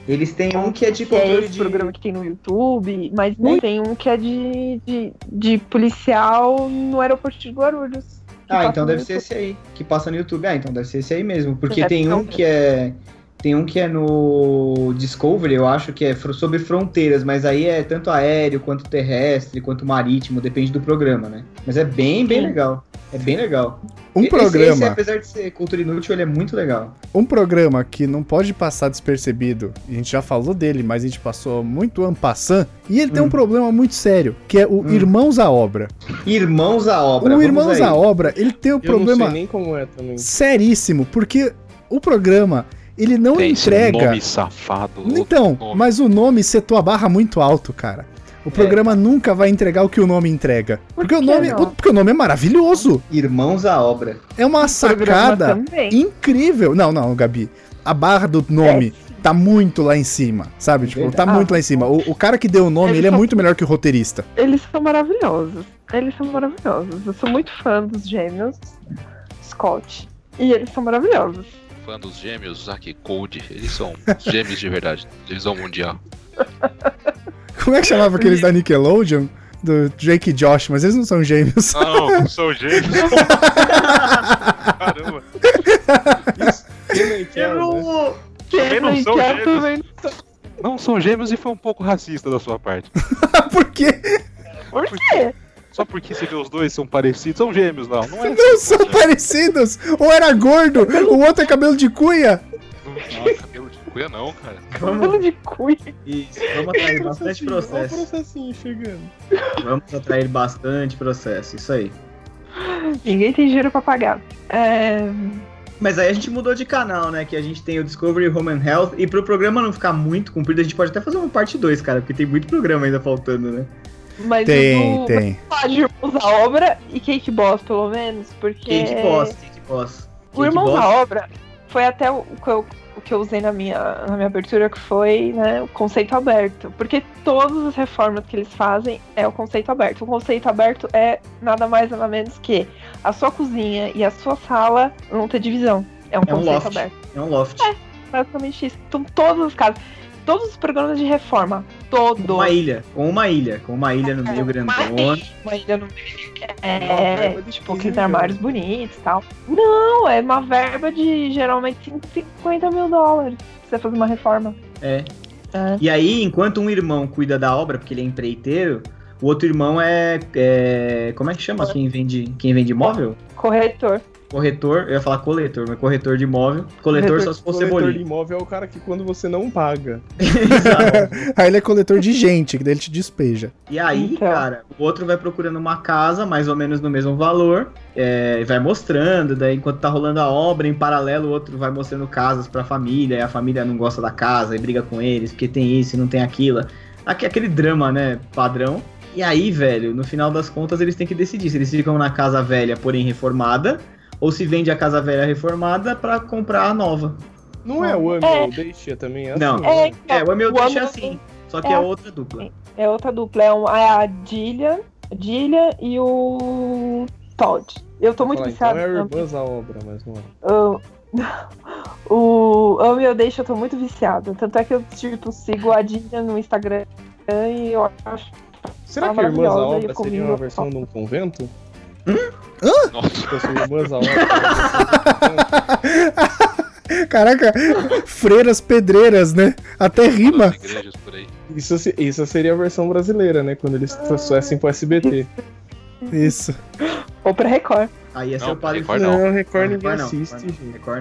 [SPEAKER 3] Eles têm um que é de
[SPEAKER 1] se é
[SPEAKER 3] controle
[SPEAKER 1] esse
[SPEAKER 3] de...
[SPEAKER 1] programa que tem no YouTube, mas não tem um que é de, de, de policial no aeroporto de Guarulhos. que
[SPEAKER 3] Ah,
[SPEAKER 1] passa
[SPEAKER 3] então
[SPEAKER 1] no
[SPEAKER 3] deve ser
[SPEAKER 1] YouTube.
[SPEAKER 3] esse aí, que passa no YouTube. Ah, então deve ser esse aí mesmo, porque
[SPEAKER 1] Deve
[SPEAKER 3] tem
[SPEAKER 1] ser
[SPEAKER 3] um
[SPEAKER 1] um
[SPEAKER 3] que é tem um que é no Discovery, eu acho que é fro- sobre fronteiras, mas aí é tanto aéreo quanto terrestre, quanto marítimo, depende do programa, né? Mas é bem, bem
[SPEAKER 1] Sim.
[SPEAKER 3] legal. É bem legal.
[SPEAKER 2] Um
[SPEAKER 3] Esse- é Esse,
[SPEAKER 2] programa,
[SPEAKER 3] apesar de ser cultura inútil, ele é muito legal.
[SPEAKER 2] um programa que não pode passar despercebido. A gente já falou dele, mas a gente passou muito ampassant. E ele tem um
[SPEAKER 3] Hum.
[SPEAKER 2] problema muito sério, que é o
[SPEAKER 3] Hum.
[SPEAKER 2] Irmãos à Obra.
[SPEAKER 3] Irmãos à obra.
[SPEAKER 2] o
[SPEAKER 3] vamos
[SPEAKER 2] Um Irmãos
[SPEAKER 3] aí.
[SPEAKER 2] à Obra, ele tem um
[SPEAKER 4] Eu não
[SPEAKER 2] problema
[SPEAKER 4] sei nem como é também.
[SPEAKER 2] seríssimo, porque o programa ele não
[SPEAKER 5] Tem esse
[SPEAKER 2] entrega.
[SPEAKER 5] nome é safado.
[SPEAKER 2] Então,
[SPEAKER 5] outro nome.
[SPEAKER 2] mas o nome setou a barra muito alto, cara. O programa nunca vai entregar o que o nome entrega. Porque o
[SPEAKER 1] que
[SPEAKER 2] nome,
[SPEAKER 1] não?
[SPEAKER 2] o- porque o nome é maravilhoso.
[SPEAKER 3] Irmãos à obra.
[SPEAKER 2] É
[SPEAKER 1] Programa
[SPEAKER 2] uma sacada
[SPEAKER 1] também.
[SPEAKER 2] incrível. Não, não, Gabi. A barra do nome tá muito lá em cima, sabe? Tipo, tá
[SPEAKER 1] É. Verdade.
[SPEAKER 2] muito lá em cima. O, o cara que deu o nome,
[SPEAKER 1] Ele
[SPEAKER 2] ele é
[SPEAKER 1] só-
[SPEAKER 2] muito melhor que o roteirista.
[SPEAKER 1] Eles são maravilhosos. Eles são maravilhosos. Eu sou muito fã dos gêmeos Scott. E eles são maravilhosos.
[SPEAKER 5] Fã dos gêmeos, Zack Cold. Eles são gêmeos de verdade. Divisão mundial.
[SPEAKER 2] Como é que chamava aqueles da Nickelodeon? Do Jake e Josh, mas eles não são gêmeos.
[SPEAKER 5] Não, sou gêmeo. Caramba.
[SPEAKER 3] é né?
[SPEAKER 5] Também não
[SPEAKER 1] Quem
[SPEAKER 5] são
[SPEAKER 1] quer
[SPEAKER 5] gêmeos.
[SPEAKER 1] também
[SPEAKER 5] Não são gêmeos e foi um pouco racista da sua parte.
[SPEAKER 2] Por quê?
[SPEAKER 1] Por quê?
[SPEAKER 5] Só porque você vê os dois são parecidos. São gêmeos, não. Não é
[SPEAKER 2] Não são parecidos. Um era gordo, o outro é cabelo de cuia.
[SPEAKER 5] Não, cabelo de cuia não, cara.
[SPEAKER 1] Pelo de cuia.
[SPEAKER 3] Isso, vamos atrair bastante processo.
[SPEAKER 4] é um processinho chegando.
[SPEAKER 3] Vamos atrair bastante processo, isso aí.
[SPEAKER 1] Ninguém tem dinheiro pra pagar. É,
[SPEAKER 3] Mas aí a gente mudou de canal, né? Que a gente tem o Discovery Home and Health. E pro programa não ficar muito comprido, a gente pode até fazer uma parte 2, cara, porque tem muito programa ainda faltando, né?
[SPEAKER 1] Mas eu
[SPEAKER 2] Tem,
[SPEAKER 1] não
[SPEAKER 2] tem.
[SPEAKER 1] falar de Irmãos à Obra e Cake Boss, pelo menos, porque.
[SPEAKER 3] Cake Boss, Cake Boss.
[SPEAKER 1] É. O Irmãos à Obra foi até o que eu, o que eu usei na minha, na minha abertura, que foi né, o conceito aberto. Porque todas as reformas que eles fazem é o conceito aberto. O conceito aberto é nada mais nada menos que a sua cozinha e a sua sala não ter divisão. É um
[SPEAKER 3] É um
[SPEAKER 1] conceito
[SPEAKER 3] loft.
[SPEAKER 1] aberto.
[SPEAKER 3] É um loft.
[SPEAKER 1] Basicamente isso. Então todas as casas, todos os programas de reforma, todos.
[SPEAKER 3] Uma ilha, com uma ilha, com uma ilha no meio grandona.
[SPEAKER 1] Uma ilha no meio.
[SPEAKER 4] Uma
[SPEAKER 1] É,
[SPEAKER 4] verba de
[SPEAKER 1] tipo,
[SPEAKER 4] 15
[SPEAKER 1] aqueles
[SPEAKER 4] milhões.
[SPEAKER 1] armários bonitos e tal. Não, é uma verba de geralmente 50 mil dólares pra você fazer uma reforma.
[SPEAKER 3] É.
[SPEAKER 1] É.
[SPEAKER 3] E aí, enquanto um irmão cuida da obra, porque ele é empreiteiro, o outro irmão é. é- como é que chama quem vende, quem vende imóvel?
[SPEAKER 1] Corretor.
[SPEAKER 3] Corretor, eu ia falar coletor, mas corretor de imóvel. Coletor só se for
[SPEAKER 4] Coletor de
[SPEAKER 3] cebolinha.
[SPEAKER 4] imóvel é o cara que quando você não paga.
[SPEAKER 3] Exato.
[SPEAKER 2] Aí ele é coletor de gente, que daí ele te despeja.
[SPEAKER 3] E aí,
[SPEAKER 1] Então.
[SPEAKER 3] cara, o outro vai procurando uma casa mais ou menos no mesmo valor, é, e vai mostrando, daí enquanto tá rolando a obra, em paralelo o outro vai mostrando casas pra família, e a família não gosta da casa e briga com eles, porque tem isso e não tem aquilo. Aque- Aquele drama, né, padrão. E aí, velho, no final das contas eles têm que decidir se eles ficam na casa velha, porém reformada, ou se vende a casa velha reformada pra comprar a nova.
[SPEAKER 4] Não é o Ami
[SPEAKER 1] É.
[SPEAKER 4] ou Deixa também, é assim.
[SPEAKER 3] Não.
[SPEAKER 4] né?
[SPEAKER 1] É,
[SPEAKER 3] É, o meu
[SPEAKER 1] O
[SPEAKER 3] deixa
[SPEAKER 1] Amel-
[SPEAKER 3] assim, só que é,
[SPEAKER 1] é
[SPEAKER 3] outra dupla.
[SPEAKER 1] é outra dupla. É, uma, é a Dilha, Dilha e o Todd. Eu tô muito
[SPEAKER 4] Falar,
[SPEAKER 1] viciada.
[SPEAKER 4] Então é
[SPEAKER 1] no-
[SPEAKER 4] Irmãs à obra, mas não é.
[SPEAKER 1] Ah, [laughs] O Amo e Eu Deixo, eu tô muito viciada. Tanto é que eu, tipo, sigo a Dinha no Instagram e eu acho.
[SPEAKER 4] Será
[SPEAKER 1] Tá
[SPEAKER 4] que Irmãs à
[SPEAKER 1] maravilhosa,
[SPEAKER 4] Obra
[SPEAKER 1] e
[SPEAKER 4] seria
[SPEAKER 1] comigo
[SPEAKER 4] uma
[SPEAKER 1] eu
[SPEAKER 4] versão de um convento?
[SPEAKER 5] Nossa,
[SPEAKER 4] Se fosse Irmãs à
[SPEAKER 1] [laughs]
[SPEAKER 4] Obra.
[SPEAKER 2] Caraca, freiras pedreiras, né? Até rima.
[SPEAKER 5] as igrejas por aí.
[SPEAKER 4] Isso, se- isso seria a versão brasileira, né? Quando eles trouxessem pro SBT.
[SPEAKER 2] Isso.
[SPEAKER 1] Ou pra é Record.
[SPEAKER 3] Aí ia ser
[SPEAKER 5] Não,
[SPEAKER 3] o padre
[SPEAKER 5] Record não.
[SPEAKER 4] Record
[SPEAKER 3] Record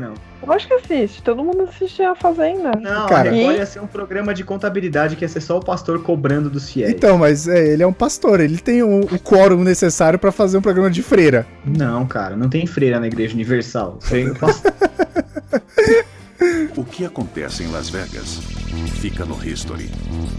[SPEAKER 3] não.
[SPEAKER 1] Eu acho que assiste. Todo mundo assiste a Fazenda.
[SPEAKER 3] Não,
[SPEAKER 2] Cara.
[SPEAKER 3] a Record
[SPEAKER 1] E?
[SPEAKER 3] ia ser um programa de contabilidade que ia ser só o pastor cobrando dos fiéis.
[SPEAKER 2] Então, mas é, ele é um pastor, ele tem o, o quórum necessário pra fazer um programa de freira.
[SPEAKER 3] Não, cara, não tem freira na Igreja Universal. Só
[SPEAKER 4] Tem.
[SPEAKER 3] tem
[SPEAKER 2] [laughs]
[SPEAKER 3] o pastor.
[SPEAKER 6] O que acontece em Las Vegas? Fica no History.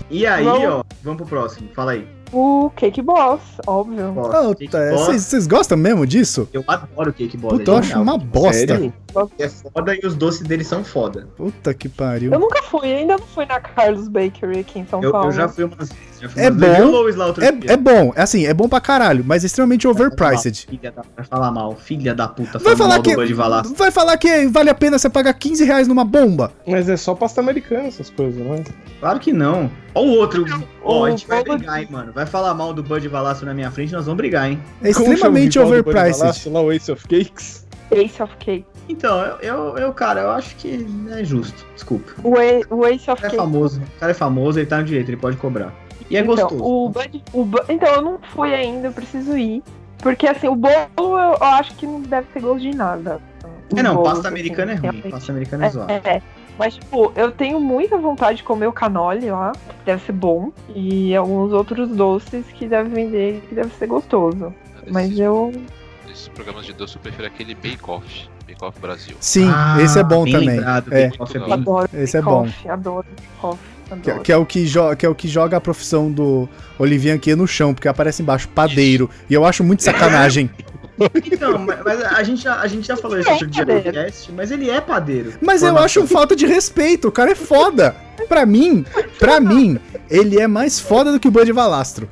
[SPEAKER 3] E aí,
[SPEAKER 1] Vamos.
[SPEAKER 3] ó, vamos pro próximo. Fala aí.
[SPEAKER 1] O Cake Boss, óbvio.
[SPEAKER 3] Ó,
[SPEAKER 2] Ah,
[SPEAKER 3] Cake
[SPEAKER 2] tá,
[SPEAKER 3] Boss.
[SPEAKER 2] Vocês vocês gostam mesmo disso?
[SPEAKER 3] Eu adoro Cake Boss.
[SPEAKER 2] Puta, eu
[SPEAKER 3] é
[SPEAKER 2] acho
[SPEAKER 3] genial.
[SPEAKER 2] uma bosta.
[SPEAKER 4] Sério?
[SPEAKER 3] É foda e os doces dele são foda.
[SPEAKER 2] Puta que pariu.
[SPEAKER 1] Eu nunca fui, ainda não fui na Carlos Bakery aqui em São
[SPEAKER 3] Eu,
[SPEAKER 1] Paulo.
[SPEAKER 3] eu já fui umas vezes. Já fui
[SPEAKER 2] É
[SPEAKER 3] umas vezes.
[SPEAKER 2] bom.
[SPEAKER 3] Eu Lois lá outro dia.
[SPEAKER 2] É, é bom, é assim, é bom pra caralho, mas
[SPEAKER 3] É,
[SPEAKER 2] extremamente overpriced.
[SPEAKER 3] Filha da, vai falar mal, filha da puta.
[SPEAKER 2] Vai
[SPEAKER 3] fala
[SPEAKER 2] falar
[SPEAKER 3] tá mal
[SPEAKER 2] que-
[SPEAKER 3] do Bud Valastro.
[SPEAKER 2] Vai falar que vale a pena você pagar 15 reais numa bomba?
[SPEAKER 4] Mas é só pasta americana essas coisas, não é?
[SPEAKER 3] Claro que não. Ó o outro. Ó, a gente
[SPEAKER 1] o
[SPEAKER 3] vai
[SPEAKER 1] Boba-
[SPEAKER 3] brigar, hein, mano. Vai falar mal do Bud Valastro na minha frente, nós vamos brigar, hein.
[SPEAKER 2] É extremamente overpriced.
[SPEAKER 4] Lá, o Ace of Cakes.
[SPEAKER 1] Ace of Cake.
[SPEAKER 3] Então, eu, eu, eu, cara, eu acho que não é justo. Desculpa.
[SPEAKER 1] O, A- o Ace
[SPEAKER 3] O
[SPEAKER 1] of
[SPEAKER 3] cara é
[SPEAKER 1] Cake.
[SPEAKER 3] famoso. O cara é famoso, ele tá no direito, ele pode cobrar. E é
[SPEAKER 1] então,
[SPEAKER 3] gostoso.
[SPEAKER 1] O Bud- o Bu- então, eu não fui ainda, eu preciso ir. Porque assim, o bolo eu, eu acho que não deve ter gosto de nada. Os
[SPEAKER 3] É não,
[SPEAKER 1] bolos,
[SPEAKER 3] pasta
[SPEAKER 1] assim,
[SPEAKER 3] americana é ruim.
[SPEAKER 1] realmente.
[SPEAKER 3] Pasta americana é zoada.
[SPEAKER 1] É, mas tipo, eu tenho muita vontade de comer o canole lá, que deve ser bom, e alguns outros doces que deve vender, que deve ser gostoso. Mas
[SPEAKER 3] tipo
[SPEAKER 5] Esses-
[SPEAKER 1] eu
[SPEAKER 5] Esses programas de doce eu prefiro aquele Bake Off, Bake Off Brasil.
[SPEAKER 2] Sim,
[SPEAKER 3] Ah,
[SPEAKER 2] esse é bom
[SPEAKER 3] bem
[SPEAKER 2] também.
[SPEAKER 3] lembrado,
[SPEAKER 2] É.
[SPEAKER 3] Bake Off é bem-
[SPEAKER 1] adoro
[SPEAKER 2] Esse é bom.
[SPEAKER 1] coffee, adoro coffee,
[SPEAKER 2] Que,
[SPEAKER 1] adoro.
[SPEAKER 2] que é o que jo- que é o que joga a profissão do Olivier Anquier no chão, porque aparece embaixo padeiro. E eu acho muito sacanagem.
[SPEAKER 3] Então, mas mas a gente já, a gente já falou isso
[SPEAKER 1] É,
[SPEAKER 3] no outro dia no
[SPEAKER 1] padeiro.
[SPEAKER 3] podcast, mas ele é padeiro.
[SPEAKER 2] Mas eu
[SPEAKER 3] Formação.
[SPEAKER 2] acho falta de respeito. O cara é foda. Pra mim, pra mim, ele é mais foda do que o Bud Valastro.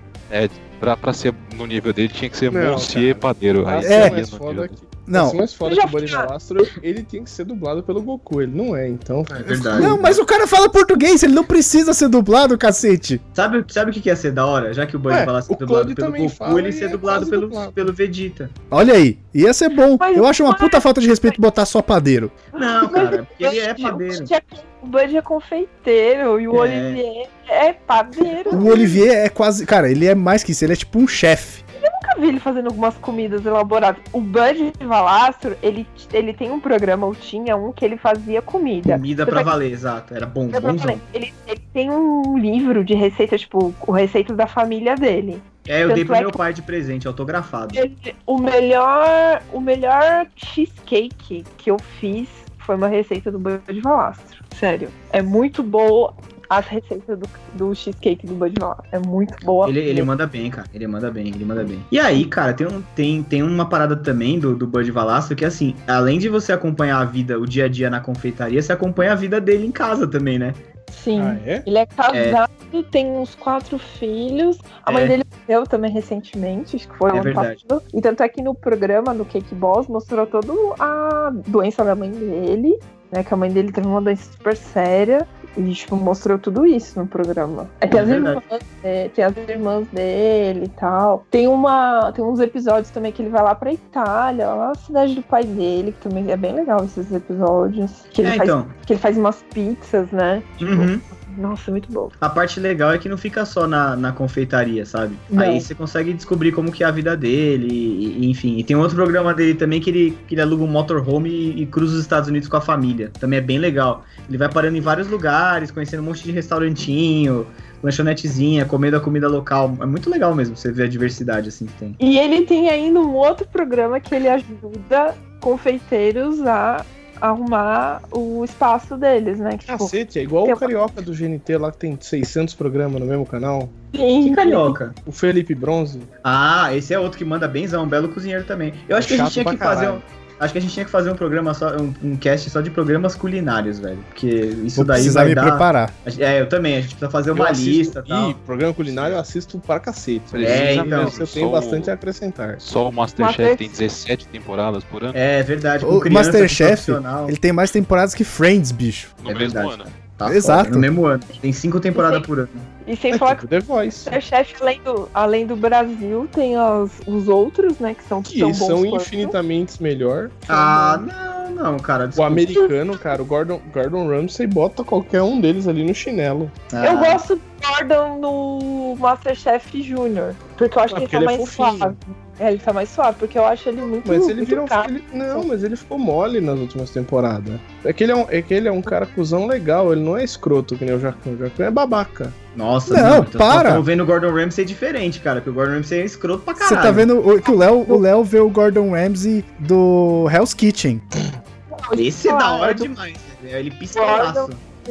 [SPEAKER 5] Pra, pra ser no nível dele, tinha que ser
[SPEAKER 4] Não,
[SPEAKER 5] Monsieur Padeiro. Aí
[SPEAKER 3] Ah,
[SPEAKER 4] Nossa,
[SPEAKER 3] é.
[SPEAKER 5] seria
[SPEAKER 4] mas
[SPEAKER 5] no
[SPEAKER 4] foda
[SPEAKER 5] nível
[SPEAKER 4] que-
[SPEAKER 2] Não.
[SPEAKER 4] Assim, mas fora
[SPEAKER 1] Eu já
[SPEAKER 4] que o Bunny Valastro, ele tem que ser dublado pelo Goku, ele não é, então.
[SPEAKER 3] É verdade.
[SPEAKER 2] Não, mas o cara fala português, ele não precisa ser dublado, cacete.
[SPEAKER 3] Sabe, sabe o que que ia ser da hora? Já que o Bunny
[SPEAKER 2] É,
[SPEAKER 4] Ué,
[SPEAKER 3] falasse
[SPEAKER 4] o
[SPEAKER 3] dublado
[SPEAKER 4] Claude
[SPEAKER 3] pelo
[SPEAKER 4] também
[SPEAKER 3] Goku,
[SPEAKER 4] fala
[SPEAKER 3] ele ia
[SPEAKER 4] e
[SPEAKER 3] ser
[SPEAKER 4] é
[SPEAKER 3] dublado
[SPEAKER 4] quase
[SPEAKER 3] pelo,
[SPEAKER 4] dublado.
[SPEAKER 3] pelo Vegeta.
[SPEAKER 2] Olha aí, ia ser bom.
[SPEAKER 1] Mas-
[SPEAKER 2] eu acho uma puta falta de respeito botar só padeiro.
[SPEAKER 3] Não, cara, porque ele é
[SPEAKER 1] Gente, o
[SPEAKER 3] padeiro.
[SPEAKER 1] Bud é- O Bud é confeiteiro e o
[SPEAKER 3] É.
[SPEAKER 1] Olivier é padeiro.
[SPEAKER 2] O Olivier é quase. Cara, ele é mais que isso, ele é tipo um chefe.
[SPEAKER 1] nunca vi ele fazendo algumas comidas elaboradas. O Bud Valastro, ele, ele tem um programa, ou tinha um, que ele fazia comida.
[SPEAKER 3] Comida pra valer, exato. Era bom,
[SPEAKER 1] É Eu falei,
[SPEAKER 3] bonzão.
[SPEAKER 1] ele, ele tem um livro de receitas, tipo, o receita da família dele.
[SPEAKER 3] É, eu dei pro
[SPEAKER 1] Tanto é
[SPEAKER 3] meu pai de presente, autografado.
[SPEAKER 1] Ele- o melhor o melhor cheesecake que eu fiz foi uma receita do Bud Valastro. Sério, é muito boa as receitas do, do cheesecake do Bud Valastro. É muito boa.
[SPEAKER 3] Ele, ele
[SPEAKER 1] mesmo.
[SPEAKER 3] manda bem, cara. Ele manda bem, ele manda bem. E aí, cara, tem, um, tem, tem uma parada também do, do Bud Valastro que, assim, além de você acompanhar a vida, o dia a dia na confeitaria, você acompanha a vida dele em casa também, né?
[SPEAKER 1] Sim.
[SPEAKER 4] Ah, é?
[SPEAKER 1] Ele é casado, tem uns quatro filhos. A mãe
[SPEAKER 3] É.
[SPEAKER 1] dele morreu também recentemente, acho que foi
[SPEAKER 3] É
[SPEAKER 1] ano
[SPEAKER 3] verdade.
[SPEAKER 1] passado. E tanto é que no programa do Cake Boss mostrou toda a doença da mãe dele, né? Que a mãe dele teve uma doença super séria. E, tipo, mostrou tudo isso no programa. É, tem,
[SPEAKER 3] É
[SPEAKER 1] as
[SPEAKER 3] verdade.
[SPEAKER 1] irmãs, é, tem as irmãs dele e tal. Tem, uma, tem uns episódios também que ele vai lá pra Itália, lá na cidade do pai dele, que também é bem legal esses episódios. Que, ele,
[SPEAKER 3] é,
[SPEAKER 1] faz,
[SPEAKER 3] então.
[SPEAKER 1] que ele faz umas pizzas, né? Tipo,
[SPEAKER 3] Uhum.
[SPEAKER 1] nossa, muito bom.
[SPEAKER 3] A parte legal é que não fica só na, na confeitaria, sabe?
[SPEAKER 1] Não.
[SPEAKER 3] Aí você consegue descobrir como que é a vida dele, e- e- enfim. E tem um outro programa dele também que ele, que ele aluga um motorhome e, e cruza os Estados Unidos com a família. Também é bem legal. Ele vai parando em vários lugares, conhecendo um monte de restaurantinho, lanchonetezinha, comendo a comida local. É muito legal mesmo você ver a diversidade assim que tem.
[SPEAKER 1] E ele tem ainda um outro programa que ele ajuda confeiteiros a arrumar o espaço deles, né?
[SPEAKER 3] Ah,
[SPEAKER 1] Que, tipo,
[SPEAKER 4] Cacete, é igual
[SPEAKER 1] Eu-
[SPEAKER 4] o Carioca do GNT lá que tem 600 programas no mesmo canal.
[SPEAKER 3] Que
[SPEAKER 1] sim,
[SPEAKER 3] carioca.
[SPEAKER 4] O Felipe Bronze.
[SPEAKER 3] Ah, esse é outro que manda benzão, um belo cozinheiro também. Eu acho que a gente
[SPEAKER 4] Chato
[SPEAKER 3] tinha
[SPEAKER 4] pra
[SPEAKER 3] que fazer um.
[SPEAKER 4] caralho.
[SPEAKER 3] Acho que a gente tinha que fazer um programa só, um, um cast só de programas culinários, velho. Porque isso
[SPEAKER 2] Vou
[SPEAKER 3] daí
[SPEAKER 2] precisar
[SPEAKER 3] vai
[SPEAKER 2] me
[SPEAKER 3] dar.
[SPEAKER 2] preparar.
[SPEAKER 3] A gente- É, eu também, a gente precisa fazer uma lista e tal.
[SPEAKER 4] Ih, programa culinário eu assisto pra cacete.
[SPEAKER 3] É, então.
[SPEAKER 4] Isso eu tenho
[SPEAKER 5] Sou-
[SPEAKER 4] bastante a acrescentar.
[SPEAKER 5] Só o Masterchef
[SPEAKER 1] Master-
[SPEAKER 5] tem 17 temporadas por ano.
[SPEAKER 3] É verdade,
[SPEAKER 2] O
[SPEAKER 3] com criança, com
[SPEAKER 2] Masterchef,
[SPEAKER 3] profissional.
[SPEAKER 2] Ele tem mais temporadas que Friends, bicho.
[SPEAKER 5] No
[SPEAKER 3] é
[SPEAKER 5] mesmo
[SPEAKER 3] verdade,
[SPEAKER 5] ano.
[SPEAKER 3] Tá
[SPEAKER 2] Exato.
[SPEAKER 3] foda, No mesmo ano. Tem cinco temporadas por ano.
[SPEAKER 1] E sem falar que
[SPEAKER 4] Tipo The Voice.
[SPEAKER 1] o Chef, além do, além do Brasil, tem os, os outros, né? Que são
[SPEAKER 4] Que
[SPEAKER 1] tão bons
[SPEAKER 4] são
[SPEAKER 1] quanto.
[SPEAKER 4] infinitamente melhor.
[SPEAKER 3] Ah, não, não, cara.
[SPEAKER 4] O
[SPEAKER 3] desculpa.
[SPEAKER 4] americano, cara, o Gordon, Gordon Ramsay bota qualquer um deles ali no chinelo.
[SPEAKER 3] Ah,
[SPEAKER 1] Eu gosto do Gordon no Masterchef Júnior. Porque eu acho
[SPEAKER 4] Ah,
[SPEAKER 1] que ele
[SPEAKER 4] porque
[SPEAKER 1] tá
[SPEAKER 4] ele é
[SPEAKER 1] mais
[SPEAKER 4] fofinho.
[SPEAKER 1] suave. É, ele tá mais suave, porque eu acho ele muito.
[SPEAKER 4] Mas ele um
[SPEAKER 1] muito
[SPEAKER 4] virou.
[SPEAKER 1] caro.
[SPEAKER 4] Ele, não, mas ele ficou mole nas últimas temporadas. É que ele é um, é que ele é um cara cuzão legal, ele não é escroto que nem o Jacan. O Jacan é babaca.
[SPEAKER 3] Nossa,
[SPEAKER 2] Não,
[SPEAKER 3] então
[SPEAKER 2] para.
[SPEAKER 3] Estamos vendo o Gordon Ramsay diferente, cara. Porque o Gordon Ramsay é escroto pra
[SPEAKER 2] Você
[SPEAKER 3] caralho.
[SPEAKER 2] tá vendo o- que o Léo, o Léo vê o Gordon Ramsay do Hell's Kitchen.
[SPEAKER 3] Esse é
[SPEAKER 1] Ah,
[SPEAKER 3] da hora
[SPEAKER 1] do-
[SPEAKER 3] demais. né? Ele pistolaço.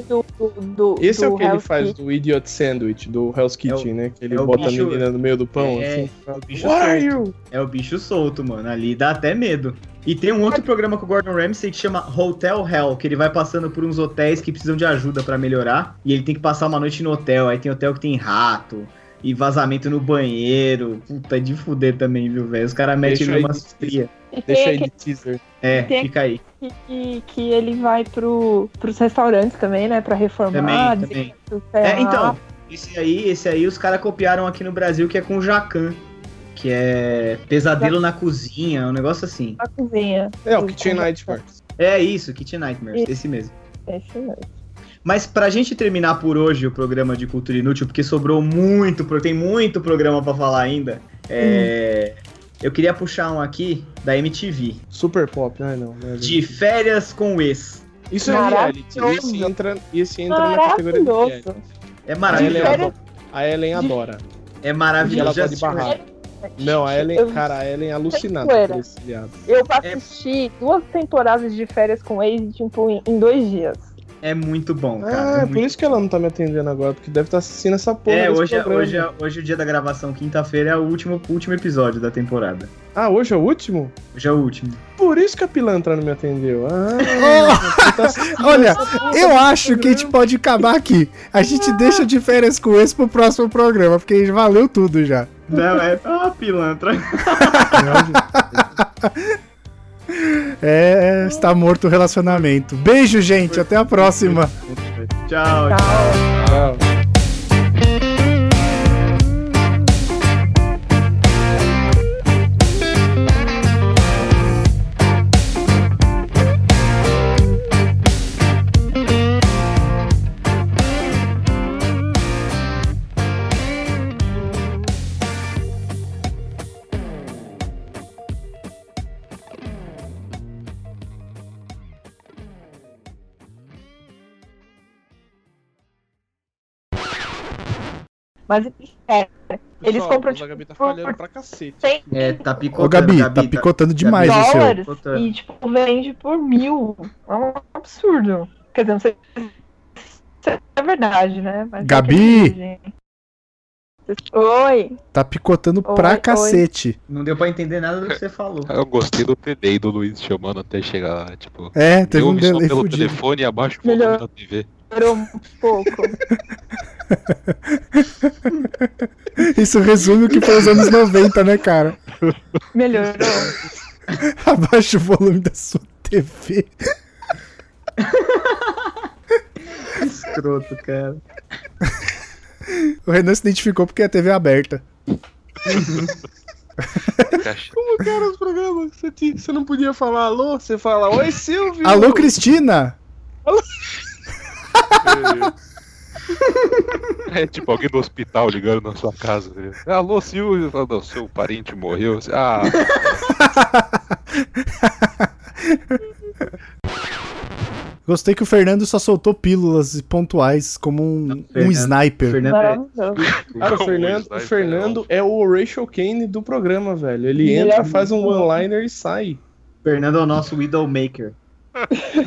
[SPEAKER 1] do, do, do-
[SPEAKER 4] Esse é o
[SPEAKER 1] do
[SPEAKER 4] que ele
[SPEAKER 1] Hell's
[SPEAKER 4] faz
[SPEAKER 1] Kitchen.
[SPEAKER 4] do Idiot Sandwich, do Hell's Kitchen, né? Que ele
[SPEAKER 3] é o
[SPEAKER 4] bota
[SPEAKER 3] bicho-
[SPEAKER 4] a menina no meio do pão,
[SPEAKER 3] é,
[SPEAKER 4] assim.
[SPEAKER 3] é o bicho
[SPEAKER 4] What are
[SPEAKER 3] solto.
[SPEAKER 4] you?
[SPEAKER 3] É o bicho solto, mano. Ali dá até medo. E tem um outro programa com o Gordon Ramsay que chama Hotel Hell, que ele vai passando por uns hotéis que precisam de ajuda pra melhorar. E ele tem que passar uma noite no hotel. Aí tem hotel que tem rato e vazamento no banheiro. Puta, é de fuder também, viu, velho? Os caras metem
[SPEAKER 4] Deixa
[SPEAKER 3] ele
[SPEAKER 4] aí.
[SPEAKER 3] numa fria.
[SPEAKER 1] E tem
[SPEAKER 4] Deixa aí
[SPEAKER 1] aquele
[SPEAKER 4] de teaser.
[SPEAKER 3] É,
[SPEAKER 1] Tem-
[SPEAKER 3] fica aí.
[SPEAKER 1] que, que ele vai pro, pros restaurantes também, né? Pra reformar.
[SPEAKER 3] Também,
[SPEAKER 1] dizer que tá
[SPEAKER 3] É,
[SPEAKER 1] errado.
[SPEAKER 3] então, esse aí, esse aí os caras copiaram aqui no Brasil, que é com o Jacan. Que é Pesadelo na Cozinha, um negócio assim.
[SPEAKER 1] Na cozinha.
[SPEAKER 4] É, o
[SPEAKER 1] Do-
[SPEAKER 4] Kitchen Nightmare.
[SPEAKER 3] É isso, Kitchen Nightmares, esse mesmo.
[SPEAKER 1] É isso mesmo.
[SPEAKER 3] Mas pra gente terminar por hoje o programa de Cultura Inútil, porque sobrou muito, pro- tem muito programa pra falar ainda. é,
[SPEAKER 4] Hum.
[SPEAKER 3] Eu queria puxar um aqui da MTV.
[SPEAKER 4] Super Pop, ai não. né,
[SPEAKER 3] De férias com o ex.
[SPEAKER 4] Isso é reality. Esse entra, esse entra na categoria de reality.
[SPEAKER 1] Maravilhoso. De
[SPEAKER 3] É maravilhoso.
[SPEAKER 4] A Ellen,
[SPEAKER 1] férias-
[SPEAKER 4] adora. A Ellen adora.
[SPEAKER 3] É
[SPEAKER 4] E ela
[SPEAKER 3] maravilhoso. Já
[SPEAKER 4] pode
[SPEAKER 3] assistiu,
[SPEAKER 4] barrar.
[SPEAKER 3] né?
[SPEAKER 4] Não, a Ellen,
[SPEAKER 1] É, Eu-
[SPEAKER 4] cara, a Ellen é alucinada
[SPEAKER 1] Poeira.
[SPEAKER 4] por esse seriado.
[SPEAKER 1] Eu assisti duas temporadas de férias com ex, tipo, em, em dois dias.
[SPEAKER 3] É muito bom, cara.
[SPEAKER 4] Ah,
[SPEAKER 3] é
[SPEAKER 4] é por
[SPEAKER 3] muito...
[SPEAKER 4] isso que ela não tá me atendendo agora, porque deve estar assistindo essa porra.
[SPEAKER 3] É,
[SPEAKER 4] desse
[SPEAKER 3] hoje, é-
[SPEAKER 4] programa.
[SPEAKER 3] hoje, é- hoje é o dia da gravação, quinta-feira, é o último, último episódio da temporada.
[SPEAKER 4] Ah, hoje é o último?
[SPEAKER 3] Hoje é o último.
[SPEAKER 4] Por isso que a pilantra não me atendeu. [laughs] Ah,
[SPEAKER 2] Oh,
[SPEAKER 4] você tá assistindo
[SPEAKER 2] olha,
[SPEAKER 4] essa porra.
[SPEAKER 2] eu acho que a gente pode acabar aqui. A gente deixa de férias com esse pro próximo programa, porque valeu tudo já.
[SPEAKER 3] Não, é ah, pilantra. [laughs]
[SPEAKER 2] É, está morto o relacionamento. Beijo, gente. Até a próxima.
[SPEAKER 3] Tchau,
[SPEAKER 4] Tá.
[SPEAKER 3] tchau.
[SPEAKER 4] Não.
[SPEAKER 1] Mas é, Eles
[SPEAKER 4] Pessoal,
[SPEAKER 1] compram,
[SPEAKER 4] mas A
[SPEAKER 1] tipo,
[SPEAKER 4] Gabi tá
[SPEAKER 1] por-
[SPEAKER 4] falhando pra cacete.
[SPEAKER 1] tem
[SPEAKER 3] É, tá
[SPEAKER 2] Ô,
[SPEAKER 3] picotando.
[SPEAKER 2] Gabi, tá picotando demais
[SPEAKER 3] Gabi,
[SPEAKER 2] o seu.
[SPEAKER 1] dólares e, tipo, vende por mil. É um absurdo. Quer dizer, não sei se é verdade, né? Mas é
[SPEAKER 2] Gabi!
[SPEAKER 1] que- gente. Oi!
[SPEAKER 2] Tá picotando
[SPEAKER 1] Oi,
[SPEAKER 2] pra
[SPEAKER 1] oi.
[SPEAKER 2] cacete.
[SPEAKER 3] Não deu pra entender nada do que você falou.
[SPEAKER 5] Eu gostei do delay do Luiz chamando até chegar, tipo.
[SPEAKER 2] É, teve
[SPEAKER 5] eu
[SPEAKER 2] um
[SPEAKER 5] ouvi só
[SPEAKER 2] delay
[SPEAKER 5] pelo
[SPEAKER 2] fudido.
[SPEAKER 5] telefone e abaixo o volume
[SPEAKER 1] Melhor.
[SPEAKER 5] da TV.
[SPEAKER 1] Durou um pouco.
[SPEAKER 3] Né,
[SPEAKER 2] Isso resume o que foi os anos 90, né, cara? [laughs]
[SPEAKER 1] Melhorou.
[SPEAKER 2] Abaixa o volume da sua TV.
[SPEAKER 3] [laughs] Escroto, cara.
[SPEAKER 2] O Renan se identificou porque é TV aberta.
[SPEAKER 5] Caixa-
[SPEAKER 4] Como que eram os programas? Você, tinha- você não podia falar alô? Você fala, oi, Silvio!
[SPEAKER 2] Alô, Cristina!
[SPEAKER 5] É tipo alguém do hospital ligando na sua casa. Viu? Alô, Silvio. Fala, "Não, seu parente morreu. Ah,
[SPEAKER 2] Gostei que o Fernando só soltou pílulas pontuais como um, um
[SPEAKER 3] Fernando-
[SPEAKER 2] sniper.
[SPEAKER 3] Fernando, é,
[SPEAKER 1] Maravilhoso.
[SPEAKER 4] Cara, [laughs] o Fernando, o Fernando é o Rachel Kane do programa, velho. Ele entra, faz um one-liner e sai.
[SPEAKER 3] Fernando é o nosso Widowmaker.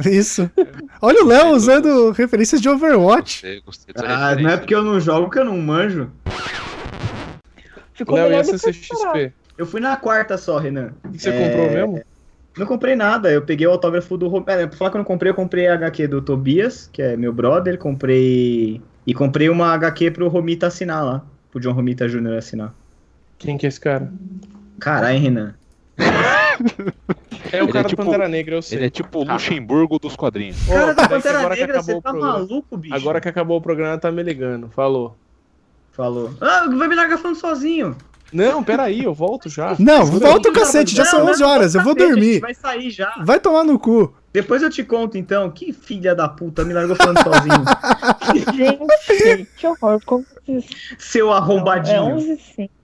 [SPEAKER 2] Isso. Olha o Léo usando referências de Overwatch.
[SPEAKER 5] Gostei, gostei dessa
[SPEAKER 3] Ah, não é porque eu não jogo que eu não manjo.
[SPEAKER 1] Ficou
[SPEAKER 4] Léo, e
[SPEAKER 1] melhor
[SPEAKER 4] a é
[SPEAKER 1] do que eu esperava.
[SPEAKER 4] CCXP? [laughs]
[SPEAKER 3] Eu fui na quarta só, Renan.
[SPEAKER 4] O que você
[SPEAKER 3] É,
[SPEAKER 4] comprou mesmo?
[SPEAKER 3] Não comprei nada, eu peguei o autógrafo do Romero. É, pra falar que eu não comprei, eu comprei a HQ do Tobias, que é meu brother, comprei. E comprei uma HQ pro Romita assinar lá. Pro John Romita Jr. assinar.
[SPEAKER 4] Quem que é esse cara?
[SPEAKER 3] Caralho, Renan.
[SPEAKER 4] É o
[SPEAKER 5] Ele
[SPEAKER 4] cara
[SPEAKER 5] é tipo-
[SPEAKER 4] do Pantera Negra, eu sei.
[SPEAKER 5] Ele é tipo
[SPEAKER 3] Ah.
[SPEAKER 5] o Luxemburgo dos quadrinhos.
[SPEAKER 4] Ô,
[SPEAKER 3] Cara da
[SPEAKER 4] peraí, que
[SPEAKER 3] Pantera
[SPEAKER 4] agora que
[SPEAKER 3] Negra, você
[SPEAKER 4] acabou o
[SPEAKER 3] tá
[SPEAKER 4] programa-
[SPEAKER 3] maluco, bicho?
[SPEAKER 4] Agora que acabou o programa, tá me ligando. Falou.
[SPEAKER 3] Falou. Ah, vai me largar falando sozinho.
[SPEAKER 4] Não, peraí, eu
[SPEAKER 2] [laughs]
[SPEAKER 4] volto já.
[SPEAKER 2] Não, volta o cacete, já são 11 horas, eu vou
[SPEAKER 3] Cacete, a gente
[SPEAKER 2] dormir.
[SPEAKER 3] Vai sair já.
[SPEAKER 2] Vai tomar no cu.
[SPEAKER 3] Depois eu te conto, então. Que filha da puta, me largou falando
[SPEAKER 4] [laughs]
[SPEAKER 3] sozinho.
[SPEAKER 1] Gente, que horror. Como vocês...
[SPEAKER 3] Seu
[SPEAKER 1] É
[SPEAKER 3] arrombadinho.
[SPEAKER 1] 11 h